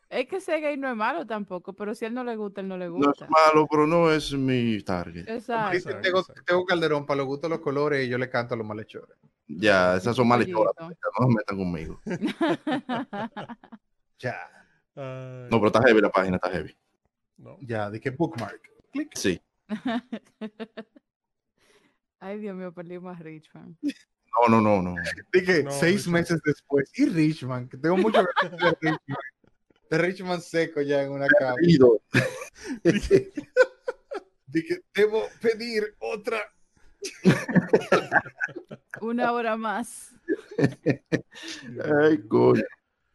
Speaker 4: es que ser gay no es malo tampoco, pero si a él no le gusta, él no le
Speaker 3: No
Speaker 4: gusta.
Speaker 3: es malo, pero no es mi target.
Speaker 4: Exacto.
Speaker 5: Dice,
Speaker 1: Exacto,
Speaker 5: tengo,
Speaker 1: exacto.
Speaker 5: tengo Calderón para los gustos de los colores y yo le canto a los malhechores.
Speaker 3: Ya, esas son malhechoras.
Speaker 4: Pollito.
Speaker 3: No se metan conmigo.
Speaker 5: Ya,
Speaker 1: Ay,
Speaker 3: No, pues. pero está heavy la página, está heavy.
Speaker 1: no.
Speaker 5: ya, de que bookmark.
Speaker 3: Sí.
Speaker 4: Ay, Dios mío, perdimos a Richmond.
Speaker 3: No, no, no, no.
Speaker 5: Dije,
Speaker 1: No,
Speaker 5: seis
Speaker 1: Richmond.
Speaker 5: meses después. Y Richmond, que tengo mucho que decir de Richmond. de Richman seco ya en una cama.
Speaker 3: Perdido.
Speaker 5: Dije, debo pedir otra.
Speaker 4: Una hora más.
Speaker 3: Ay, coño.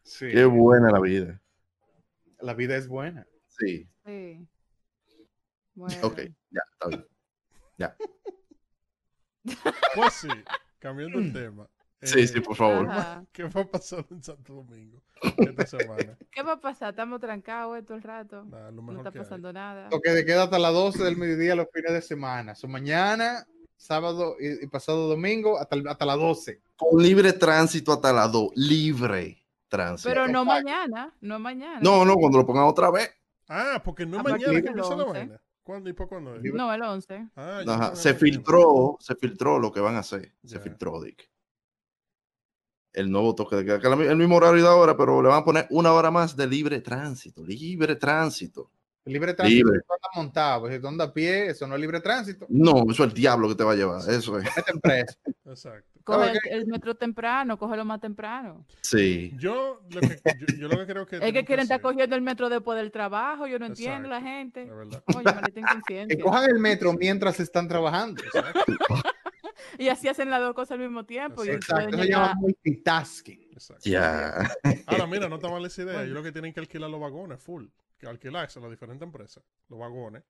Speaker 5: Sí,
Speaker 3: Qué buena la vida.
Speaker 5: la vida es buena.
Speaker 3: Sí.
Speaker 4: Sí. Bueno.
Speaker 3: Ok, ya, está bien.
Speaker 1: Pues sí, cambiando el tema.
Speaker 3: Mm. Sí,
Speaker 1: Eh,
Speaker 3: sí, por favor.
Speaker 4: Ajá.
Speaker 1: ¿Qué va a pasar en Santo Domingo esta semana?
Speaker 4: ¿Qué va a pasar? Estamos trancados eh, todo el rato.
Speaker 1: Nada, lo
Speaker 4: no
Speaker 1: mejor
Speaker 4: está
Speaker 1: que hay.
Speaker 4: pasando nada.
Speaker 5: Toque de queda hasta las 12 del mediodía los fines de semana. So, mañana, sábado y, y pasado domingo hasta, el- hasta las 12.
Speaker 3: Con libre tránsito hasta las dos. Libre tránsito.
Speaker 4: Pero no
Speaker 5: exacto.
Speaker 4: mañana, no mañana.
Speaker 3: no, no, cuando lo pongan otra vez.
Speaker 1: Ah, porque no
Speaker 4: A
Speaker 1: mañana
Speaker 4: partir
Speaker 1: que
Speaker 4: del
Speaker 1: empieza la
Speaker 4: 11.
Speaker 1: vaina. ¿Cuándo y por cuándo es?
Speaker 4: No, el 11.
Speaker 1: Ah, ya
Speaker 3: Ajá,
Speaker 1: no
Speaker 3: Se
Speaker 1: había
Speaker 3: filtró, se filtró lo que van a hacer. Se
Speaker 1: Ya.
Speaker 3: filtró, Dick. El nuevo toque de queda. que es El mismo horario de ahora, pero le van a poner una hora más de libre tránsito. Libre tránsito.
Speaker 5: El libre tránsito
Speaker 3: Libre.
Speaker 5: tú andas montado, pues, si tú andas a pie, eso no es libre tránsito.
Speaker 3: No, eso es el diablo que te va a llevar. Eso es.
Speaker 5: Meten preso.
Speaker 1: pensado. Exacto.
Speaker 4: Coge
Speaker 5: Ok.
Speaker 4: el, el metro temprano, cógelo más temprano.
Speaker 3: Sí.
Speaker 1: Yo lo que, yo, yo lo que creo que.
Speaker 4: Es
Speaker 1: tenemos
Speaker 4: que quieren estar
Speaker 1: hacer,
Speaker 4: cogiendo el metro después del trabajo, yo no entiendo la gente.
Speaker 1: La verdad.
Speaker 4: Coño, maldita
Speaker 5: Que
Speaker 4: inconsciencia.
Speaker 5: cojan el metro mientras están trabajando.
Speaker 1: Exacto,
Speaker 4: Y así hacen las dos cosas al mismo tiempo. y
Speaker 1: Exacto.
Speaker 4: pueden
Speaker 5: Exacto, eso se
Speaker 4: llegar-
Speaker 5: llama multitasking.
Speaker 1: exacto.
Speaker 3: Ya.
Speaker 1: Ahora, mira, no está mal esa idea. Yo lo que tienen que alquilar los vagones, full. Que alquilarse a las diferentes empresas, los vagones.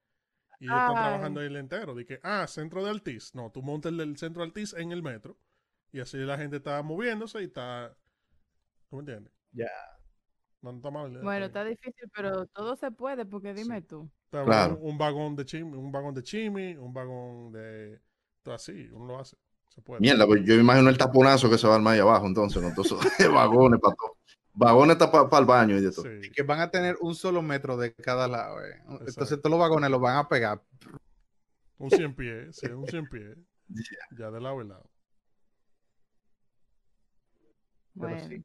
Speaker 1: Y ellos están
Speaker 4: Ay.
Speaker 1: trabajando ahí el entero. De que, ah, centro de Altiz. No, tú montas el del centro de Altiz en el metro. Y así la gente está moviéndose y está. ¿Tú me entiendes?
Speaker 5: Ya.
Speaker 1: No, no está mal. la idea,
Speaker 4: Bueno,
Speaker 1: está
Speaker 4: está
Speaker 1: bien.
Speaker 4: difícil, pero todo se puede, porque dime tú.
Speaker 1: Está
Speaker 3: Claro.
Speaker 1: un, un vagón de chimi, un vagón de chimi, un vagón de. Todo así, uno lo hace. Se puede.
Speaker 3: Mierda, pues yo imagino el taponazo que se va a armar ahí abajo, entonces, ¿no? Entonces, vagones para todo. Vagones para el baño y de todo.
Speaker 1: Sí.
Speaker 5: Que van a tener un solo metro de cada lado. eh. Entonces
Speaker 1: Exacto.
Speaker 5: todos los vagones los van a pegar.
Speaker 1: Un 100 pies, sí, un 100 pies.
Speaker 3: Ya.
Speaker 1: Ya de lado y lado.
Speaker 5: Pero
Speaker 4: Bueno.
Speaker 5: sí.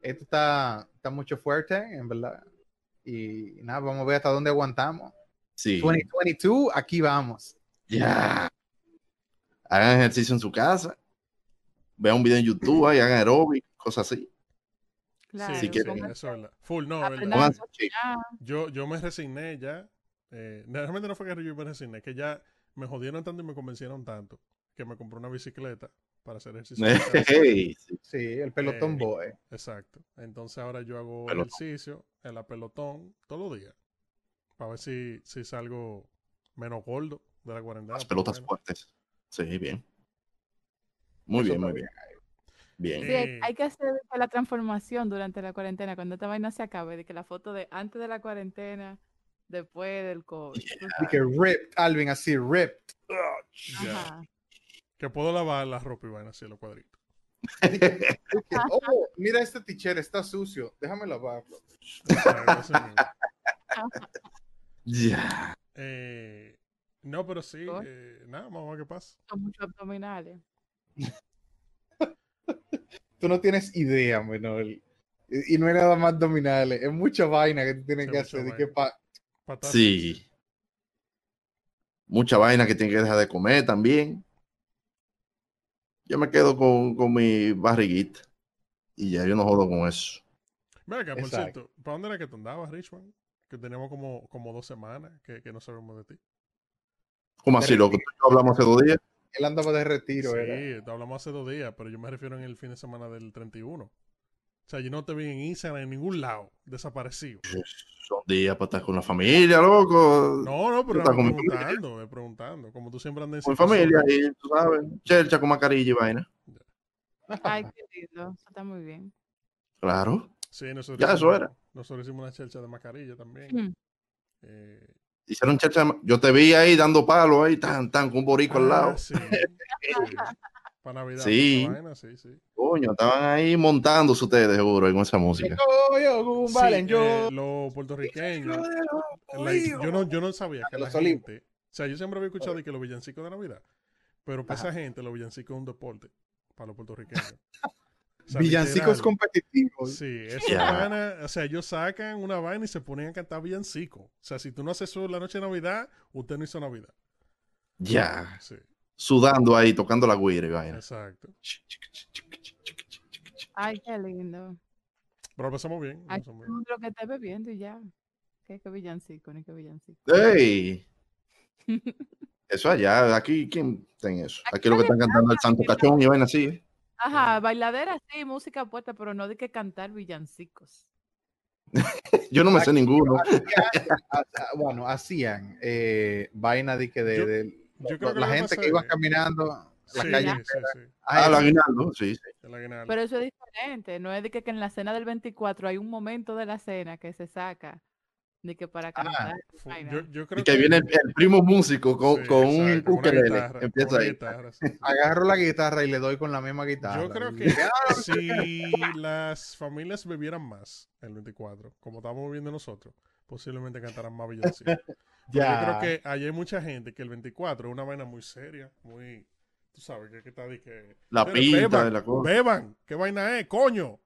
Speaker 5: Esto está, está mucho fuerte, en verdad. Y nada, vamos a ver hasta dónde aguantamos.
Speaker 3: Sí.
Speaker 5: 2022, aquí vamos.
Speaker 3: Ya. Hagan ejercicio en su casa. Vean un video en YouTube ahí, hagan aeróbic, cosas así.
Speaker 4: Claro,
Speaker 3: Si
Speaker 1: sí,
Speaker 3: quieren.
Speaker 4: pongan-
Speaker 1: eso es verdad. Full, no, es
Speaker 4: Aprendan
Speaker 1: verdad.
Speaker 4: a
Speaker 3: Pónganse-
Speaker 1: Yo, yo me resigné ya. Eh, no, realmente no fue que yo me resigné, que ya me jodieron tanto y me convencieron tanto que me compré una bicicleta para hacer ejercicio. en casa.
Speaker 3: Hey, sí.
Speaker 5: Sí, el pelotón
Speaker 1: Eh,
Speaker 5: boy.
Speaker 1: Exacto. Entonces ahora yo hago
Speaker 3: Pelotón.
Speaker 1: ejercicio en la pelotón todos los días. Para ver si, si salgo menos gordo de la cuarentena.
Speaker 3: Las
Speaker 1: por lo
Speaker 3: pelotas
Speaker 1: menos.
Speaker 3: fuertes. Sí, bien. Muy
Speaker 5: Eso
Speaker 3: bien,
Speaker 5: está
Speaker 3: muy bien. Bien.
Speaker 4: Sí, hay,
Speaker 1: Eh.
Speaker 4: hay que hacer la transformación durante la cuarentena, cuando esta vaina se acabe, de que la foto de antes de la cuarentena, después del COVID. tú
Speaker 5: Y que ripped, Alvin, así ripped.
Speaker 4: sabes.
Speaker 1: Ya.
Speaker 4: Ajá.
Speaker 1: Que puedo lavar la ropa y vaina así los cuadritos.
Speaker 5: Que, oh, mira este tichero, está sucio. Déjame lavarlo.
Speaker 1: Exacto, así mismo.
Speaker 3: Ya.
Speaker 1: Eh, no, pero sí,
Speaker 4: Cool.
Speaker 1: eh, nada, vamos a ver qué pasa.
Speaker 4: Son muchos abdominales.
Speaker 5: Tú no tienes idea, Manuel. Y, y no hay nada más dominable. Es mucha vaina que tú tienes
Speaker 1: Sí,
Speaker 5: que
Speaker 1: mucha
Speaker 5: hacer. Y
Speaker 1: vaina.
Speaker 5: que pa-
Speaker 1: Patas.
Speaker 3: Sí. Mucha vaina que tienen que dejar de comer también. Yo me quedo con, con mi barriguita. Y ya yo no jodo con eso.
Speaker 1: Mira acá, por
Speaker 5: Exacto.
Speaker 1: cierto, ¿para dónde era que tú andabas, Richmond? Que teníamos como, como dos semanas que, que no sabemos de ti.
Speaker 3: ¿Cómo así, loco? Tú y yo hablamos hace dos días.
Speaker 5: él andaba de retiro. Era.
Speaker 1: sí, te hablamos hace dos días, pero yo me refiero en el fin de semana del 31. O sea, yo no te vi en Instagram en ningún lado, desaparecido.
Speaker 3: Son días para estar con la familia, loco.
Speaker 1: No, no, pero
Speaker 3: Yo
Speaker 1: me
Speaker 3: estaba con mi familia.
Speaker 1: preguntando, me preguntando. Como tú siempre andas en
Speaker 3: con
Speaker 1: situaciones-
Speaker 3: familia y tú sabes, chelcha con mascarilla y vaina.
Speaker 4: Ay, qué lindo. Eso está muy bien.
Speaker 3: Claro.
Speaker 1: Sí, nosotros
Speaker 3: Ya, eso
Speaker 1: hicimos-
Speaker 3: era.
Speaker 1: Nosotros hicimos una chelcha de mascarilla también.
Speaker 4: Mm.
Speaker 1: Eh,
Speaker 3: Hicieron chelcha. Yo te vi ahí dando palos ahí, tan, tan, con un borico al
Speaker 1: ah,
Speaker 3: lado.
Speaker 1: Sí, sí. Para Navidad.
Speaker 3: Sí.
Speaker 1: para esa vaina, sí, sí.
Speaker 3: Coño, estaban ahí montándose ustedes, seguro, ahí con esa música.
Speaker 5: Yo, yo, Google
Speaker 1: Sí,
Speaker 5: Valen,
Speaker 1: eh,
Speaker 5: yo.
Speaker 1: los puertorriqueños. like, yo, no, yo no sabía que la
Speaker 5: oh, Los olivos.
Speaker 1: gente. O sea, yo siempre había escuchado de que los villancicos de Navidad. Pero para esa gente, los villancicos es un deporte. Para los puertorriqueños. O sea,
Speaker 5: Villancicos
Speaker 1: literal.
Speaker 5: competitivos.
Speaker 1: Sí, eso
Speaker 3: Ya.
Speaker 1: o sea, ellos sacan una vaina y se ponen a cantar villancicos. O sea, si tú no haces eso la noche de Navidad, usted no hizo Navidad.
Speaker 3: Ya,
Speaker 1: Sí,
Speaker 3: sudando ahí, tocando la guira y vaina.
Speaker 1: exacto.
Speaker 4: Ay, qué lindo.
Speaker 1: Pero lo pasamos bien. lo
Speaker 4: Ay,
Speaker 1: pasamos bien.
Speaker 4: tú lo que estás bebiendo y ya. Que que villancico, ni que villancico.
Speaker 3: ¡Ey! Eso allá, aquí, ¿quién está en eso? Aquí lo que están cantando es el Santo Cachón y ven así. ¿eh?
Speaker 4: Ajá, bailadera sí, música puesta, pero no de que cantar villancicos.
Speaker 3: Yo no me sé ninguno.
Speaker 5: Ah, ah, bueno, hacían eh, vaina de que de,
Speaker 1: Yo-
Speaker 5: de-
Speaker 1: yo creo que
Speaker 5: la
Speaker 1: lo que
Speaker 5: gente
Speaker 1: pasa
Speaker 5: que iba
Speaker 1: es-
Speaker 5: caminando la
Speaker 1: Sí,
Speaker 5: calle.
Speaker 1: sí, sí, sí.
Speaker 3: Ah,
Speaker 5: Ay,
Speaker 3: lo aguinaldo, sí, sí.
Speaker 1: El aguinaldo.
Speaker 4: Pero eso es diferente, no es de que, que en la cena del 24 hay un momento de la cena que se saca de que para cantar.
Speaker 1: Ah, Fu-
Speaker 4: vaina.
Speaker 1: Yo, yo creo
Speaker 3: Y que viene el, el primo músico con,
Speaker 1: Sí,
Speaker 3: con un
Speaker 1: exacto, con una
Speaker 3: ukelele.
Speaker 1: guitarra, con
Speaker 3: Empieza
Speaker 1: una
Speaker 3: ahí.
Speaker 1: guitarra, sí.
Speaker 5: agarro la guitarra y le doy con la misma guitarra.
Speaker 1: Yo creo
Speaker 5: Y-
Speaker 1: que si las familias bebieran más el 24, como estamos viviendo nosotros, posiblemente cantaran más villancicos. Pero Yo creo
Speaker 5: Ya.
Speaker 1: que ahí hay mucha gente que el 24 es una vaina muy seria, muy... Tú sabes que, que está de que...
Speaker 3: La
Speaker 1: "Pero
Speaker 3: pinta de
Speaker 1: beban,
Speaker 3: la cosa.
Speaker 1: beban, ¿qué vaina es, coño?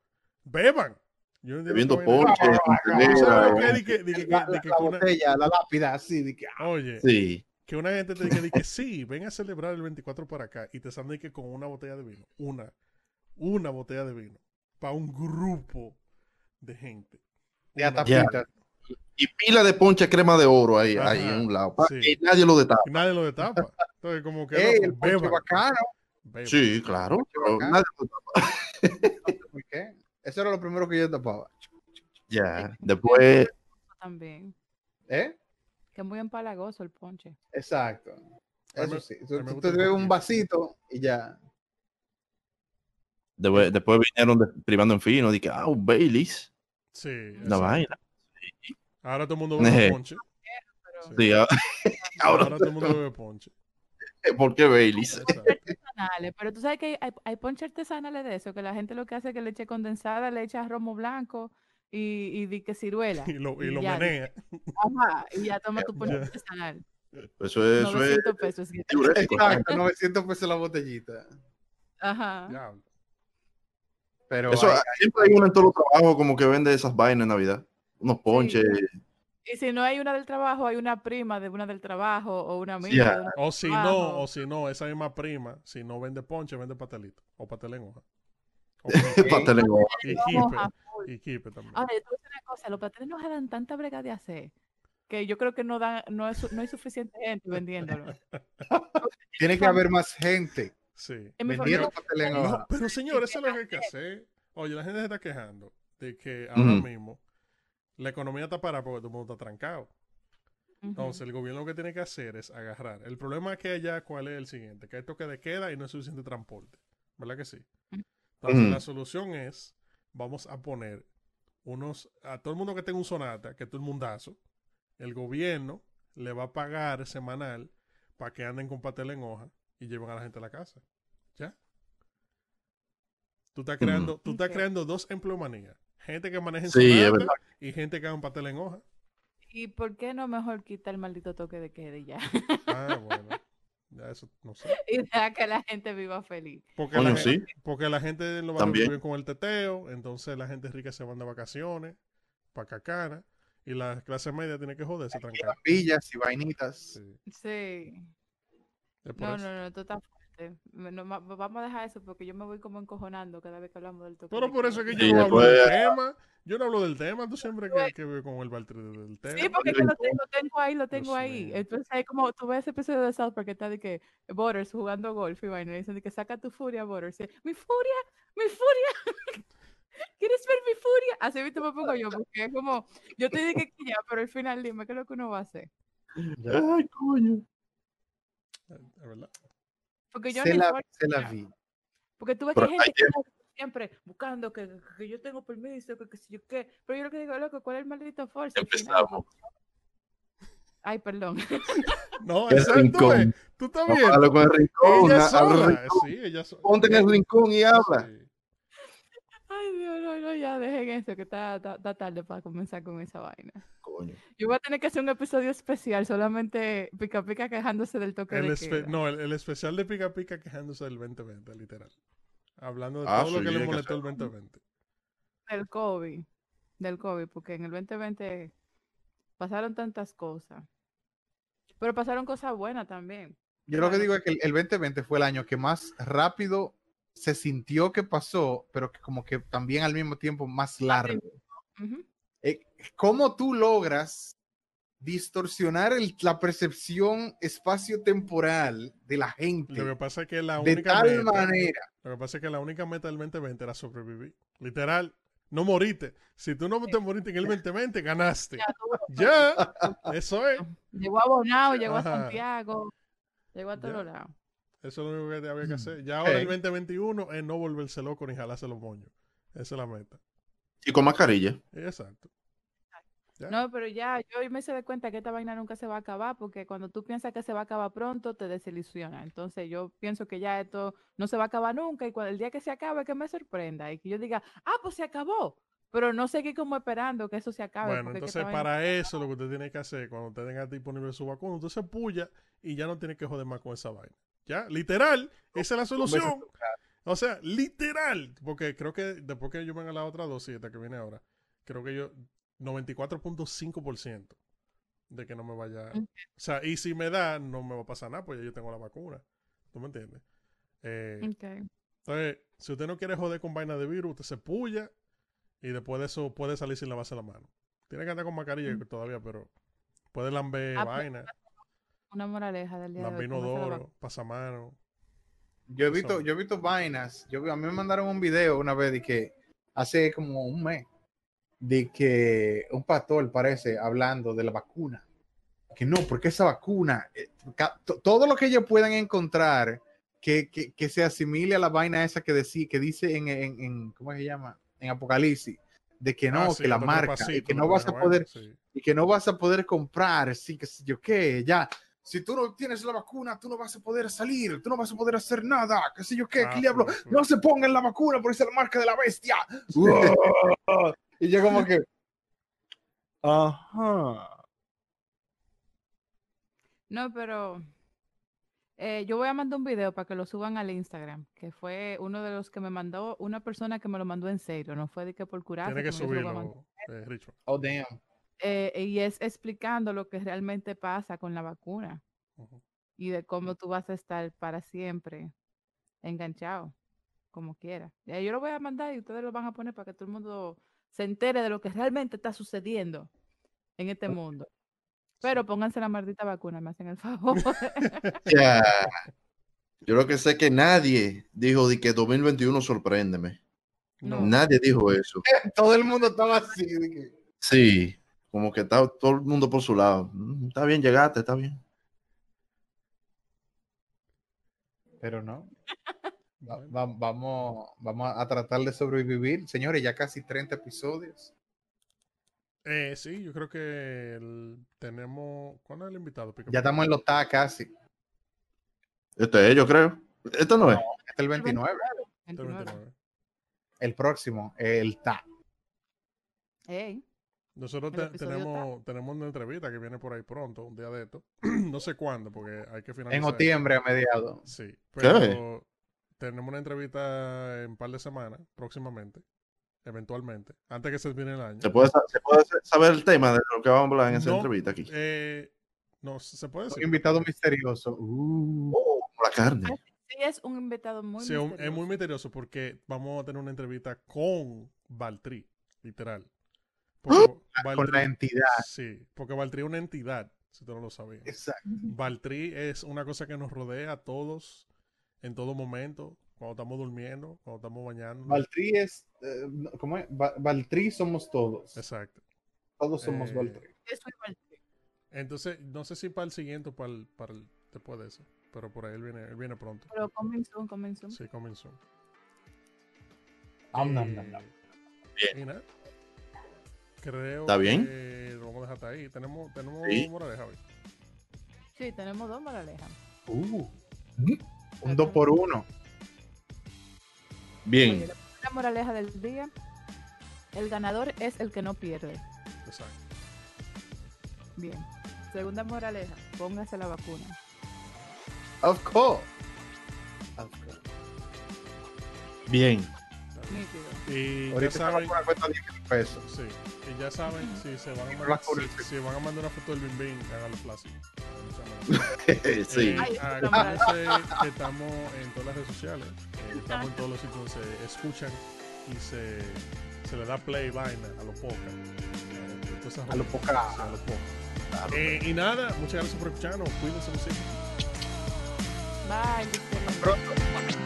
Speaker 1: Beban. Yo no entiendo
Speaker 3: Bebiendo
Speaker 1: esta vaina.
Speaker 3: ponche.
Speaker 1: Tú sabes lo
Speaker 3: entendido.
Speaker 1: que es de que- de que- de
Speaker 5: La, la-
Speaker 1: que
Speaker 5: la
Speaker 1: una-
Speaker 5: botella, la lápida, así. de que, ah,
Speaker 1: Oye,
Speaker 3: Sí.
Speaker 1: que una gente te diga de que sí, ven a celebrar el 24 para acá y te salen de que con una botella de vino, una, una botella de vino, para un grupo de gente.
Speaker 5: de
Speaker 1: Una-
Speaker 5: atapita.
Speaker 3: Y pila de ponche crema de oro ahí,
Speaker 1: Ajá,
Speaker 3: ahí en un lado. pa,
Speaker 1: sí.
Speaker 3: Y nadie lo detalla.
Speaker 1: Y nadie lo destapa. Entonces, como que.
Speaker 5: Ey,
Speaker 1: loco,
Speaker 5: Eh, el ponche
Speaker 1: beban,
Speaker 5: bacano.
Speaker 1: beban.
Speaker 3: Sí, claro. pero
Speaker 5: bacán.
Speaker 3: nadie lo tapa.
Speaker 5: ¿Por qué? Eso era lo primero que yo tapaba.
Speaker 3: Ya. Después,
Speaker 4: También,
Speaker 5: ¿Eh?
Speaker 4: que es muy empalagoso el ponche.
Speaker 5: Exacto.
Speaker 1: A mí me-
Speaker 5: Eso sí.
Speaker 1: a mí
Speaker 5: Tú,
Speaker 1: me
Speaker 5: tú te
Speaker 1: gusta el
Speaker 5: bebes un
Speaker 1: poquito.
Speaker 5: vasito y ya.
Speaker 3: después, después vinieron de- privando en fino. Dije, ah, un Baileys.
Speaker 1: Sí.
Speaker 3: Una
Speaker 1: exacto.
Speaker 3: vaina.
Speaker 1: Ahora todo el mundo bebe
Speaker 3: Ejé.
Speaker 1: ponche.
Speaker 4: Pero
Speaker 3: Sí, ah,
Speaker 1: Ahora,
Speaker 3: ahora-
Speaker 1: todo el mundo bebe ponche.
Speaker 3: ¿Por qué Baileys?
Speaker 1: Exacto.
Speaker 4: artesanales, pero tú sabes que hay, hay, hay ponche artesanales de eso, que la gente lo que hace es que leche condensada, le echa romo blanco y, y di que ciruela.
Speaker 1: Y lo, y lo
Speaker 4: ya, di-
Speaker 1: menea.
Speaker 4: Ajá, y ya toma tu ponche
Speaker 1: Ya.
Speaker 4: artesanal.
Speaker 3: Eso es, eso es
Speaker 4: 900 pesos. que-
Speaker 3: diurético.
Speaker 5: Exacto, 900 pesos la botellita.
Speaker 4: Ajá.
Speaker 1: Diablo.
Speaker 5: Pero
Speaker 3: Eso,
Speaker 5: hay-
Speaker 3: siempre hay uno en todos los trabajos como que vende esas vainas en Navidad. Unos ponches.
Speaker 4: Y si no hay una del trabajo, hay una prima de una del trabajo o una amiga.
Speaker 3: ya.
Speaker 4: de una-
Speaker 1: O si
Speaker 4: Trabajo.
Speaker 1: no, o si no, esa misma prima, si no vende ponche, vende pastelito. O pastel en hoja. O con-
Speaker 3: pastel en hoja.
Speaker 1: y
Speaker 4: Vamos
Speaker 1: kipe.
Speaker 4: a
Speaker 1: Y kipe también.
Speaker 4: Ahora, yo te voy a decir una cosa, los patrones no dan tanta brega de hacer que yo creo que no dan, no, es, su- no hay suficiente gente vendiéndolo.
Speaker 5: tiene que haber más gente
Speaker 1: Sí.
Speaker 4: En mi
Speaker 5: vendiendo
Speaker 4: familia,
Speaker 5: pastel en
Speaker 1: No,
Speaker 5: hoja.
Speaker 1: pero señor, eso es lo que hay que hacer. Oye, la gente se está quejando de que ahora
Speaker 3: Ujú.
Speaker 1: mismo la economía está parada porque todo el mundo está trancado.
Speaker 4: ujú,
Speaker 1: Entonces, el gobierno lo que tiene que hacer es agarrar. El problema que hay allá, ¿cuál es el siguiente? Que hay toque de queda y no hay suficiente transporte. ¿Verdad que sí? Entonces,
Speaker 3: Ujú.
Speaker 1: la solución es, vamos a poner unos, a todo el mundo que tenga un sonata, que todo el mundazo, el gobierno le va a pagar semanal para que anden con pastel en hoja y lleven a la gente a la casa. ¿Ya? Tú estás
Speaker 3: Ujú.
Speaker 1: creando, tú estás
Speaker 4: Ok.
Speaker 1: creando dos empleomanías. Gente que maneja en
Speaker 3: Sí, es
Speaker 1: sonata
Speaker 3: verdad.
Speaker 1: y gente que haga un pastel en hoja.
Speaker 4: ¿Y por qué no mejor quitar el maldito toque de queda y ya?
Speaker 1: Ah, bueno. Ya eso, no sé.
Speaker 4: y dejar que la gente viva feliz.
Speaker 1: Porque,
Speaker 3: Coño,
Speaker 1: la, gente-
Speaker 3: sí.
Speaker 1: porque la gente en los barrios
Speaker 3: También.
Speaker 1: vive con el teteo, entonces la gente rica se van de vacaciones, para cacana, y la clase media tiene que joderse trancar.
Speaker 5: Villas y vainitas.
Speaker 1: Sí,
Speaker 4: Sí.
Speaker 1: es por
Speaker 4: No,
Speaker 1: eso.
Speaker 4: no, no, esto está fuerte. Me- no, ma- vamos a dejar eso porque yo me voy como encojonando cada vez que hablamos del toque
Speaker 1: Pero
Speaker 4: de
Speaker 1: por eso es
Speaker 4: queda.
Speaker 1: que
Speaker 3: Sí,
Speaker 1: yo no hablo
Speaker 3: después-
Speaker 1: del tema. Yo no hablo del tema, tú siempre que, que veo con el Valtteri del tema.
Speaker 4: Sí, porque es que lo tengo, lo tengo ahí, lo tengo
Speaker 1: Dios
Speaker 4: ahí.
Speaker 1: mío.
Speaker 4: Entonces es como tú ves ese episodio de South Park que está de que Borders jugando golf y vaina y dicen de que saca tu furia, Borders. Y, mi furia, mi furia. ¿Quieres ver mi furia? Así viste me pongo yo, porque es como, yo te dije que ya, pero al final dime qué es lo que uno va a hacer.
Speaker 3: Ay, coño.
Speaker 1: Eh, Es verdad.
Speaker 4: Porque yo
Speaker 5: se,
Speaker 4: ni
Speaker 5: la,
Speaker 4: soy-
Speaker 5: se la vi.
Speaker 4: Porque tú ves que
Speaker 3: Pero
Speaker 4: hay gente
Speaker 3: hay
Speaker 4: que está siempre buscando que, que yo tengo permiso, que, que si yo qué. Pero yo lo que digo, loco, ¿cuál es el maldito force? al final?
Speaker 3: Empezamos.
Speaker 4: Ay, perdón.
Speaker 1: No,
Speaker 3: El
Speaker 1: exacto.
Speaker 3: rincón.
Speaker 1: eh. Tú estás
Speaker 3: Vamos a
Speaker 1: bien.
Speaker 3: hablar con el rincón.
Speaker 1: Ella
Speaker 3: a- habla el
Speaker 1: sola.
Speaker 3: rincón.
Speaker 1: Sí, ella sola.
Speaker 3: Ponte en el rincón y habla.
Speaker 1: Sí.
Speaker 4: Ay, Dios, no, no, ya dejen eso, que está, está- está tarde para comenzar con esa vaina.
Speaker 3: Coño.
Speaker 4: Yo voy a tener que hacer un episodio especial, solamente pica pica quejándose del toque
Speaker 1: El
Speaker 4: de
Speaker 1: espe-
Speaker 4: queda.
Speaker 1: no, el, el especial de Pica Pica quejándose del 2020, literal. Hablando de
Speaker 3: Ah,
Speaker 1: todo lo
Speaker 3: sí,
Speaker 1: que
Speaker 3: hay
Speaker 1: le
Speaker 3: que
Speaker 1: molestó el 2020.
Speaker 4: Del COVID, del COVID, porque en el 2020 pasaron tantas cosas. Pero pasaron cosas buenas también.
Speaker 5: Yo lo que
Speaker 4: Claro.
Speaker 5: digo es que el, el 2020 fue el año que más rápido se sintió que pasó, pero que como que también al mismo tiempo más largo.
Speaker 4: Ujú.
Speaker 5: Eh, ¿Cómo tú logras distorsionar el- la percepción espacio-temporal de la gente
Speaker 1: Lo que pasa es que la
Speaker 5: de
Speaker 1: única
Speaker 5: tal
Speaker 1: meta-
Speaker 5: manera?
Speaker 1: Lo que pasa es que la única meta del 2020 era sobrevivir. Literal, no moriste. Si tú no te moriste en el 2020, ganaste. Ya, eso es.
Speaker 4: Llegó a Bonao, llegó
Speaker 1: Ajá.
Speaker 4: a Santiago, llegó a
Speaker 1: Ya.
Speaker 4: todos lados.
Speaker 1: Eso es lo único que te había
Speaker 5: Mm,
Speaker 1: que hacer. Ya ahora el
Speaker 5: ok.
Speaker 1: 2021 es no volverse loco ni jalarse los moños. Esa es la meta.
Speaker 3: Y con mascarilla.
Speaker 1: Exacto. Ya.
Speaker 4: No, pero ya, yo hoy me se de cuenta que esta vaina nunca se va a acabar, porque cuando tú piensas que se va a acabar pronto, te desilusiona. Entonces yo pienso que ya esto no se va a acabar nunca, y cuando el día que se acabe, que me sorprenda, y que yo diga, ah, pues se acabó, pero no seguir como esperando que eso se acabe.
Speaker 1: Bueno,
Speaker 4: porque es que
Speaker 1: entonces
Speaker 4: esta vaina-
Speaker 1: para eso lo que usted tiene que hacer cuando usted tenga disponible su vacuna, usted se puya y ya no tiene que joder más con esa vaina. Ya, literal, esa es la solución. O sea, literal, porque creo que después que yo venga la otra dosis, esta que viene ahora, creo que yo 94.5% de que no me vaya.
Speaker 4: Ok.
Speaker 1: O sea, y si me da, no me va a pasar nada, pues ya yo tengo la vacuna. ¿Tú me entiendes? Eh,
Speaker 4: Ok.
Speaker 1: entonces, si usted no quiere joder con vaina de virus, usted se puya y después de eso puede salir sin lavarse la mano. Tiene que andar con mascarilla
Speaker 4: Mm.
Speaker 1: todavía, pero puede lamber
Speaker 4: Ah, pero-
Speaker 1: vaina,
Speaker 4: Una moraleja del día de
Speaker 1: lamber
Speaker 4: hoy. póngase la vacuna.
Speaker 1: inodoro, pasamano.
Speaker 5: Yo he visto,
Speaker 1: Eso.
Speaker 5: yo he visto vainas. Yo, vi- a mí me mandaron un video una vez de que hace como un mes de que un pastor parece hablando de la vacuna. Que no, porque esa vacuna, eh, ca- to- todo lo que ellos puedan encontrar que, que- que se asimile a la vaina esa que decí, que dice en, en- en- ¿cómo se llama? En Apocalipsis, de que no,
Speaker 1: Ah,
Speaker 5: que
Speaker 1: sí,
Speaker 5: la
Speaker 1: otro
Speaker 5: marca, y
Speaker 1: pasito,
Speaker 5: que no
Speaker 1: otra
Speaker 5: vas a
Speaker 1: vaina,
Speaker 5: poder,
Speaker 1: sí.
Speaker 5: y que no vas a poder comprar, sí, que sé yo qué, ya. Si tú no tienes la vacuna, tú no vas a poder salir, tú no vas a poder hacer nada, qué sé yo qué,
Speaker 1: Ah,
Speaker 5: qué diablo.
Speaker 1: pues, pues.
Speaker 5: No se pongan la vacuna porque esa es la marca de la bestia. Ah. Uah. y yo como que... Ajá.
Speaker 4: No, pero eh, yo voy a mandar un video para que lo suban al Instagram, que fue uno de los que me mandó una persona que me lo mandó en serio, no fue de que por curarse.
Speaker 1: Tiene que
Speaker 4: como yo se pues, lo voy a mandar.
Speaker 1: subirlo, eh, Richo.
Speaker 5: Oh, damn.
Speaker 4: eh, y es explicando lo que realmente pasa con la vacuna
Speaker 1: Ujú.
Speaker 4: y de cómo tú vas a estar para siempre enganchado, como quiera. Ya, yo lo voy a mandar y ustedes lo van a poner para que todo el mundo se entere de lo que realmente está sucediendo en este mundo. Pero pónganse la maldita vacuna, me hacen el favor.
Speaker 3: Ya. Yo lo que sé es que nadie dijo de que 2021 sorpréndeme.
Speaker 4: No.
Speaker 3: Nadie dijo eso.
Speaker 1: Eh.
Speaker 5: Todo el mundo estaba así. de que-
Speaker 3: Sí, como que está todo el mundo por su lado. Mm, Está bien, llegaste, está bien.
Speaker 5: Pero no. Va-
Speaker 1: Bueno,
Speaker 5: va- vamos, vamos a tratar de sobrevivir. Señores, ya casi 30 episodios.
Speaker 1: eh, sí, yo creo que el- tenemos. ¿Cuándo es el invitado? Pico?
Speaker 5: Ya estamos en los TAC casi.
Speaker 3: Este es, yo creo. Esto no es.
Speaker 5: Hasta el 29.
Speaker 1: Está
Speaker 4: 29.
Speaker 1: 29.
Speaker 5: El próximo, el TAC.
Speaker 4: Ey,
Speaker 1: Nosotros
Speaker 4: El
Speaker 1: te-
Speaker 4: episodio
Speaker 1: tenemos, tenemos una entrevista que viene por ahí pronto, un día de esto. no sé cuándo, porque hay que finalizar.
Speaker 5: En
Speaker 1: esto.
Speaker 5: septiembre a mediados.
Speaker 1: Sí, pero
Speaker 3: Chévere.
Speaker 1: tenemos una entrevista en un par de semanas, próximamente, eventualmente, antes que se termine el año.
Speaker 3: ¿Se puede, sa- se puede sa- saber el tema de lo que vamos a hablar en esa
Speaker 1: No,
Speaker 3: entrevista aquí?
Speaker 1: Eh, no, se puede
Speaker 5: Un
Speaker 1: decir.
Speaker 5: invitado misterioso. Uh.
Speaker 3: Oh, la carne.
Speaker 4: sí es un invitado muy
Speaker 1: Sí, es un- es
Speaker 4: misterioso.
Speaker 1: muy misterioso porque vamos a tener una entrevista con Valtrí, literal. Porque
Speaker 5: con la
Speaker 1: Valtrí-
Speaker 5: entidad.
Speaker 1: sí, porque Valtrí es una entidad, si tú no lo sabías.
Speaker 5: Exacto.
Speaker 1: Valtrí es una cosa que nos rodea a todos en todo momento, cuando estamos durmiendo, cuando estamos bañando.
Speaker 5: Valtrí es. eh, no, ¿Cómo es? Va- Valtrí somos todos.
Speaker 1: Exacto.
Speaker 5: Todos somos
Speaker 1: Eh,
Speaker 5: Valtrí.
Speaker 4: Yo soy Valtri.
Speaker 1: Entonces, no sé si para el siguiente o para el, para el- después de eso, pero por ahí él viene, él viene pronto.
Speaker 4: Pero comenzó, comenzó.
Speaker 1: Sí, comenzó. Eh,
Speaker 5: Am, nam, nam, nam.
Speaker 1: Bien. creo
Speaker 3: ¿Está bien?
Speaker 1: que lo vamos a dejar hasta ahí. Tenemos, tenemos
Speaker 3: Sí.
Speaker 1: moraleja hoy.
Speaker 4: Sí, tenemos dos moralejas.
Speaker 5: Uh. Un 2 por 1
Speaker 3: Bien.
Speaker 4: Oye, la primera moraleja del día, el ganador es el que no pierde.
Speaker 1: Exacto.
Speaker 4: Bien. Segunda moraleja, póngase la vacuna.
Speaker 5: Of course. Of course.
Speaker 3: Bien.
Speaker 4: Nítido.
Speaker 1: Y ya
Speaker 5: Ahorita estamos
Speaker 1: saben,
Speaker 5: con una cuenta de 10 pesos.
Speaker 1: sí, y ya saben si se van a
Speaker 5: no
Speaker 1: mandar,
Speaker 5: la cubre
Speaker 1: si,
Speaker 5: el
Speaker 1: si van a mandar una foto del Bim Bim, háganlo plástico.
Speaker 3: sí.
Speaker 1: Eh,
Speaker 4: Ay,
Speaker 1: ah,
Speaker 4: no,
Speaker 1: acuérdense que estamos en todas las redes sociales. eh, estamos en todos los sitios donde se escuchan y se, se le da play vaina a Eh, los pocas.
Speaker 5: A lo poca.
Speaker 1: A los pocas. Eh, y nada, muchas gracias por escucharnos. Cuídense, muchachos.
Speaker 4: Bye, Victoria.
Speaker 5: Pronto.